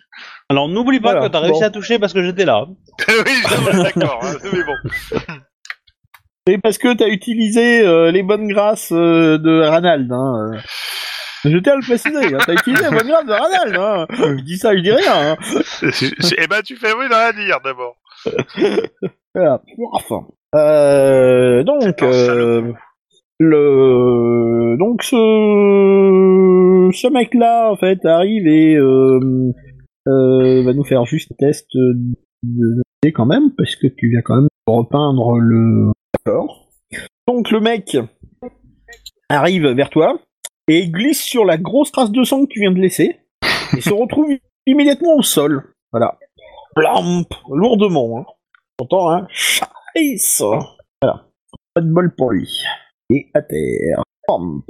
Speaker 4: Alors, n'oublie pas
Speaker 1: Voilà,
Speaker 4: que t'as réussi
Speaker 1: bon.
Speaker 4: à toucher parce que j'étais là. hein,
Speaker 2: oui, je- d'accord, hein, mais bon.
Speaker 1: Et parce que t'as utilisé euh, les bonnes grâces euh, de Ranald. Hein, euh. Je tiens à le préciser, hein, t'as utilisé les bonnes grâces de Ranald. Hein. Je dis ça, je dis rien. Hein.
Speaker 2: eh ben, tu fais oui, rien à dire, d'abord.
Speaker 1: Voilà. Enfin. Euh, donc,
Speaker 3: un
Speaker 1: euh, le donc ce ce mec là en fait arrive et euh, euh, va nous faire juste un test de quand même parce que tu viens quand même de repeindre le corps. Donc le mec arrive vers toi et il glisse sur la grosse trace de sang que tu viens de laisser et se retrouve immédiatement au sol. Voilà. Blamp, lourdement. Hein. T'entends, hein Chasse Voilà. Pas de bol pour lui. Et à terre. Blamp.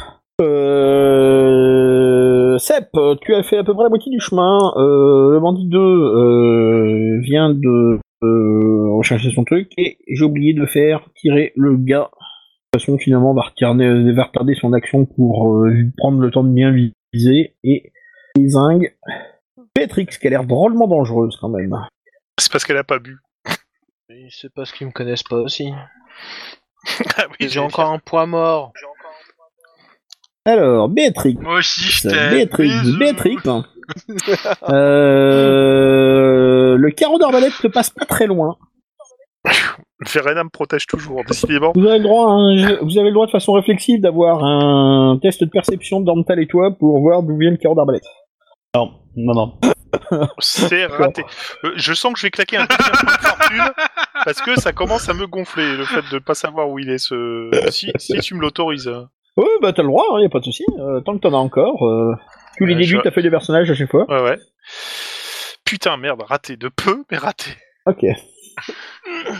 Speaker 1: Euh... Sep, tu as fait à peu près la moitié du chemin. Euh, le bandit 2 euh, vient de euh, rechercher son truc et j'ai oublié de faire tirer le gars. De toute façon, finalement, va retarder, va retarder son action pour euh, prendre le temps de bien viser et les zingues. Pétrix, qui a l'air drôlement dangereuse quand même.
Speaker 2: C'est parce qu'elle a pas bu.
Speaker 5: Mais C'est parce qu'ils me connaissent pas aussi.
Speaker 2: Ah oui,
Speaker 5: J'ai encore un point mort.
Speaker 1: Alors, Béatrix.
Speaker 3: Moi aussi, je t'aime.
Speaker 1: Béatrix,
Speaker 3: Bisous.
Speaker 1: Béatrix. Euh, le carreau d'arbalète ne passe pas très loin.
Speaker 2: Verena me protège toujours, décidément.
Speaker 1: Vous avez le droit, à un jeu- vous avez le droit de façon réflexive d'avoir un test de perception d'Ormtal et toi pour voir d'où vient le carreau d'arbalète.
Speaker 4: Non, non, non.
Speaker 2: C'est raté. Euh, je sens que je vais claquer un petit coup de fortune parce que ça commence à me gonfler le fait de pas savoir où il est ce. Si, si tu me l'autorises.
Speaker 1: Ouais, bah t'as le droit, il a pas de souci. Euh, tant que t'en as encore, euh, tu les
Speaker 2: Ouais,
Speaker 1: déduis
Speaker 2: je-
Speaker 1: ta feuille de personnage à chaque fois.
Speaker 2: Ouais, ouais. Putain, merde, raté de peu, mais raté.
Speaker 1: Ok.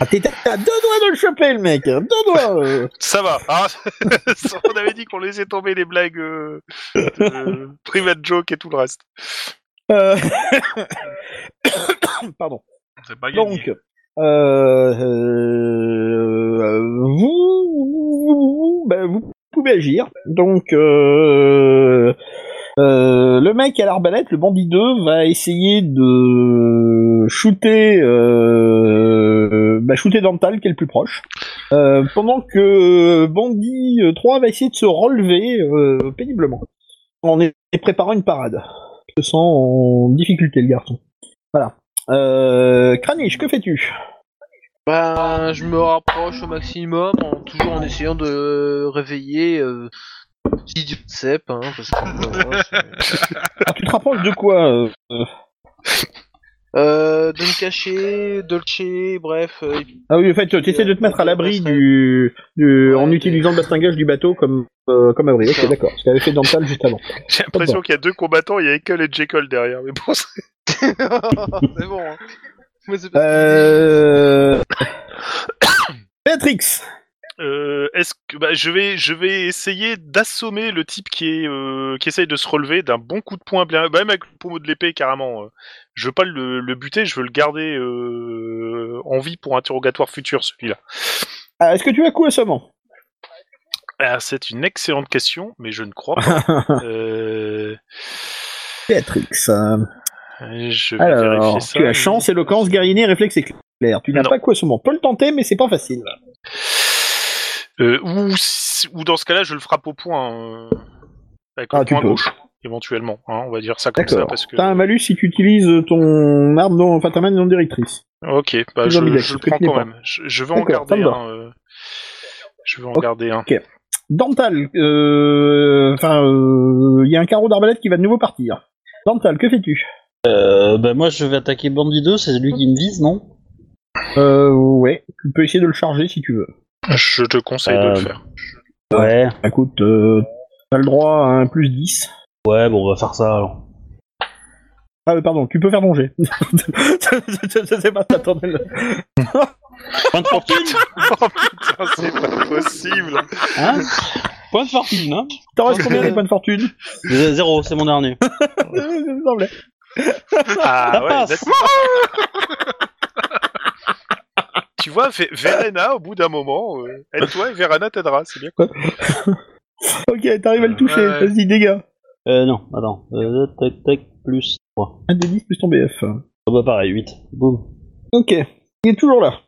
Speaker 1: Ah, t'es à deux doigts de le choper, le mec. hein, Deux doigts. euh.
Speaker 2: Ça va. hein. On avait dit qu'on laissait tomber les blagues euh, de private joke et tout le reste.
Speaker 1: Euh, Pardon.
Speaker 3: C'est pas gagné.
Speaker 1: Donc, euh, euh, vous, vous, vous- ben, vous pouvez agir. Donc, euh, euh, le mec à l'arbalète, le bandit 2, va essayer de euh, shooter, euh, bah, shooter Dental, qui est le plus proche. Euh, pendant que Bandit euh, 3 va essayer de se relever euh, péniblement. En é- et préparant une parade. Je sens en difficulté, le garçon. Voilà. Euh, Kranich, que fais-tu
Speaker 5: Ben, je me rapproche au maximum, en, toujours en essayant de réveiller euh, Sid Sep, hein, parce que... voilà, c'est-
Speaker 1: Ah, Tu te rapproches de quoi euh, euh
Speaker 5: euh, de me cacher, Dolce, bref, euh,
Speaker 1: Ah oui, en fait, tu essaies de te mettre à l'abri du, du
Speaker 5: Ouais,
Speaker 1: en
Speaker 5: mais-
Speaker 1: utilisant le bastingage du bateau comme euh, comme abri. Ok,
Speaker 5: Ça.
Speaker 1: d'accord. Ce qu'avait fait Dental juste avant.
Speaker 2: J'ai l'impression qu'il y a deux combattants, il y a Ekel et Jekyll derrière. Mais bon, c'est-
Speaker 5: c'est bon. hein. Moi, c'est parce que-
Speaker 1: Euh... Béatrix.
Speaker 2: Euh, est-ce que bah, je vais je vais essayer d'assommer le type qui est euh, qui essaye de se relever d'un bon coup de poing, bien- bah, même avec le pommeau de l'épée carrément. euh. Je veux pas le, le buter, je veux le garder euh, en vie pour interrogatoire futur celui-là.
Speaker 1: Ah, Est-ce que tu as coup assommant
Speaker 2: Ah, c'est une excellente question, mais je ne crois pas. Euh,
Speaker 1: Béatrix. euh,
Speaker 2: je vais
Speaker 1: Alors,
Speaker 2: vérifier ça.
Speaker 1: tu as chance, éloquence, guerrier, réflexe éclair. Tu n'as
Speaker 2: Non.
Speaker 1: pas coup assommant. Peut le tenter, mais c'est pas facile.
Speaker 2: Euh, ou, si- ou dans ce cas-là, je le frappe au point. euh, avec le
Speaker 1: Ah, tu
Speaker 2: poing
Speaker 1: peux.
Speaker 2: gauche, euh. éventuellement. hein, on va dire ça comme ça.
Speaker 1: D'accord.
Speaker 2: Parce que...
Speaker 1: T'as un malus si tu utilises ton arme, non, enfin ta main non directrice.
Speaker 2: Ok, bah
Speaker 1: Plus
Speaker 2: je,
Speaker 1: ambidextre,
Speaker 2: je le
Speaker 1: que
Speaker 2: prends
Speaker 1: tu n'es
Speaker 2: quand
Speaker 1: pas.
Speaker 2: même. Je, je vais en
Speaker 1: hein. D'accord, ça
Speaker 2: garder
Speaker 1: me va.
Speaker 2: un. euh, Je vais en
Speaker 1: Ok.
Speaker 2: garder un.
Speaker 1: Dental. euh, Enfin, euh, il y a un carreau d'arbalète qui va de nouveau partir. Dental, que fais-tu
Speaker 4: Euh, bah moi je vais attaquer Bandit 2, c'est lui qui me vise, non
Speaker 1: Euh, ouais, tu peux essayer de le charger si tu veux.
Speaker 2: Je te conseille de
Speaker 4: Euh,
Speaker 2: le faire.
Speaker 4: Ouais.
Speaker 1: Écoute, euh, t'as le droit à un plus 10.
Speaker 4: Ouais, bon, on va faire ça alors.
Speaker 1: Ah, euh, pardon, tu peux faire ton jet. Je sais pas, t'attendais le-
Speaker 4: 20 de fortune
Speaker 2: oh putain, c'est pas possible.
Speaker 4: Hein Point de fortune, hein
Speaker 1: T'en restes combien des points de fortune
Speaker 4: Euh, Zéro, c'est mon dernier.
Speaker 1: Ça me semblait.
Speaker 2: Ah
Speaker 4: Ça
Speaker 2: ouais,
Speaker 4: passe.
Speaker 2: d'accord. Tu vois, Vé- Verena, au bout d'un moment, euh, aide-toi et Verena t'aidera, c'est bien.
Speaker 1: Ok, t'arrives à le toucher,
Speaker 3: Ouais.
Speaker 1: vas-y, dégâts.
Speaker 4: Euh, non, attends. Euh, tac, tac, plus 3.
Speaker 1: Un des 10 plus ton BF.
Speaker 4: Ah bah pareil, 8. Boum.
Speaker 1: Ok, il est toujours là.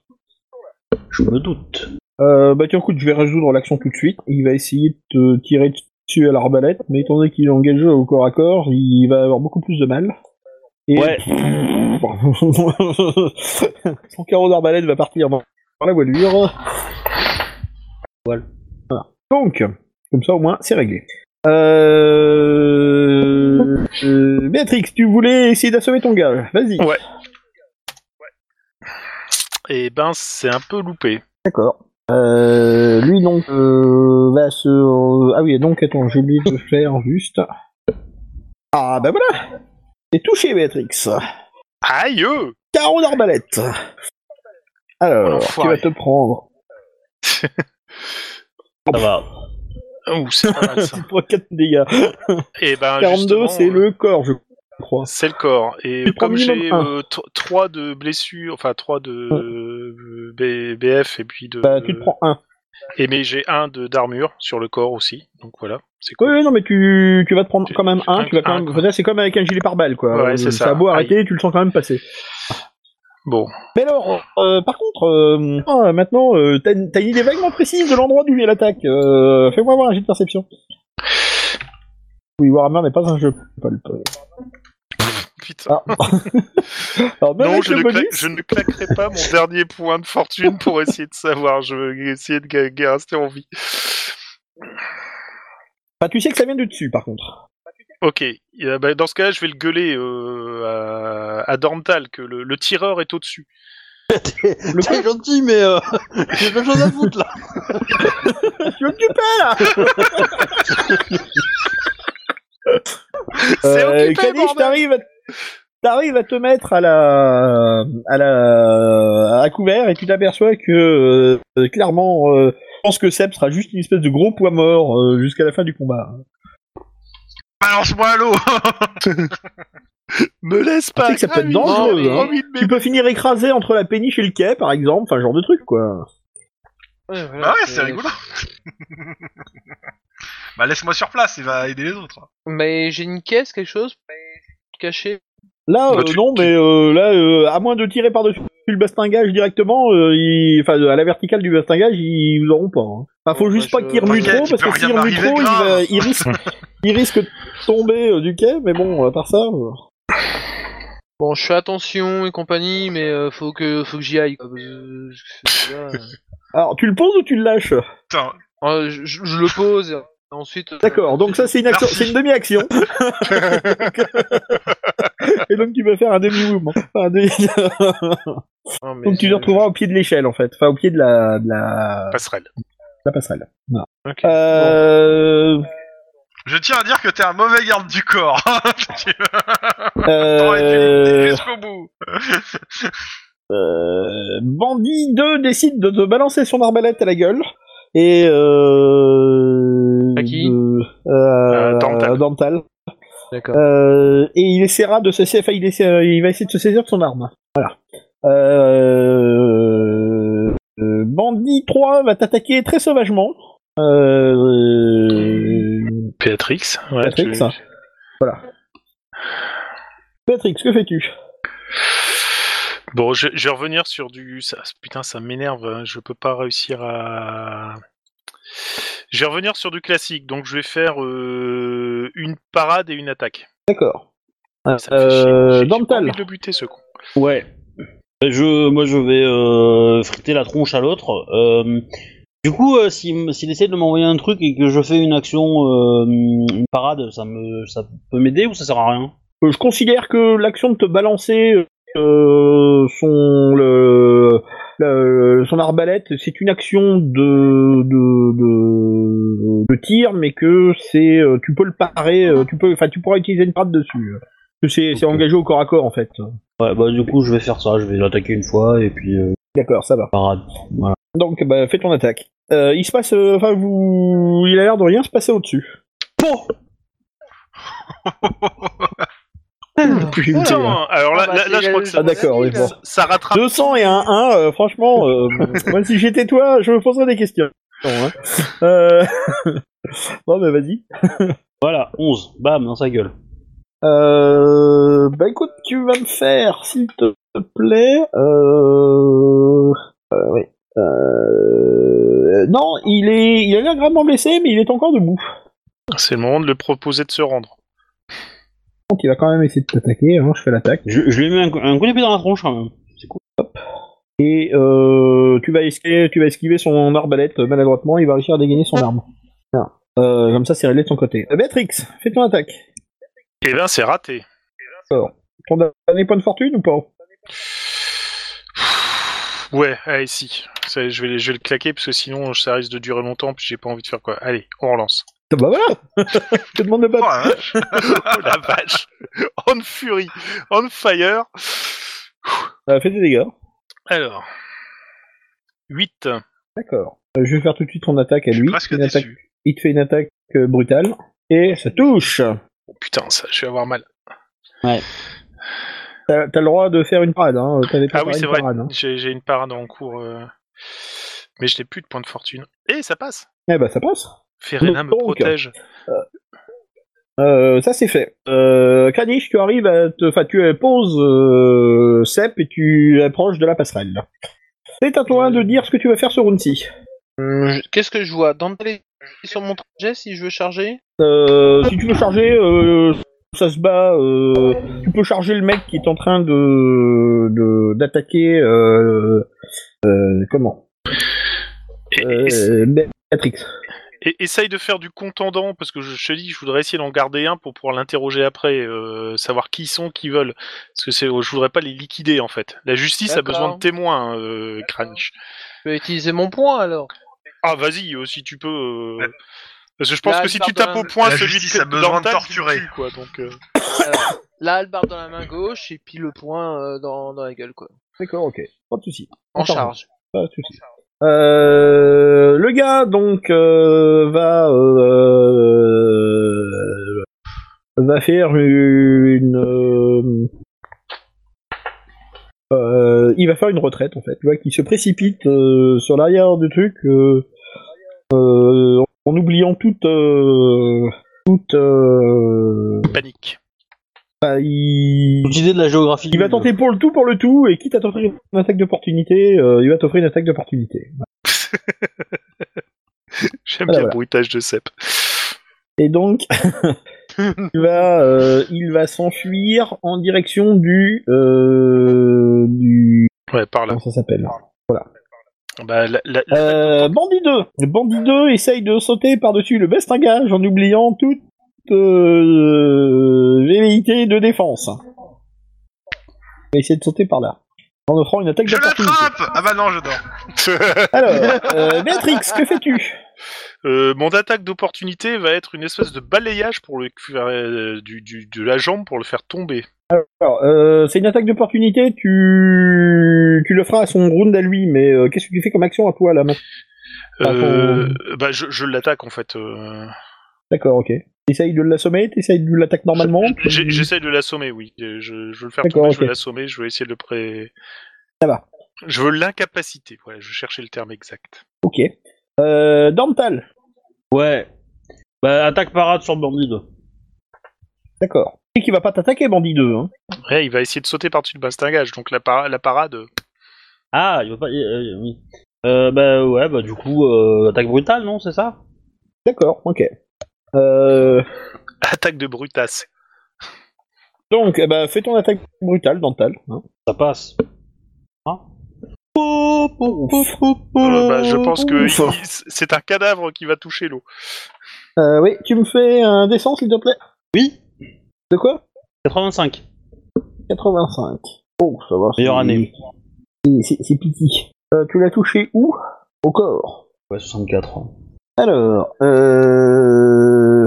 Speaker 4: Je me doute.
Speaker 1: Euh, bah tiens, écoute, je vais résoudre l'action tout de suite. Il va essayer de te tirer dessus à l'arbalète, mais étant donné qu'il est engagé au corps à corps, il va avoir beaucoup plus de mal. Et
Speaker 4: Ouais.
Speaker 1: Son carreau d'arbalète va partir dans dans la voilure.
Speaker 4: Voile.
Speaker 1: Voilà. Donc, comme ça au moins, c'est réglé. Euh... euh, Béatrix, tu voulais essayer d'assommer ton gars. Vas-y.
Speaker 2: Ouais. Et ben, c'est un peu loupé.
Speaker 1: D'accord. Euh, lui donc euh, va se. ah oui, donc attends, j'ai oublié de faire juste. Ah bah voilà T'es touché, Béatrix
Speaker 2: Aïe euh
Speaker 1: Carreau d'arbalète Alors, tu
Speaker 2: L'enfoiré.
Speaker 1: vas te prendre.
Speaker 4: Ça va.
Speaker 2: Ouh, Oh, c'est pas mal ça.
Speaker 1: Tu te prends 4 dégâts.
Speaker 2: Et ben,
Speaker 1: 42,
Speaker 2: justement,
Speaker 1: c'est
Speaker 2: euh,
Speaker 1: le corps, je crois.
Speaker 2: C'est le corps. Et
Speaker 1: Tu prends
Speaker 2: comme
Speaker 1: minimum un.
Speaker 2: j'ai 3 de blessures, enfin 3 de euh, B- BF et puis de.
Speaker 1: Bah, tu te prends 1.
Speaker 2: Et mais j'ai un de d'armure sur le corps aussi, donc voilà. C'est
Speaker 1: Oui,
Speaker 2: cool.
Speaker 1: oui, non, mais tu, tu vas te prendre
Speaker 2: Tu-
Speaker 1: quand même
Speaker 2: un-
Speaker 1: 1. Tu vas quand
Speaker 2: un,
Speaker 1: même.
Speaker 2: quoi.
Speaker 1: Là, C'est comme avec un gilet pare-balles, quoi.
Speaker 2: Ouais, c'est
Speaker 1: Euh,
Speaker 2: ça. Ah,
Speaker 1: a beau
Speaker 2: Aïe.
Speaker 1: arrêter, tu le sens quand même passer.
Speaker 2: Bon.
Speaker 1: Mais alors, euh, par contre, euh, ah, maintenant, euh, t'as une t'as une idée vaguement précise de l'endroit d'où il l'attaque. Euh, Fais-moi voir un jet de perception. Oui, Warhammer n'est pas un jeu. Pulp.
Speaker 2: Putain.
Speaker 1: Ah. alors, même Bah
Speaker 2: non,
Speaker 1: avec
Speaker 2: je
Speaker 1: le
Speaker 2: ne, cla-
Speaker 1: bonus,
Speaker 2: je ne claquerai pas mon dernier point de fortune pour essayer de savoir. Je vais essayer de ga- ga- rester en vie.
Speaker 1: enfin, tu sais que ça vient du dessus, par contre.
Speaker 2: Ok. Euh, bah, dans ce cas-là, je vais le gueuler euh, à, à Dormtal que le, le tireur est au-dessus.
Speaker 4: Le T'es gentil, mais euh, j'ai plein de choses à foutre là.
Speaker 1: tu veux que tu perds
Speaker 2: C'est
Speaker 1: Euh,
Speaker 2: occupé,
Speaker 1: Kadish,
Speaker 2: bordel
Speaker 1: t'arrives à, t'arrives à te mettre à la, à la, à couvert et tu t'aperçois que, euh, clairement, euh, je pense que Seb sera juste une espèce de gros poids mort euh, jusqu'à la fin du combat.
Speaker 3: Balance-moi à l'eau
Speaker 2: Me laisse
Speaker 1: Tu
Speaker 2: pas.
Speaker 1: sais que ça peut être
Speaker 2: Gravine,
Speaker 1: dangereux,
Speaker 2: gravine,
Speaker 1: hein.
Speaker 2: gravine, mais-
Speaker 1: Tu peux finir écrasé entre la péniche et le quai, par exemple, enfin, genre de truc, quoi.
Speaker 5: Ah Ouais, voilà,
Speaker 3: Bah ouais, c'est rigolo Bah laisse-moi sur place, il va aider les autres.
Speaker 5: Mais j'ai une caisse, quelque chose cachée
Speaker 1: Là,
Speaker 2: Bah,
Speaker 1: euh,
Speaker 2: tu-
Speaker 1: non, mais euh, là, euh, à moins de tirer par-dessus le bastingage directement, euh, il- enfin, à la verticale du bastingage, ils vous auront pas. hein. Enfin, faut
Speaker 5: Bon,
Speaker 1: juste
Speaker 5: bah,
Speaker 1: pas
Speaker 5: je-
Speaker 1: qu'il remue
Speaker 3: T'inquiète,
Speaker 1: trop,
Speaker 3: il
Speaker 1: parce
Speaker 3: peut
Speaker 1: que
Speaker 3: rien
Speaker 1: s'il remue
Speaker 3: m'arriver
Speaker 1: trop,
Speaker 3: de
Speaker 1: il,
Speaker 3: grave.
Speaker 1: va- il risque, il risque de tomber euh, du quai, mais bon, à part ça... euh.
Speaker 5: Bon, je fais attention et compagnie, mais euh, faut que faut que j'y aille. quoi, parce que c'est- là, euh.
Speaker 1: Alors, tu le poses ou tu le lâches
Speaker 3: Putain.
Speaker 5: Euh, je, je- je le pose. et Ensuite. euh,
Speaker 1: D'accord, donc ça, c'est une action,
Speaker 3: Merci.
Speaker 1: c'est une demi-action. Et donc, tu vas faire un demi-mouvement. Enfin, un demi-
Speaker 5: non, mais
Speaker 1: donc, tu te
Speaker 5: je-
Speaker 1: retrouveras au pied de l'échelle, en fait. Enfin, au pied de la, de la,
Speaker 2: Passerelle.
Speaker 1: la passerelle. Non.
Speaker 2: Ok.
Speaker 1: Euh...
Speaker 3: Je tiens à dire que t'es un mauvais garde du corps. Tu- T'aurais été
Speaker 1: Euh...
Speaker 3: jusqu'au bout.
Speaker 1: euh, Bandit 2 décide de te balancer son arbalète à la gueule. Et euh...
Speaker 5: À qui
Speaker 1: de- euh,
Speaker 2: Euh, Dormtal.
Speaker 1: à Dormtal.
Speaker 5: D'accord.
Speaker 1: Euh, et il essaiera de se saisir, enfin, il, essaie- euh, il va essayer de se saisir de son arme. Voilà. Euh, euh, Bandit 3 va t'attaquer très sauvagement. Euh,
Speaker 2: Péatrix. Ouais,
Speaker 1: Péatrix.
Speaker 2: tu-
Speaker 1: Patrick, que fais-tu
Speaker 2: Bon, je, je vais revenir sur du. ça- putain, ça m'énerve. hein, Je peux pas réussir à. Je vais revenir sur du classique. Donc, je vais faire euh, une parade et une attaque.
Speaker 1: D'accord.
Speaker 2: Ça me fait chier. J'ai-
Speaker 1: Euh,
Speaker 2: j'ai pas
Speaker 1: Dormtal.
Speaker 2: envie de le buter, ce con.
Speaker 4: Ouais. Et Je, moi, je vais euh, friter la tronche à l'autre. Euh, du coup, euh, s'il m- s'il essaie de m'envoyer un truc et que je fais une action, euh, une parade, ça, me, ça peut m'aider ou ça sert à rien
Speaker 1: Euh, je considère que l'action de te balancer euh, son le, le- son arbalète, c'est une action de de, de de tir, mais que c'est euh, tu peux le parer, euh, tu peux enfin tu pourras utiliser une parade dessus. Que c'est c'est engagé au corps à corps en fait.
Speaker 4: Ouais, bah du coup, je vais faire ça. Je vais l'attaquer une fois et puis euh,
Speaker 1: D'accord, ça va.
Speaker 4: parade. Voilà.
Speaker 1: Donc bah, fais ton attaque. Euh, il se passe, euh, enfin vous, il a l'air de rien se passer au dessus.
Speaker 2: Putain Alors là,
Speaker 5: Ah bah,
Speaker 2: là,
Speaker 5: c'est
Speaker 2: là, je crois que
Speaker 5: égal-
Speaker 2: ça,
Speaker 1: Ah, d'accord, oui, bon.
Speaker 2: ça- ça rattrape.
Speaker 1: 200 et un 1, euh, franchement, euh, moi si j'étais toi, je me poserais des questions. hein. Euh... bon, bah vas-y.
Speaker 4: Voilà, 11. Bam, dans sa gueule.
Speaker 1: Euh... Bah écoute, tu vas me faire, s'il te plaît. Euh... euh, oui. Euh... Non, il est, il a l'air gravement blessé, mais il est encore debout.
Speaker 2: C'est le moment de le proposer de se rendre.
Speaker 1: Donc il va quand même essayer de t'attaquer. Hein, je fais l'attaque.
Speaker 4: Je, je lui mets un, coup- un coup d'épée dans la tronche quand même. C'est cool.
Speaker 1: Et euh, tu vas esquiver, tu vas esquiver son arbalète maladroitement. Il va réussir à dégainer son arme. Voilà. Euh, comme ça, c'est réglé de son côté. Euh, Béatrix, fais ton attaque.
Speaker 2: Eh ben, c'est raté.
Speaker 1: Ton dernier point de fortune ou pas
Speaker 2: Ouais, allez, si. Ça, je, vais, je vais le claquer parce que sinon ça risque de durer longtemps puis j'ai pas envie de faire quoi. Allez, on relance.
Speaker 1: Bah voilà Je te demande de
Speaker 3: Oh
Speaker 1: pas.
Speaker 3: la vache.
Speaker 2: Oh la vache On fury On fire
Speaker 1: Euh, fais des dégâts.
Speaker 2: Alors. 8.
Speaker 1: D'accord. Euh, je vais faire tout de suite ton attaque à
Speaker 3: Je suis
Speaker 1: lui.
Speaker 3: presque
Speaker 1: Une attaque-
Speaker 3: déçu.
Speaker 1: Il te fait une attaque euh, brutale. Et ça touche
Speaker 2: Oh, putain, ça, je vais avoir mal.
Speaker 1: T'as t'as le droit de faire une parade, hein. T'avais
Speaker 2: Ah
Speaker 1: préparé
Speaker 2: oui, c'est
Speaker 1: une
Speaker 2: vrai.
Speaker 1: parade. Hein.
Speaker 2: J'ai j'ai une parade en cours. euh, Mais je n'ai plus de points de fortune. Et ça passe
Speaker 1: Eh bah ça passe.
Speaker 2: Ferena me
Speaker 1: Donc.
Speaker 2: protège.
Speaker 1: Euh, ça c'est fait. Euh, Kranich, tu arrives à te... Enfin, tu euh, poses euh, Sep et tu approches de la passerelle. C'est à toi de dire ce que tu vas faire ce round-ci.
Speaker 2: Euh,
Speaker 5: Hum, je- Qu'est-ce que je vois Dans les- sur mon trajet si je veux charger
Speaker 1: Euh, si tu veux charger, euh, ça se bat. euh, tu peux charger le mec qui est en train de de- d'attaquer. euh, euh, comment
Speaker 2: Et- et- et-
Speaker 1: euh, Matrix.
Speaker 2: et- essaye de faire du contendant parce que je, je te dis, je voudrais essayer d'en garder un pour pouvoir l'interroger après, euh, savoir qui ils sont, qui veulent. Parce que c'est- je voudrais pas les liquider en fait. La justice a
Speaker 5: D'accord.
Speaker 2: besoin de témoins, euh, Kranich.
Speaker 5: Je vais utiliser mon point alors.
Speaker 2: Ah, vas-y, euh, si tu peux. euh, Parce que je pense
Speaker 5: Là,
Speaker 2: que si
Speaker 5: Albert
Speaker 2: tu tapes au
Speaker 5: Dolan-
Speaker 2: point
Speaker 3: La
Speaker 2: celui
Speaker 3: justice
Speaker 2: de
Speaker 3: a besoin
Speaker 2: Dental,
Speaker 3: de
Speaker 2: tu le
Speaker 3: torturer.
Speaker 2: tues, quoi, donc, euh.
Speaker 5: Alors, là, le barre dans la main gauche et puis le point euh, dans, dans la gueule quoi.
Speaker 1: D'accord, ok. Pas de souci.
Speaker 5: En
Speaker 1: Attends.
Speaker 5: charge.
Speaker 1: Pas de souci. Euh, le gars donc euh, va euh, va faire une euh, euh, il va faire une retraite en fait. Tu vois qu'il se précipite euh, sur l'arrière du truc euh, euh, en oubliant toute euh, toute euh,
Speaker 2: Panique.
Speaker 1: Enfin, il...
Speaker 4: Toute idée de la géographie.
Speaker 1: il va tenter pour le tout pour le tout, et quitte à t'offrir une attaque d'opportunité, euh, il va t'offrir une attaque d'opportunité. Voilà,
Speaker 2: J'aime bien
Speaker 1: voilà.
Speaker 2: le bruitage de cep.
Speaker 1: Et donc, il va, euh, il va s'enfuir en direction du, euh, du,
Speaker 2: Ouais, par là.
Speaker 1: comment ça s'appelle
Speaker 2: Bah, la- la- la-
Speaker 1: euh, Bandit 2. Le Bandit 2 essaye de sauter par-dessus le bestingage en oubliant toute euh, velléité de défense. Il va essayer de sauter par là. En offrant une attaque
Speaker 3: Je
Speaker 1: d'opportunité.
Speaker 3: l'attrape Ah bah non, je dors.
Speaker 1: Alors, euh, Béatrix, que fais-tu
Speaker 2: Euh, mon attaque d'opportunité va être une espèce de balayage pour le euh, du, du- de la jambe pour le faire tomber.
Speaker 1: Alors, euh, c'est une attaque d'opportunité, tu... tu le feras à son round à lui, mais euh, qu'est-ce que tu fais comme action à toi là maintenant
Speaker 2: Euh, bah, je, je l'attaque en fait. euh.
Speaker 1: D'accord, ok. T'essayes de l'assommer, t'essayes de l'attaquer normalement
Speaker 2: J'ai-
Speaker 1: tu-
Speaker 2: J'essaie de l'assommer, oui. Je, je veux le faire
Speaker 1: D'accord,
Speaker 2: tomber, je veux
Speaker 1: ok.
Speaker 2: l'assommer, je veux essayer de le pré.
Speaker 1: Ça va.
Speaker 2: Je veux l'incapacité, voilà, je cherchais le terme exact.
Speaker 1: Ok. Euh, Dormtal,
Speaker 4: Ouais. Bah, attaque parade sur le bandit.
Speaker 1: d'accord. Tu sais qu'il va pas t'attaquer, Bandit 2. Hein.
Speaker 2: Ouais, il va essayer de sauter par-dessus le bastingage, donc la, para- la parade. euh,
Speaker 4: Ah, il veut pas. euh, euh, oui. Euh, bah ouais, bah du coup, euh, attaque brutale, non, c'est ça
Speaker 1: D'accord, ok. Euh,
Speaker 2: Attaque de brutasse.
Speaker 1: donc, eh ben, fais ton attaque brutale, Dormtal. hein.
Speaker 4: Ça passe. Hein
Speaker 2: Euh, bah, je pense que
Speaker 1: Ouf.
Speaker 2: il- c'est un cadavre qui va toucher l'eau.
Speaker 1: Euh, oui, tu me fais un dessin, s'il te plaît
Speaker 4: Oui,
Speaker 1: De quoi
Speaker 4: 85.
Speaker 1: 85. Oh, ça va. c'est-
Speaker 4: Meilleure année.
Speaker 1: c'est- C'est c'est piti. Euh, tu l'as touché où Au corps.
Speaker 4: Ouais, 64. hein.
Speaker 1: Alors, euh...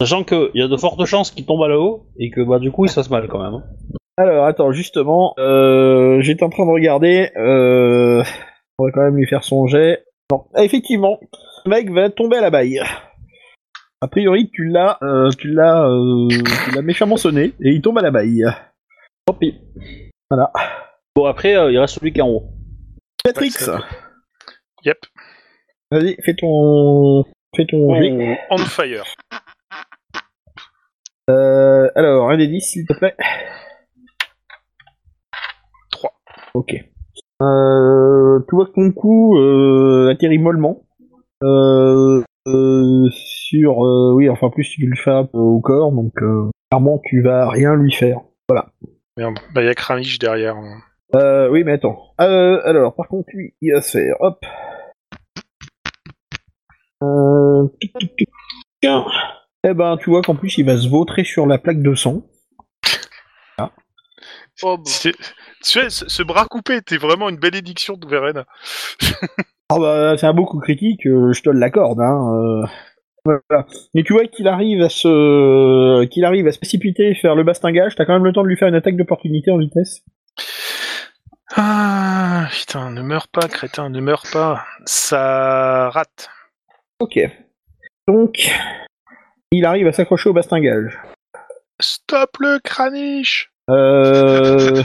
Speaker 4: Sachant qu'il y a de fortes chances qu'il tombe à la haut et que bah du coup il se fasse mal quand même. hein.
Speaker 1: Alors, attends, justement, euh, j'étais en train de regarder, euh... on va quand même lui faire son jet. Non, Ah, effectivement, le mec va tomber à la baille. A priori, tu l'as, euh, tu l'as, euh, tu l'as méchamment sonné, et il tombe à la baille.
Speaker 4: Tant pis.
Speaker 1: Voilà.
Speaker 4: Bon, après, euh, il reste celui qui est en haut.
Speaker 1: Patrix,
Speaker 2: Yep,
Speaker 1: vas-y, fais ton... Fais ton jet.
Speaker 2: on fire.
Speaker 1: Euh, alors, un des 10, s'il te plaît.
Speaker 2: 3.
Speaker 1: Ok. Euh, tu vois que ton coup euh, atterrit mollement. Euh, euh, sur... euh, oui, enfin, en plus tu le frappes euh, au corps, donc euh, clairement, tu vas rien lui faire.
Speaker 2: Merde, bah, il y a Kranich derrière. hein.
Speaker 1: Euh, oui, mais attends. Euh, alors, par contre, lui, il va se faire... Hop. Euh... tic, tic, tic. Tiens. Eh ben, tu vois qu'en plus, il va se vautrer sur la plaque de sang.
Speaker 5: Oh, bah.
Speaker 2: C'est- Tu sais, ce, ce bras coupé était vraiment une bénédiction de Verena.
Speaker 1: Ah bah c'est un beau coup critique, euh, je te l'accorde. Hein, euh. Voilà. Mais tu vois qu'il arrive à se, qu'il arrive à se précipiter et faire le bastingage. T'as quand même le temps de lui faire une attaque d'opportunité en vitesse.
Speaker 2: Ah, putain, ne meurs pas, crétin, ne meurs pas. Ça rate.
Speaker 1: Ok. Donc il arrive à s'accrocher au bastingage.
Speaker 2: Stop le Kranich
Speaker 1: Euh...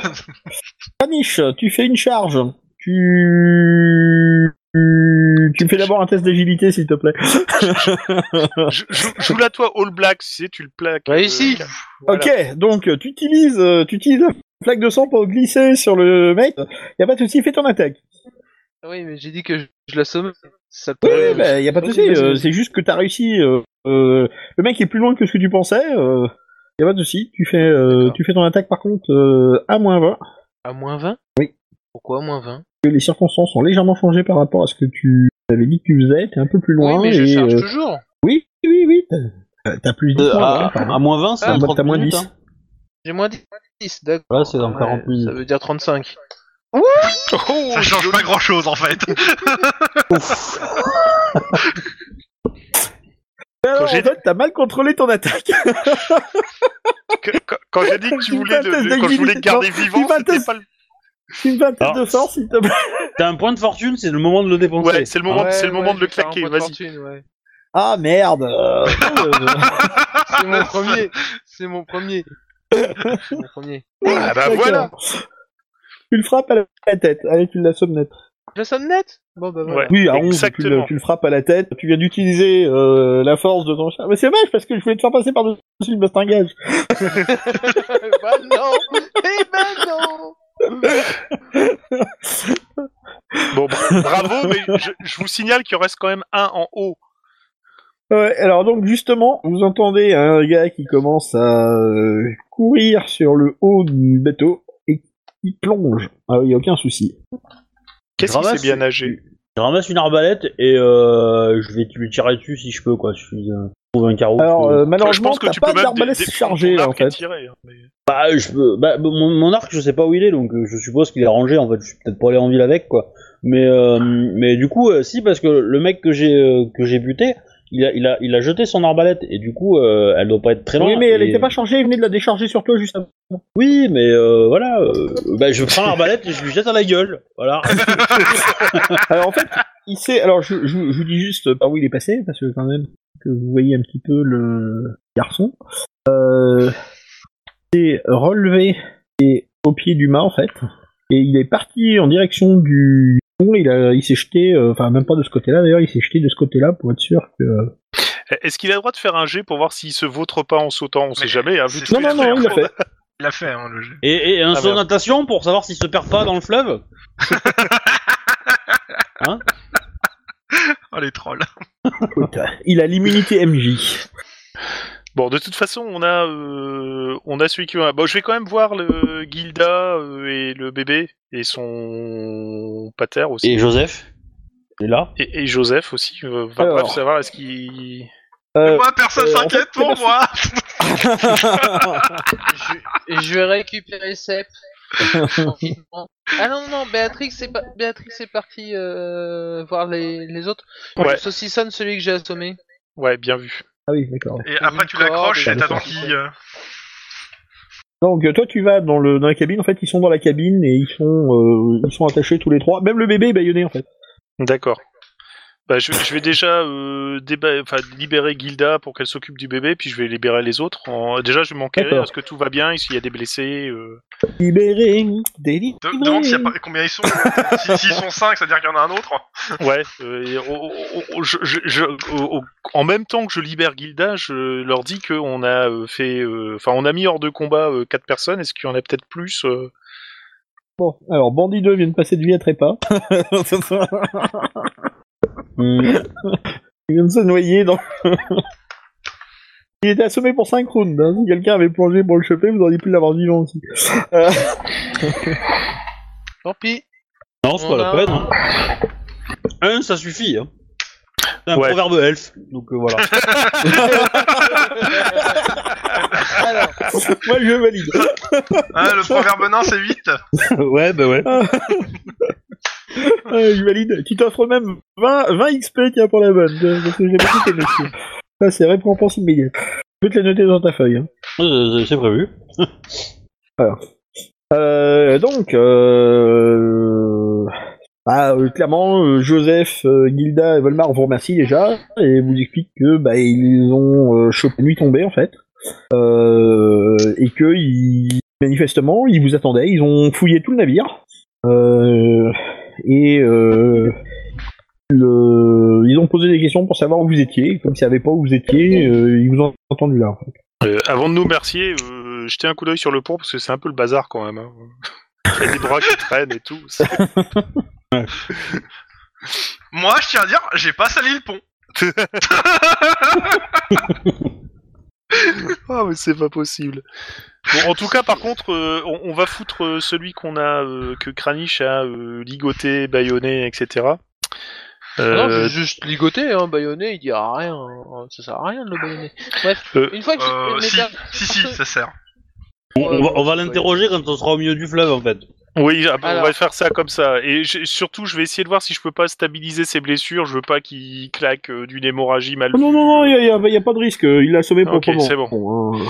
Speaker 1: Paniche, tu fais une charge. Tu, tu tu me fais d'abord un test d'agilité s'il te plaît.
Speaker 2: Jou- jou- Joue-la toi All Black, si tu le plaques.
Speaker 5: Réussi.
Speaker 2: Euh, voilà.
Speaker 1: Ok, donc euh, tu utilises, euh, tu utilises la flaque de sang pour glisser sur le mec. Y a pas de souci, fais ton attaque.
Speaker 5: Ah Oui, mais j'ai dit que je, je l'assomme. Ça
Speaker 1: Oui,
Speaker 5: peut.
Speaker 1: oui, bah, y a pas de
Speaker 5: ok,
Speaker 1: souci.
Speaker 5: vas-y,
Speaker 1: euh,
Speaker 5: vas-y.
Speaker 1: c'est juste que t'as réussi. euh, euh, le mec est plus loin que ce que tu pensais. Euh, y a pas de souci. Tu fais, euh,
Speaker 5: D'accord.
Speaker 1: tu fais ton attaque par contre euh, à moins 20.
Speaker 5: À moins 20
Speaker 1: Oui.
Speaker 5: Pourquoi à moins 20
Speaker 1: Que les circonstances ont légèrement changé par rapport à ce que tu avais dit que tu faisais. T'es un peu plus loin.
Speaker 5: Oui, mais je
Speaker 1: et,
Speaker 5: charge
Speaker 1: euh,
Speaker 5: toujours.
Speaker 1: oui, oui, oui. T'as t'as plus de.
Speaker 4: Euh, à, à moins 20, c'est
Speaker 5: Ah,
Speaker 4: dans
Speaker 1: bah,
Speaker 4: 30
Speaker 1: t'as moins
Speaker 4: minutes,
Speaker 1: 10.
Speaker 4: hein.
Speaker 5: J'ai moins 10, d'accord.
Speaker 4: Ouais, c'est dans 40
Speaker 5: Ouais,
Speaker 4: minutes.
Speaker 5: Ça veut dire 35.
Speaker 2: Oh,
Speaker 3: Ça change pas grand chose en fait.
Speaker 1: Alors, en
Speaker 2: j'ai-
Speaker 1: fait, t'as mal contrôlé ton attaque.
Speaker 2: que- quand- quand j'ai dit que
Speaker 1: Tu
Speaker 2: tu
Speaker 1: me
Speaker 2: voulais,
Speaker 1: fais un
Speaker 2: le-
Speaker 1: test
Speaker 2: le- quand je voulais
Speaker 1: d'agilité,
Speaker 2: le garder
Speaker 1: non,
Speaker 2: vivant,
Speaker 1: tu m'as
Speaker 2: c'était
Speaker 1: test-
Speaker 2: pas le.
Speaker 1: tu me fais un test
Speaker 5: Ah.
Speaker 1: de
Speaker 4: Alors-
Speaker 1: force, s'il te plaît.
Speaker 4: T'as un point de fortune, c'est le moment de le dépenser.
Speaker 2: Ouais, c'est le moment,
Speaker 5: Ouais,
Speaker 2: c'est le
Speaker 5: ouais,
Speaker 2: moment de
Speaker 5: je
Speaker 2: le
Speaker 5: vais faire un
Speaker 2: claquer.
Speaker 5: point de
Speaker 2: Vas-y.
Speaker 5: fortune, ouais.
Speaker 1: Ah merde. euh,
Speaker 5: Ah, C'est mon premier. C'est mon premier. C'est mon premier.
Speaker 2: Ah bah
Speaker 1: D'accord.
Speaker 2: voilà.
Speaker 1: Tu le frappes à la tête. Allez, tu l'assommes net.
Speaker 5: La sonnette Bon, bah voilà.
Speaker 2: Ouais,
Speaker 1: Oui, à 11, tu le,
Speaker 2: exactement.
Speaker 1: tu le frappes à la tête, tu viens d'utiliser euh, la force de ton char. Mais c'est dommage parce que je voulais te faire passer par-dessus le bastingage.
Speaker 5: bah non Eh ben non
Speaker 2: Bon, bra- bravo, mais je, je vous signale qu'il en reste quand même un en haut.
Speaker 1: Ouais, alors donc justement, vous entendez un gars qui commence à euh, courir sur le haut du bateau et qui plonge. Ah, il n'y a aucun souci.
Speaker 2: Qu'est-ce qu'il
Speaker 4: Ramasse-
Speaker 2: s'est bien nagé
Speaker 4: Je ramasse une arbalète et euh, je vais lui tirer dessus si je peux, quoi. Je suis, euh, je trouve un carreau.
Speaker 1: Alors
Speaker 4: je-
Speaker 1: euh,
Speaker 2: Je
Speaker 1: malheureusement,
Speaker 2: pense que
Speaker 1: t'as
Speaker 2: tu
Speaker 1: pas
Speaker 2: peux même dé-
Speaker 1: d'arbalète
Speaker 2: dé-
Speaker 1: chargée
Speaker 2: ton
Speaker 1: là, en
Speaker 2: arc est
Speaker 1: fait.
Speaker 2: tiré, hein, mais-
Speaker 4: Bah, je peux... bah, mon, mon arc, je sais pas où il est, donc euh, je suppose qu'il est rangé, en fait. Je suis peut-être pas allé en ville avec, quoi. Mais, euh, mais du coup, euh, si, parce que le mec que j'ai euh, que j'ai buté, il a, il, a, il a jeté son arbalète, et du coup, euh, elle doit pas être très loin.
Speaker 1: Oui, mais elle
Speaker 4: et-
Speaker 1: était pas chargée, il venait de la décharger sur toi juste avant.
Speaker 4: Oui, mais euh, voilà, euh, bah, je prends l'arbalète et je lui jette à la gueule, voilà.
Speaker 1: Alors Euh, en fait, il sait. Alors je, je, je vous dis juste par où il est passé parce que quand même que vous voyez un petit peu le garçon. Euh, il s'est relevé et au pied du mât en fait, et il est parti en direction du pont. Il a, il s'est jeté, euh, enfin même pas de ce côté-là d'ailleurs, il s'est jeté de ce côté-là pour être sûr que.
Speaker 2: Est-ce qu'il a le droit de faire un jet pour voir s'il se vautre pas en sautant On sait
Speaker 3: Mais-
Speaker 2: jamais. Hein, vu
Speaker 3: c'est-
Speaker 2: tout
Speaker 1: Non
Speaker 2: ce
Speaker 1: non
Speaker 2: qu'il
Speaker 1: non, il l'a fait.
Speaker 3: Il a fait, hein, le jeu.
Speaker 4: Et, et un
Speaker 2: Ah,
Speaker 4: saut de
Speaker 2: merde.
Speaker 4: natation pour savoir s'il se perd pas dans le fleuve
Speaker 3: Oh, les trolls.
Speaker 1: Écoute, il a l'immunité MJ.
Speaker 2: Bon, de toute façon, on a, euh, on a celui qui va. Bon, je vais quand même voir le Gilda euh, et le bébé et son pater aussi.
Speaker 4: Et Joseph est là
Speaker 2: Et, et Joseph aussi. euh, va-
Speaker 1: Alors.
Speaker 2: bref, savoir est-ce qu'il.
Speaker 1: Euh,
Speaker 3: moi, personne
Speaker 1: euh, en
Speaker 3: s'inquiète
Speaker 1: fait,
Speaker 3: pour
Speaker 1: personne-
Speaker 3: moi.
Speaker 1: Ah
Speaker 5: je, je vais récupérer Sep. tranquillement. ah non, non, Béatrix est, pa- Béatrix est partie euh, voir les, les autres.
Speaker 2: Ouais.
Speaker 5: Je saucissonne celui que j'ai assommé.
Speaker 2: Ouais, bien vu.
Speaker 1: ah oui d'accord.
Speaker 3: Et après, tu
Speaker 5: Une
Speaker 3: l'accroches
Speaker 5: corde,
Speaker 3: et
Speaker 1: et
Speaker 3: t'attends
Speaker 5: tout.
Speaker 3: qu'il. euh,
Speaker 1: Donc euh, toi tu vas dans le dans la cabine en fait ils sont dans la cabine et ils sont euh, ils sont attachés tous les trois. Même le bébé est baïonné en fait.
Speaker 2: D'accord. Bah, je, je vais déjà euh, déba- enfin, libérer Gilda pour qu'elle s'occupe du bébé, puis je vais libérer les autres. En- Déjà, je vais m'enquérir
Speaker 1: D'accord.
Speaker 2: est-ce que tout va bien, s'il y a des blessés. euh.
Speaker 1: Libéré, délivré.
Speaker 3: de- Demande s'il y a pas- combien ils sont. Si- S'ils sont 5, c'est-à-dire qu'il y en a un autre.
Speaker 2: Ouais. euh, et au- au- au- je- je- je- au- au- en même temps que je libère Gilda, je leur dis qu'on a euh, fait, euh, enfin, on a mis hors de combat euh, quatre personnes. Est-ce qu'il y en a peut-être plus euh
Speaker 1: Bon, alors Bandit 2 vient de passer de vie à trépas.
Speaker 4: hmm.
Speaker 1: Il vient de se noyer dans. Il était assommé pour 5 rounds. hein. Si quelqu'un avait plongé pour le choper, vous auriez pu l'avoir vivant aussi.
Speaker 5: Tant pis.
Speaker 4: Non, c'est pas la
Speaker 5: On a-
Speaker 4: peine. hein. Un, ça suffit. Hein. C'est un
Speaker 2: Ouais.
Speaker 4: proverbe elfe, donc euh, voilà.
Speaker 5: Alors,
Speaker 1: Moi, je valide.
Speaker 3: Hein, le proverbe nain, c'est 8.
Speaker 4: ouais, bah ouais.
Speaker 1: Euh, je valide. Tu t'offres même 20, 20 XP, tiens, pour la bonne. euh, Parce que j'ai beaucoup aimé ça. Ça, c'est récompense immédiate. Tu peux te la noter dans ta feuille. hein.
Speaker 4: C'est prévu.
Speaker 1: Euh, donc, euh... bah, euh, clairement, euh, Joseph, euh, Gilda et Volmar vous remercient déjà et vous expliquent que bah, ils ont euh, chopé nuit tombée en fait euh, et que ils- manifestement ils vous attendaient, ils ont fouillé tout le navire euh, et euh, le- ils ont posé des questions pour savoir où vous étiez. et Comme ils savaient pas où vous étiez, euh, ils vous ont entendu là. En fait.
Speaker 2: Euh, Avant de nous remercier, euh, jetez un coup d'œil sur le pont parce que c'est un peu le bazar quand même. hein. Il y a des bras qui traînent et tout. C'est-
Speaker 3: Moi, je tiens à dire, j'ai pas sali le pont.
Speaker 2: Ah, mais c'est pas possible. Bon, en tout cas, par contre, euh, on, on va foutre euh, celui qu'on a, euh, que Kranich a euh, ligoté, baïonné, etc.
Speaker 5: non,
Speaker 2: Euh,
Speaker 5: je vais juste ligoter, hein, baïonner, il dira rien. hein. Ça sert à rien de le baïonner. Bref,
Speaker 2: Euh,
Speaker 5: une fois que
Speaker 3: Euh,
Speaker 5: mes
Speaker 3: si,
Speaker 5: per-
Speaker 3: si, si, ça sert.
Speaker 4: On, on va, on va l'interroger quand on sera au milieu du fleuve, en fait.
Speaker 2: Oui, ah, bah, on va
Speaker 5: Alors.
Speaker 2: faire ça comme ça. Et j'ai- surtout, je vais essayer de voir si je peux pas stabiliser ses blessures. Je veux pas qu'il claque euh, d'une hémorragie mal.
Speaker 1: Non, non, non, il y, a- il y a pas de risque. Il l'a sauvé pour
Speaker 2: Ok, c'est bon.
Speaker 1: bon, euh,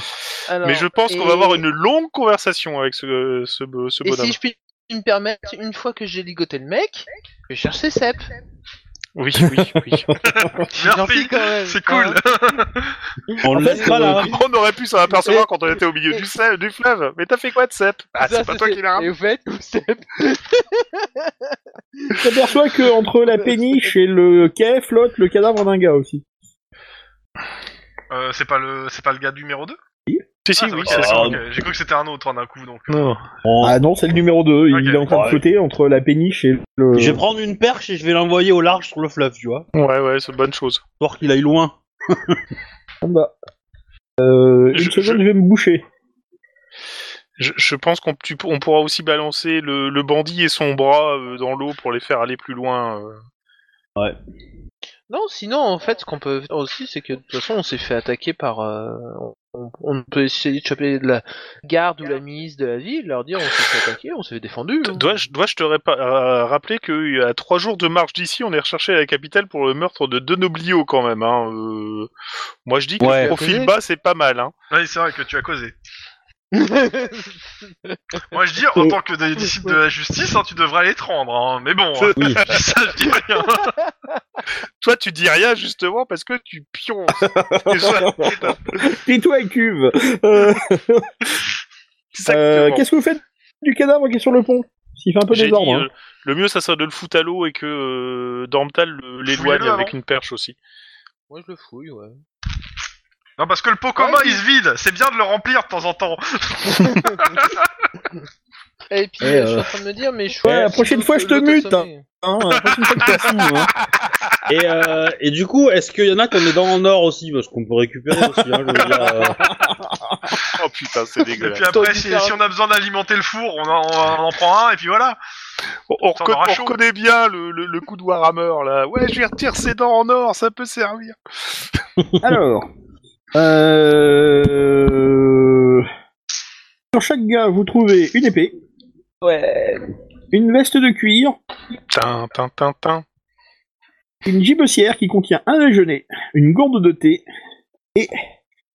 Speaker 5: alors,
Speaker 2: Mais je pense qu'on
Speaker 5: et-
Speaker 2: va avoir une longue conversation avec ce, ce, ce
Speaker 5: Et
Speaker 2: bonhomme.
Speaker 5: si je puis me permettre, une fois que j'ai ligoté le mec, je vais chercher Sep.
Speaker 2: Oui, oui, oui.
Speaker 3: Merci,
Speaker 5: quand même. Hein
Speaker 3: c'est cool.
Speaker 4: On le
Speaker 1: fait,
Speaker 4: laisse pas
Speaker 1: euh,
Speaker 4: là.
Speaker 2: on aurait pu s'en apercevoir quand on était au milieu du, sel- du fleuve. Mais t'as fait quoi de cep Ah,
Speaker 5: Ça,
Speaker 2: c'est pas toi qui l'as.
Speaker 5: Et au fait, vous savez-
Speaker 1: T'aperçois que entre la péniche et le quai flotte le cadavre d'un gars aussi.
Speaker 3: Euh, c'est pas le, c'est pas le gars numéro 2
Speaker 2: Si, si,
Speaker 3: Ah,
Speaker 2: oui,
Speaker 3: ok,
Speaker 2: c'est ça.
Speaker 3: d'accord, ok. J'ai cru que c'était un autre en un coup, donc. euh.
Speaker 2: Non.
Speaker 4: On-
Speaker 1: Ah non, c'est le numéro 2, il
Speaker 3: Ok.
Speaker 1: est en train de
Speaker 4: Ouais.
Speaker 1: flotter entre la péniche et le...
Speaker 4: Je vais prendre une perche et je vais l'envoyer au large sur le fleuve, tu vois.
Speaker 2: Ouais, ouais, c'est une bonne chose.
Speaker 4: Histoire qu'il aille loin.
Speaker 1: combat. Euh, une
Speaker 2: Je-
Speaker 1: seconde, je... vais me boucher.
Speaker 2: Je, je pense qu'on tu- on pourra aussi balancer le, le bandit et son bras euh, dans l'eau pour les faire aller plus loin. euh.
Speaker 5: Non, sinon, en fait, ce qu'on peut faire aussi, c'est que de toute façon, on s'est fait attaquer par. euh, on, on peut essayer de choper de la garde ou la ministre de la ville, leur dire on s'est fait attaquer, on s'est fait défendu. hein.
Speaker 2: Euh, Dois-je dois-je te répa- euh, rappeler qu'à trois jours de marche d'ici, on est recherché à la capitale pour le meurtre de deux nobliaux quand même. hein, euh. Moi, je dis que
Speaker 4: Ouais.
Speaker 2: le profil bas, c'est pas mal. Hein.
Speaker 3: Oui, c'est vrai que tu as causé. Moi, je dis, en tant que des disciples de la justice, hein, tu devrais aller te rendre, hein. Mais bon, hein,
Speaker 4: Oui.
Speaker 3: je dis ça, je dis rien.
Speaker 2: Toi, tu dis rien justement parce que tu pions.
Speaker 1: Et toi, cuve Euh, euh, Qu'est-ce que vous faites du cadavre qui est sur le pont S'il fait un peu
Speaker 2: J'ai
Speaker 1: désordre.
Speaker 2: dit,
Speaker 1: hein.
Speaker 2: euh, le mieux, ça serait de le foutre à l'eau et que euh, Dormtal le- l'éloigne
Speaker 3: Fouillez-le
Speaker 2: avec
Speaker 3: avant.
Speaker 2: une perche aussi.
Speaker 5: Moi, je le fouille, ouais.
Speaker 3: Non, parce que le pot commun, il se vide. C'est bien de le remplir de temps en temps.
Speaker 5: Et puis,
Speaker 1: Eh,
Speaker 5: euh, je suis
Speaker 1: euh.
Speaker 5: en train de me dire, mais je
Speaker 1: Ouais, la prochaine fois, je te mute, hein. Hein, la prochaine fois que tu passes, hein.
Speaker 4: Et, euh, et du coup, est-ce qu'il y en a qu'on est dans en or aussi Parce qu'on peut récupérer aussi, hein, je veux dire, euh.
Speaker 2: Oh putain, c'est
Speaker 3: Et
Speaker 2: dégueulasse.
Speaker 3: puis après,
Speaker 5: Tony
Speaker 3: si,
Speaker 5: Ferrari.
Speaker 3: si on a besoin d'alimenter le four, on en, on en prend un, et puis voilà.
Speaker 2: On, on
Speaker 3: Ça
Speaker 2: reco-
Speaker 3: aura
Speaker 2: on
Speaker 3: chaud.
Speaker 2: reconnaît bien le, le- le coup de Warhammer là. Ouais, je lui retire ses dents en or, ça peut servir.
Speaker 1: Alors, euh... sur chaque gars, vous trouvez une épée. Ouais. Une veste de cuir,
Speaker 2: Tin, tin, tin, tin.
Speaker 1: une gibecière qui contient un déjeuner, une gourde de thé et.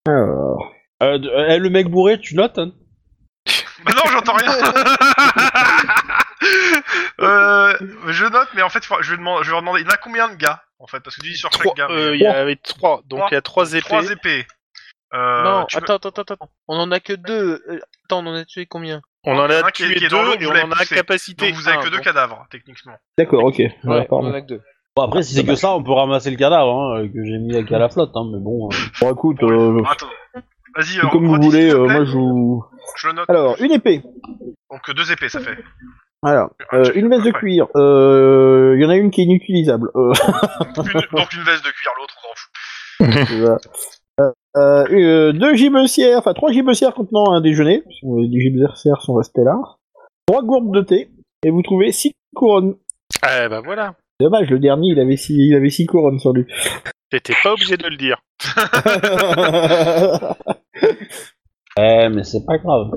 Speaker 1: Alors.
Speaker 4: Euh, d- euh, eh, le mec bourré, tu notes hein
Speaker 3: Bah non, j'entends rien. euh, je note, mais en fait, faut- je vais, demander, je vais demander, il y en a combien de gars, en fait Parce que tu dis sur chaque
Speaker 2: Trois-
Speaker 3: gars. mais-
Speaker 2: euh, Il y avait trois, donc il y a trois épées.
Speaker 3: Trois épées. Euh,
Speaker 5: non,
Speaker 3: tu peux-
Speaker 5: attends, attends, attends, attends. On en a que deux. Euh, Attends, on en a tué combien
Speaker 2: On en
Speaker 3: Il y en
Speaker 2: a
Speaker 3: a qui est-
Speaker 2: tué
Speaker 3: qui est dans
Speaker 2: deux
Speaker 3: l'eau,
Speaker 2: et
Speaker 3: vous
Speaker 2: on
Speaker 3: l'avez
Speaker 2: en a
Speaker 3: poussé.
Speaker 2: capacité.
Speaker 3: Donc vous avez
Speaker 5: un,
Speaker 3: que deux
Speaker 5: bon.
Speaker 3: cadavres, techniquement.
Speaker 1: D'accord, ok. Ouais,
Speaker 5: on
Speaker 1: pardon.
Speaker 5: en a que deux.
Speaker 4: Bon, après, si c'est que ça, on peut ramasser le cadavre hein, que j'ai mis à la flotte, hein, mais bon. euh.
Speaker 1: Bon, écoute, euh,
Speaker 3: Attends. Vas-y,
Speaker 1: c'est
Speaker 3: euh,
Speaker 1: comme vous
Speaker 3: redis,
Speaker 1: voulez,
Speaker 3: s'il te
Speaker 1: euh,
Speaker 3: plaît.
Speaker 1: moi je vous.
Speaker 3: Je le note.
Speaker 1: Alors, une épée.
Speaker 3: Donc euh, deux épées, ça fait.
Speaker 1: Alors, euh, une veste de cuir. Euh, Il y en a une qui est inutilisable. Euh,
Speaker 3: Une- donc une veste de cuir, l'autre, on s'en fout.
Speaker 1: Voilà. Euh, euh, euh, deux gibecières, enfin trois gibecières contenant un déjeuner, parce que les gibecières sont restées là, trois gourdes de thé, et vous trouvez six couronnes.
Speaker 2: Eh ben voilà.
Speaker 1: Dommage, le dernier il avait six, il avait six couronnes sur lui.
Speaker 2: T'étais pas obligé de le dire.
Speaker 4: Eh, mais c'est pas grave.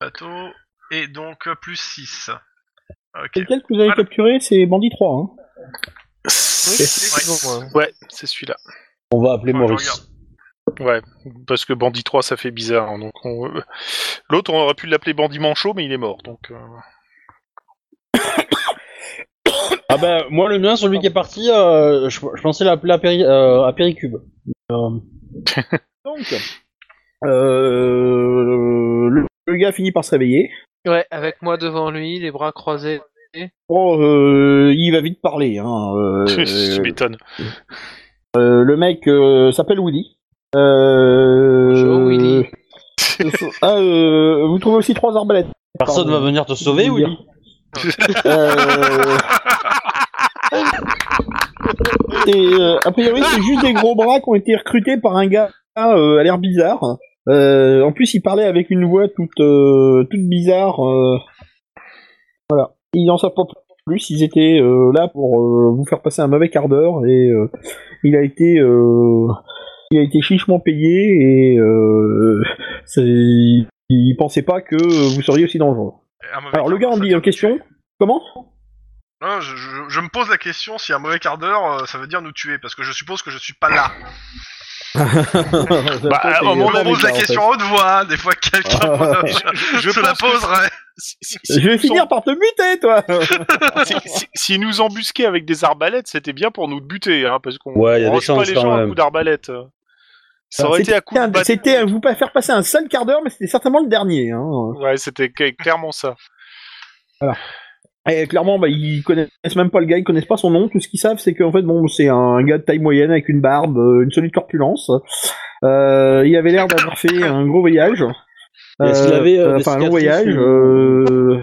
Speaker 3: Bateau. Et donc euh, plus 6. Ok.
Speaker 1: Quelqu'un que vous avez
Speaker 3: Voilà.
Speaker 1: capturé, c'est Bandit 3. Hein.
Speaker 5: Oui, c'est bon, ouais.
Speaker 2: Ouais, c'est celui-là.
Speaker 4: On va appeler
Speaker 3: Ouais,
Speaker 4: Maurice.
Speaker 2: Ouais, parce que Bandit 3, ça fait bizarre. hein, donc on- L'autre, on aurait pu l'appeler Bandit Manchot, mais il est mort. Donc, euh,
Speaker 4: Ah bah, moi, le mien, celui qui est parti, euh, je, je pensais l'appeler à, Péri- euh, à Péricube. Euh,
Speaker 1: Donc, euh, le, le gars finit par se réveiller.
Speaker 5: Ouais, avec moi devant lui, les bras croisés.
Speaker 1: Bon, euh, il va vite parler. Hein,
Speaker 2: tu
Speaker 1: euh,
Speaker 2: m'étonnes.
Speaker 1: Euh, le mec euh, s'appelle Willy. Euh...
Speaker 5: Bonjour, Willy.
Speaker 1: Ah, euh, vous trouvez aussi trois arbalètes.
Speaker 4: personne va venir te sauver, oui
Speaker 1: Euh... Et, euh, a priori, c'est juste des gros bras qui ont été recrutés par un gars euh, à l'air bizarre. Euh, en plus, il parlait avec une voix toute, euh, toute bizarre. euh. Voilà. Ils n'en savent pas plus. Ils étaient euh, là pour euh, vous faire passer un mauvais quart d'heure et euh, il a été euh, il a été chichement payé et euh, c'est- il pensait pas que vous seriez aussi dangereux.
Speaker 3: Un mauvais
Speaker 1: Alors le gars
Speaker 3: quart
Speaker 1: en,
Speaker 3: d'heure,
Speaker 1: dit- euh,
Speaker 3: ça-
Speaker 1: en question, comment
Speaker 3: Non, je, je- je me pose la question si un mauvais quart d'heure, euh, ça veut dire nous tuer, parce que je suppose que je suis pas là.
Speaker 5: Ah,
Speaker 2: Bah,
Speaker 1: Ça peut être-
Speaker 2: au
Speaker 3: On
Speaker 2: moment
Speaker 1: euh,
Speaker 3: me pose la
Speaker 1: en fait.
Speaker 3: question en haute voix, hein, des fois quelqu'un
Speaker 1: Ah.
Speaker 3: je,
Speaker 2: Je
Speaker 3: la
Speaker 2: pense que-
Speaker 3: poserait.
Speaker 2: si- si- si
Speaker 1: Je vais
Speaker 2: nous
Speaker 1: finir par te buter, toi
Speaker 2: en- si- si- S'ils nous embusquaient avec des arbalètes, c'était bien pour nous buter, hein, parce qu'on
Speaker 4: Ouais, il y a
Speaker 2: on
Speaker 4: des
Speaker 2: lance pas
Speaker 4: chances,
Speaker 2: les
Speaker 4: quand
Speaker 2: gens à
Speaker 4: même.
Speaker 2: coup d'arbalète. Ça aurait
Speaker 1: Ah, C'était
Speaker 2: été à coup de
Speaker 1: un-
Speaker 2: bâton.
Speaker 1: C'était à vous pas faire passer un seul quart d'heure, mais c'était certainement le dernier. Hein.
Speaker 2: Ouais, c'était cl- clairement ça.
Speaker 1: Et clairement, bah, ils connaissent même pas le gars, ils connaissent pas son nom. Tout ce qu'ils savent, c'est qu'en fait, bon, c'est un gars de taille moyenne avec une barbe, euh, une solide corpulence. Euh, il avait l'air d'avoir fait un gros voyage.
Speaker 4: Et est-ce qu'il avait, euh, des
Speaker 1: enfin, un long
Speaker 4: cicatrices
Speaker 1: voyage.
Speaker 4: ou-
Speaker 1: euh,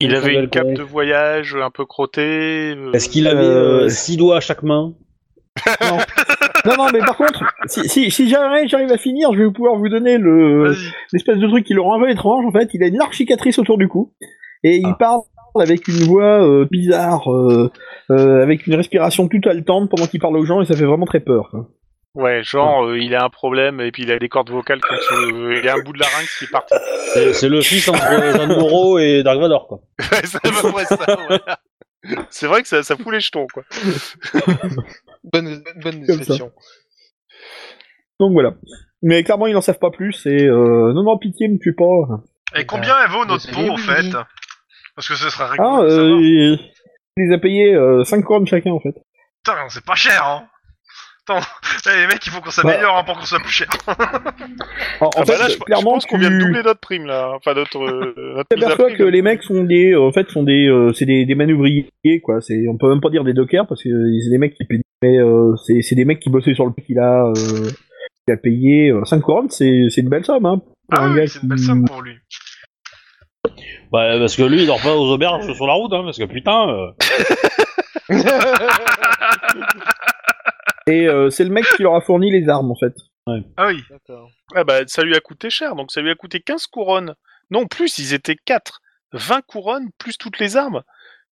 Speaker 2: Il
Speaker 4: Très
Speaker 2: avait
Speaker 4: belle
Speaker 2: une cape
Speaker 4: connerie.
Speaker 2: de voyage un peu crottée. euh,
Speaker 4: Est-ce qu'il avait
Speaker 1: Euh,
Speaker 4: euh, six doigts à chaque main
Speaker 1: non. non, non, mais par contre, si, si, si jamais j'arrive à finir, je vais pouvoir vous donner le
Speaker 3: Vas-y.
Speaker 1: l'espèce de truc qui le rend un peu étrange. En fait, il a une large cicatrice autour du cou et il
Speaker 4: Ah.
Speaker 1: parle avec une voix euh, bizarre, euh, euh, avec une respiration toute haletante pendant qu'il parle aux gens et ça fait vraiment très peur. quoi.
Speaker 2: Ouais, genre, euh, il a un problème et puis il a des cordes vocales comme ça, euh, il a un bout de larynx qui part.
Speaker 4: C'est c'est le fils entre Jean Moreau et Dark Vador, quoi.
Speaker 2: Ouais, c'est à peu près ça, ouais. C'est vrai que ça, ça fout les jetons, quoi.
Speaker 5: Bonne, bonne
Speaker 1: ça.
Speaker 5: description.
Speaker 1: Donc voilà. Mais clairement, ils n'en savent pas plus et euh, non, non, pitié, me tue pas.
Speaker 3: Et combien elle vaut notre
Speaker 5: Mais
Speaker 3: peau, en
Speaker 5: c'est
Speaker 3: fait
Speaker 5: lui.
Speaker 3: Parce que ce sera
Speaker 1: Ah,
Speaker 3: rigolo. de
Speaker 1: euh,
Speaker 3: savoir.
Speaker 1: il il les a payés 5 couronnes chacun en fait.
Speaker 3: Putain, c'est pas cher, hein. Attends, eh, les mecs, il faut qu'on
Speaker 1: Bah.
Speaker 3: s'améliore hein, pour qu'on soit plus cher.
Speaker 1: En, en
Speaker 2: Ah bah
Speaker 1: fait,
Speaker 2: là, je, je
Speaker 1: clairement,
Speaker 2: pense qu'on vient de
Speaker 1: tu-
Speaker 2: doubler notre prime, là. Enfin, notre. euh, notre
Speaker 1: Tu
Speaker 2: mise à
Speaker 1: t'aperçois
Speaker 2: prix,
Speaker 1: que
Speaker 2: là.
Speaker 1: les mecs sont des, euh, en fait, sont des, euh, c'est des, des manœuvriers quoi. C'est, on peut même pas dire des dockers parce que euh, c'est des mecs qui payent, mais euh, c'est, c'est des mecs qui bossaient sur le qu'il a, euh, qu'il a payé 5 couronnes, c'est, c'est une belle somme, hein. pour
Speaker 3: Ah
Speaker 1: un gars
Speaker 3: oui, c'est une belle
Speaker 1: qui-
Speaker 3: somme pour lui.
Speaker 4: Bah, parce que lui, il dort pas aux auberges sur la route, hein, parce que putain. euh,
Speaker 1: Et euh, c'est le mec qui leur a fourni les armes en fait.
Speaker 3: Ah oui.
Speaker 5: D'accord.
Speaker 2: Ah bah, ça lui a coûté cher, donc ça lui a coûté 15 couronnes. Non, plus, ils étaient 4. 20 couronnes, plus toutes les armes.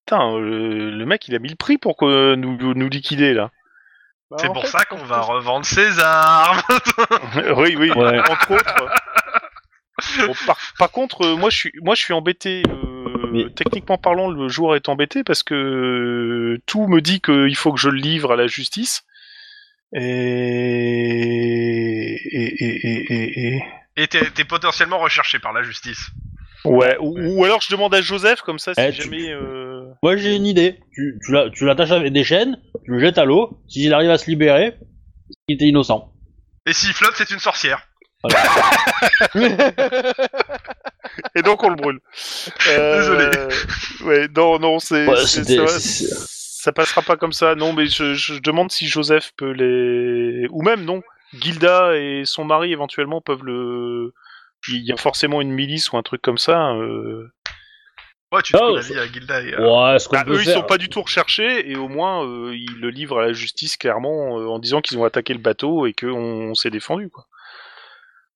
Speaker 2: Putain, euh, le, mec, il a mis le prix pour que nous, nous liquider, là.
Speaker 5: Bah,
Speaker 3: C'est
Speaker 5: en
Speaker 3: pour
Speaker 5: fait,
Speaker 3: ça
Speaker 5: je
Speaker 3: qu'on
Speaker 5: pense
Speaker 3: va
Speaker 5: que-
Speaker 3: revendre ses armes.
Speaker 2: oui, oui,
Speaker 4: Ouais.
Speaker 2: entre autres. Bon, par, par contre, euh, moi, je suis, moi, je suis embêté. euh,
Speaker 4: Mais-
Speaker 2: Techniquement parlant, le joueur est embêté parce que euh, tout me dit qu'il faut que je le livre à la justice. Et, et, et, et- et- et-
Speaker 3: Et t'es t'es potentiellement recherché par la justice.
Speaker 2: Ouais, ou, ou alors je demande à Joseph, comme ça, si
Speaker 4: Eh, tu-
Speaker 2: jamais. euh,
Speaker 4: Moi, j'ai une idée. Tu, tu la- tu l'attaches avec des chaînes, tu le jettes à l'eau. S'il arrive à se libérer, il était innocent.
Speaker 3: Et s'il flotte, c'est une sorcière.
Speaker 2: Et donc on le brûle. Euh,
Speaker 3: Désolé.
Speaker 2: Ouais, non, non, c'est.
Speaker 4: Ouais,
Speaker 2: c'est-
Speaker 4: c'était-
Speaker 2: c'est vrai,
Speaker 4: c'est-
Speaker 2: Ça passera pas comme ça. Non, mais je, je demande si Joseph peut les. Ou même, non. Gilda et son mari éventuellement peuvent le. Il y a forcément une milice ou un truc comme ça. euh.
Speaker 3: Ouais, tu
Speaker 4: Ah,
Speaker 3: trouves la
Speaker 4: ça-
Speaker 3: vie à Gilda et... euh,
Speaker 4: Ouais, ce qu'on
Speaker 2: Bah,
Speaker 4: peut
Speaker 2: eux, ils
Speaker 4: faire.
Speaker 2: sont pas du tout recherchés et au moins euh, ils le livrent à la justice clairement euh, en disant qu'ils ont attaqué le bateau et qu'on on s'est défendu. Quoi.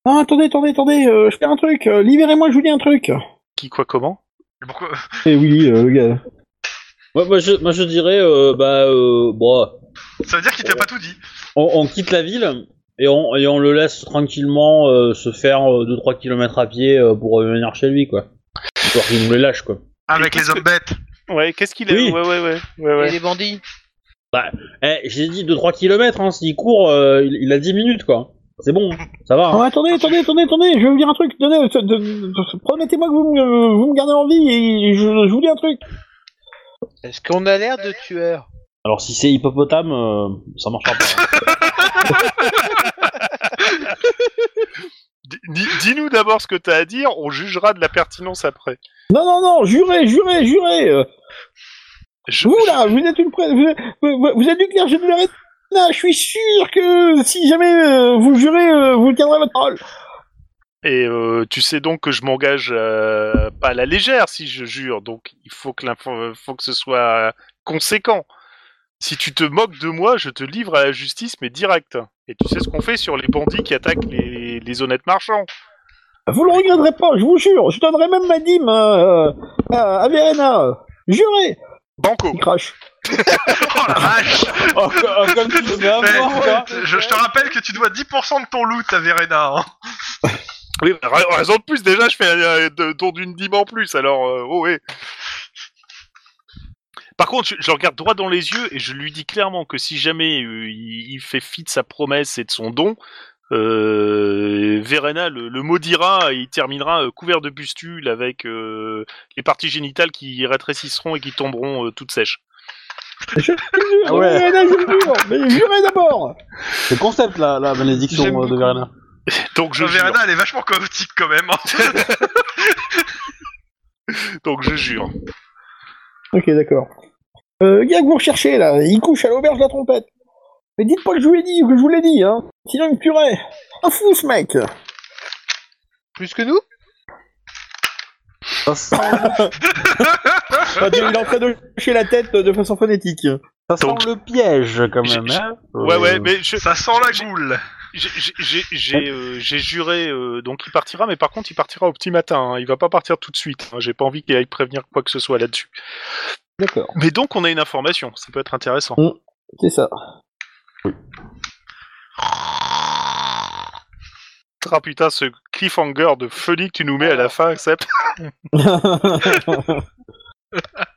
Speaker 1: Non, attendez, attendez, attendez, euh, je fais un truc, euh, libérez-moi, je vous dis un truc.
Speaker 2: Qui, quoi, comment
Speaker 3: mais pourquoi...
Speaker 1: Et oui, euh, le gars.
Speaker 4: Ouais, moi, je, moi, je dirais, euh, bah, euh, bon,
Speaker 3: Ça veut dire qu'il t'a
Speaker 2: Euh,
Speaker 3: pas tout dit.
Speaker 4: on, on quitte la ville et on, et on le laisse tranquillement euh, se faire 2-3 km à pied euh, pour revenir chez lui, quoi. Histoire qu'il nous les lâche, quoi.
Speaker 3: Avec Ah, les
Speaker 2: qu'est-ce
Speaker 3: hommes bêtes.
Speaker 2: Ouais, qu'est-ce qu'il a
Speaker 4: Oui.
Speaker 2: Ouais, ouais, ouais. ouais,
Speaker 5: Et
Speaker 2: ouais.
Speaker 5: les bandits
Speaker 4: Eh, j'ai dit 2-3 km, hein, s'il court, euh, il, il a 10 minutes, quoi. C'est bon, ça va. hein.
Speaker 1: Non, attendez, attendez, attendez, attendez, je vais vous dire un truc, donnez, euh, de- de- de- promettez-moi que vous, me- euh, vous me gardez en vie et je, je vous dis un truc.
Speaker 5: Est-ce qu'on a l'air de tueurs
Speaker 4: Alors, si c'est hippopotame, euh, ça marchera pas. hein.
Speaker 2: Di- di- Dis-nous d'abord ce que t'as à dire, on jugera de la pertinence après.
Speaker 1: Non, non, non, jurez, jurez, jurez. euh,
Speaker 2: Je-
Speaker 1: Vous là, vous êtes une pré- vous, vous- vous êtes du clergé de l'Arena, je suis sûr que si jamais euh, vous jurez, euh, vous tiendrez votre parole.
Speaker 2: Et euh, tu sais donc que je m'engage euh, pas à la légère si je jure, donc il faut que, l'info- euh, faut que ce soit euh, conséquent. Si tu te moques de moi, je te livre à la justice, mais direct. Et tu sais ce qu'on fait sur les bandits qui attaquent les, les honnêtes marchands.
Speaker 1: Vous le regretterez pas, je vous jure, je donnerai même ma dîme euh, à, à Verena. Jurez
Speaker 2: Banco
Speaker 1: Il crache.
Speaker 3: Oh la vache
Speaker 4: oh, co- comme tu le fais hein, avoir, quoi.
Speaker 3: je, je te rappelle que tu dois 10% de ton loot à Verena. Hein.
Speaker 2: Oui, bah, ra- raison de plus, déjà, je fais euh, de- don d'une dîme en plus, alors, euh, oh ouais. Par contre, je, je le regarde droit dans les yeux et je lui dis clairement que si jamais euh, il, il fait fi de sa promesse et de son don, Euh, Verena le, le maudira et il terminera euh, couvert de pustules avec euh, les parties génitales qui rétrécisseront et qui tomberont euh, toutes sèches.
Speaker 1: Je le jure,
Speaker 4: Ah ouais.
Speaker 1: Verena, je le jure, mais jurez d'abord
Speaker 4: C'est concept la, la malédiction
Speaker 3: J'aime
Speaker 4: euh, de
Speaker 3: beaucoup.
Speaker 4: Verena.
Speaker 2: Donc je
Speaker 3: Non,
Speaker 2: jure.
Speaker 3: Ah, Verena, elle est vachement chaotique quand même. hein.
Speaker 2: Donc je jure.
Speaker 1: Ok, d'accord. Euh, le gars que vous recherchez, là, il couche à l'auberge de la trompette. Mais dites pas que je vous l'ai dit, ou que je vous l'ai dit, hein. Sinon, il me tuerait. Un fou, ce mec
Speaker 5: Plus que nous
Speaker 4: Ça, ça-
Speaker 1: Enfin, tu- Il est en train de coucher la tête de façon phonétique.
Speaker 4: ça sent
Speaker 2: Donc-
Speaker 4: le piège quand même.
Speaker 2: J'ai-
Speaker 4: hein.
Speaker 2: Ouais
Speaker 4: Euh,
Speaker 2: ouais, mais je-
Speaker 3: Ça sent la goule.
Speaker 2: j'ai- j'ai j'ai- j'ai, euh, j'ai juré euh, donc il partira, mais par contre il partira au petit matin. hein. Il va pas partir tout de suite. hein. J'ai pas envie qu'il aille prévenir quoi que ce soit là-dessus.
Speaker 1: D'accord.
Speaker 2: Mais donc on a une information. Ça peut être intéressant.
Speaker 1: C'est ça.
Speaker 2: Ah putain, ce cliffhanger de folie que tu nous mets à la fin, Sep.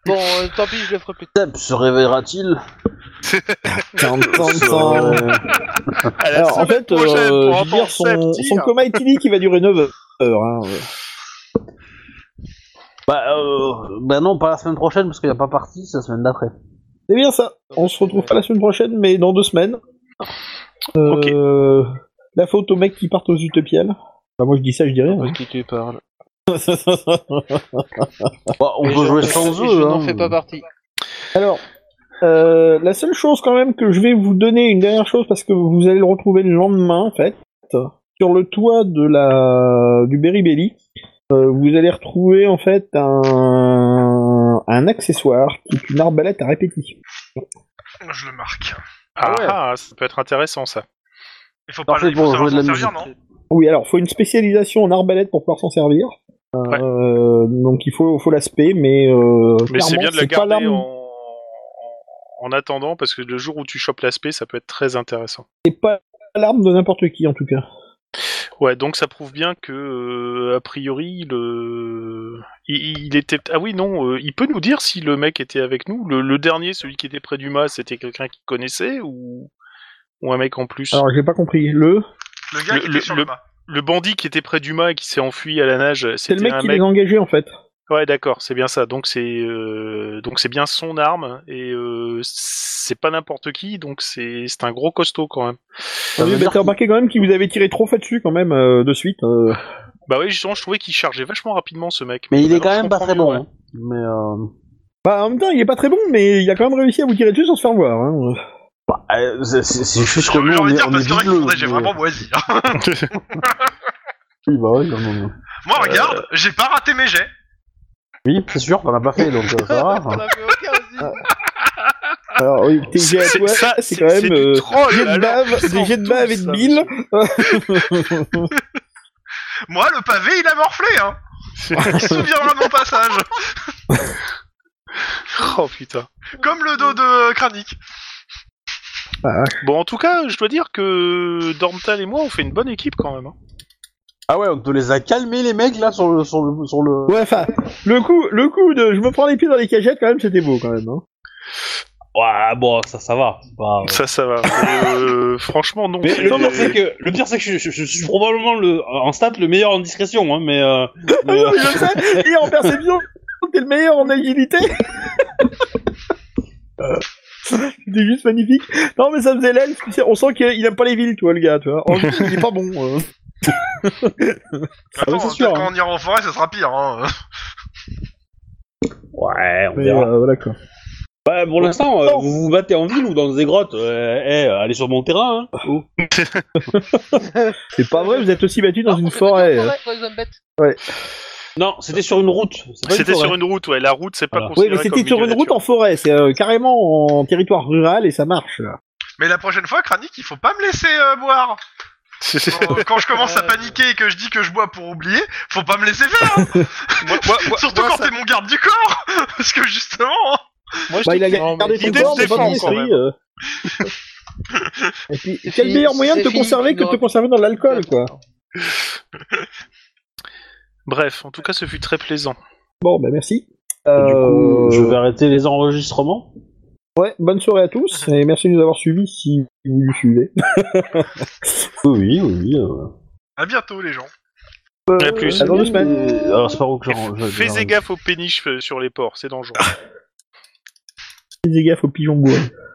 Speaker 5: Bon, euh, tant pis, je le ferai plus tard.
Speaker 4: Seb se réveillera-t-il euh,
Speaker 1: Tan, tan, tan.
Speaker 2: À la
Speaker 1: Alors, en
Speaker 2: semaine
Speaker 1: fait,
Speaker 2: prochaine
Speaker 1: euh,
Speaker 2: pour
Speaker 1: je veux dire,
Speaker 2: entendre Sep
Speaker 1: son, son
Speaker 2: dire.
Speaker 1: coma éthylique, il va durer 9 heures. Hein.
Speaker 4: Bah, euh, bah non, pas la semaine prochaine parce qu'il n'y a pas parti, c'est la semaine d'après.
Speaker 1: C'est bien ça. On se retrouve pas la semaine prochaine, mais dans deux semaines. Euh, La faute aux mecs qui partent aux utopiales. Bah, moi, je dis ça, je dis
Speaker 4: Eh
Speaker 1: rien.
Speaker 5: qui tu parles
Speaker 4: Bah, on peut jouer sans
Speaker 5: Je
Speaker 4: eux.
Speaker 5: n'en
Speaker 4: hein.
Speaker 5: fais pas partie.
Speaker 1: Alors, euh, la seule chose quand même que je vais vous donner, une dernière chose, parce que vous allez le retrouver le lendemain, en fait, sur le toit de la du Beribelli, euh, vous allez retrouver en fait un, un accessoire qui est une arbalète à répétition.
Speaker 3: Je le marque.
Speaker 2: Ah,
Speaker 4: Ouais.
Speaker 2: ah, ça peut être intéressant ça. Ah,
Speaker 3: Il faut pas
Speaker 4: Parfait
Speaker 3: il faut
Speaker 4: pour
Speaker 3: savoir
Speaker 4: jouer de la
Speaker 3: s'en servir,
Speaker 4: musique.
Speaker 3: non
Speaker 1: Oui, alors faut une spécialisation en arbalète pour pouvoir s'en servir. Euh, Donc il faut, faut l'aspect, mais, euh,
Speaker 2: Mais c'est
Speaker 1: clairement,
Speaker 2: bien de la
Speaker 1: pas
Speaker 2: garder
Speaker 1: l'arme-
Speaker 2: en... en attendant parce que le jour où tu chopes l'aspect, ça peut être très intéressant.
Speaker 1: C'est pas l'arme de n'importe qui en tout cas.
Speaker 2: Ouais, donc ça prouve bien que euh, a priori le il, il était ah oui non, euh, il peut nous dire si le mec était avec nous. Le, le dernier, celui qui était près du mât, c'était quelqu'un qu'il connaissait ou ou un mec en plus.
Speaker 1: Alors j'ai pas compris. Le
Speaker 3: Le gars
Speaker 2: Le-
Speaker 3: qui
Speaker 2: le-
Speaker 3: était sur
Speaker 2: le-
Speaker 3: le mât.
Speaker 2: Le bandit qui était près du mât et qui s'est enfui à la nage,
Speaker 1: c'est le
Speaker 2: c'était
Speaker 1: mec
Speaker 2: un
Speaker 1: qui
Speaker 2: mec
Speaker 1: les a engagés en fait.
Speaker 2: Ouais, d'accord, c'est bien ça. Donc c'est euh, donc c'est bien son arme et euh, c'est pas n'importe qui, donc c'est c'est un gros costaud quand même.
Speaker 4: Ça
Speaker 1: Oui,
Speaker 4: veut
Speaker 1: mais
Speaker 4: dire
Speaker 1: t'as remarqué quand même qu'il vous avait tiré trop fait dessus quand même euh, de suite. euh.
Speaker 2: Bah oui, justement, je trouvais qu'il chargeait vachement rapidement ce mec.
Speaker 4: Mais il est
Speaker 2: Alors,
Speaker 4: quand
Speaker 2: je
Speaker 4: même pas
Speaker 2: comprends
Speaker 4: très
Speaker 2: mieux,
Speaker 4: bon.
Speaker 2: ouais.
Speaker 4: hein. Mais euh,
Speaker 1: Bah en même temps, il est pas très bon, mais il a quand même réussi à vous tirer dessus sans se faire voir. Hein.
Speaker 4: bah, euh, c'est- c'est c'est juste
Speaker 3: J'ai
Speaker 4: que nous, on
Speaker 3: envie de
Speaker 4: est
Speaker 3: dire
Speaker 4: on est
Speaker 3: parce que vrai qu'il
Speaker 4: vigleux,
Speaker 3: faudrait- j'ai
Speaker 4: mais-
Speaker 3: vraiment moisi. hein.
Speaker 4: Oui, bah oui, quand même.
Speaker 3: Moi, regarde, j'ai pas raté mes jets.
Speaker 4: Oui, c'est sûr, on l'a pas fait, donc euh, ça va.
Speaker 5: On a fait aucun
Speaker 4: Ah.
Speaker 5: aussi.
Speaker 1: Alors oui, tes
Speaker 2: C'est
Speaker 1: jets à
Speaker 2: c'est-
Speaker 1: toi,
Speaker 2: ça,
Speaker 1: c'est quand même
Speaker 2: du
Speaker 1: euh,
Speaker 2: troll, oh
Speaker 1: jets de
Speaker 2: alors,
Speaker 1: bave,
Speaker 2: puissance
Speaker 1: des jets de bave et de
Speaker 2: douce, ça,
Speaker 1: bile.
Speaker 2: monsieur.
Speaker 3: Moi, le pavé, il a morflé, hein. Il se souviendra de mon passage.
Speaker 2: oh putain.
Speaker 3: Comme le dos de Kranik.
Speaker 2: Bon, en tout cas, je dois dire que Dormtal et moi, on fait une bonne équipe quand même. hein.
Speaker 4: Ah ouais, on te les a calmés, les mecs, là, sur le. Sur le, sur le...
Speaker 1: Ouais, enfin, le coup, le coup de, je me prends les pieds dans les cagettes quand même, c'était beau quand même. Hein.
Speaker 4: Ouais, bon, ça, ça va. c'est Pas...
Speaker 2: Ça, ça va. Euh, franchement, non.
Speaker 4: Mais
Speaker 2: c'est-
Speaker 4: le pire, c'est que, le pire, c'est que je, je- je suis probablement le, en stat le meilleur en discrétion, hein, mais. euh,
Speaker 1: Ah
Speaker 4: mais,
Speaker 1: oui, je sais. Et en perception, t'es le meilleur en agilité. C'était juste magnifique. Non, mais ça faisait l'elfe. tu sais, On sent qu'il aime pas les villes, toi, le gars, tu vois. En ville, il est pas bon. euh.
Speaker 3: Attends,
Speaker 4: ouais, c'est
Speaker 3: peut-être
Speaker 4: sûr,
Speaker 3: quand
Speaker 4: hein.
Speaker 3: on ira en forêt, ça sera pire, hein.
Speaker 4: Ouais, on
Speaker 1: Mais,
Speaker 4: verra.
Speaker 1: euh, voilà quoi.
Speaker 4: Bah, pour l'instant, euh,
Speaker 1: Non.
Speaker 4: vous vous battez en ville ou dans des grottes. Euh, eh, euh, allez sur mon terrain, hein. Oh.
Speaker 1: C'est pas vrai, vous êtes aussi battu dans
Speaker 5: Non, on
Speaker 1: une
Speaker 5: s'est battu en
Speaker 1: forêt.
Speaker 4: euh,
Speaker 5: forêt, pour les hommes bêtes.
Speaker 4: Non, c'était sur une route. c'est pas une
Speaker 2: C'était
Speaker 4: forêt.
Speaker 2: sur une route, ouais. La route, c'est pas
Speaker 4: Voilà.
Speaker 1: Oui,
Speaker 2: considéré
Speaker 1: mais c'était
Speaker 2: comme
Speaker 1: sur
Speaker 2: milieu
Speaker 1: une route en
Speaker 2: naturel.
Speaker 1: forêt, c'est euh, carrément en territoire rural et ça marche. Là.
Speaker 3: Mais la prochaine fois, Kranik, il faut pas me laisser euh, boire. Quand- Quand je commence à paniquer et que je dis que je bois pour oublier, faut pas me laisser faire. hein.
Speaker 2: Moi- moi- moi-
Speaker 3: Surtout
Speaker 2: moi,
Speaker 3: quand
Speaker 2: ça-
Speaker 3: t'es mon garde du corps. Parce que justement, hein,
Speaker 2: moi, je
Speaker 1: Bah, il a
Speaker 2: dis- Non,
Speaker 1: gardé
Speaker 2: mais
Speaker 1: ton
Speaker 2: l'idée
Speaker 1: corps,
Speaker 2: se
Speaker 1: mais pas
Speaker 2: défend,
Speaker 1: ton
Speaker 2: quand même.
Speaker 1: esprit. euh. Et puis,
Speaker 5: C'est
Speaker 1: quel
Speaker 5: fini,
Speaker 1: meilleur moyen de
Speaker 5: c'est
Speaker 1: te
Speaker 5: fini,
Speaker 1: conserver
Speaker 5: tu
Speaker 1: que de te
Speaker 5: l'auras.
Speaker 1: conserver dans de l'alcool, quoi.
Speaker 2: Bref, en tout cas, ce fut très plaisant.
Speaker 1: Bon, bah merci.
Speaker 4: Du coup,
Speaker 1: Euh,
Speaker 4: je vais arrêter les enregistrements.
Speaker 1: Ouais, bonne soirée à tous et merci de nous avoir suivis si vous nous suivez.
Speaker 4: Oui, oui, oui. euh.
Speaker 3: À bientôt, les gens.
Speaker 2: À plus.
Speaker 1: À dans deux semaines.
Speaker 4: Euh, Alors, c'est pas où que j'en- je-
Speaker 2: Fais
Speaker 4: j'en-
Speaker 2: gaffe aux péniches euh, sur les ports, c'est dangereux.
Speaker 1: Faites gaffe aux pigeons bois.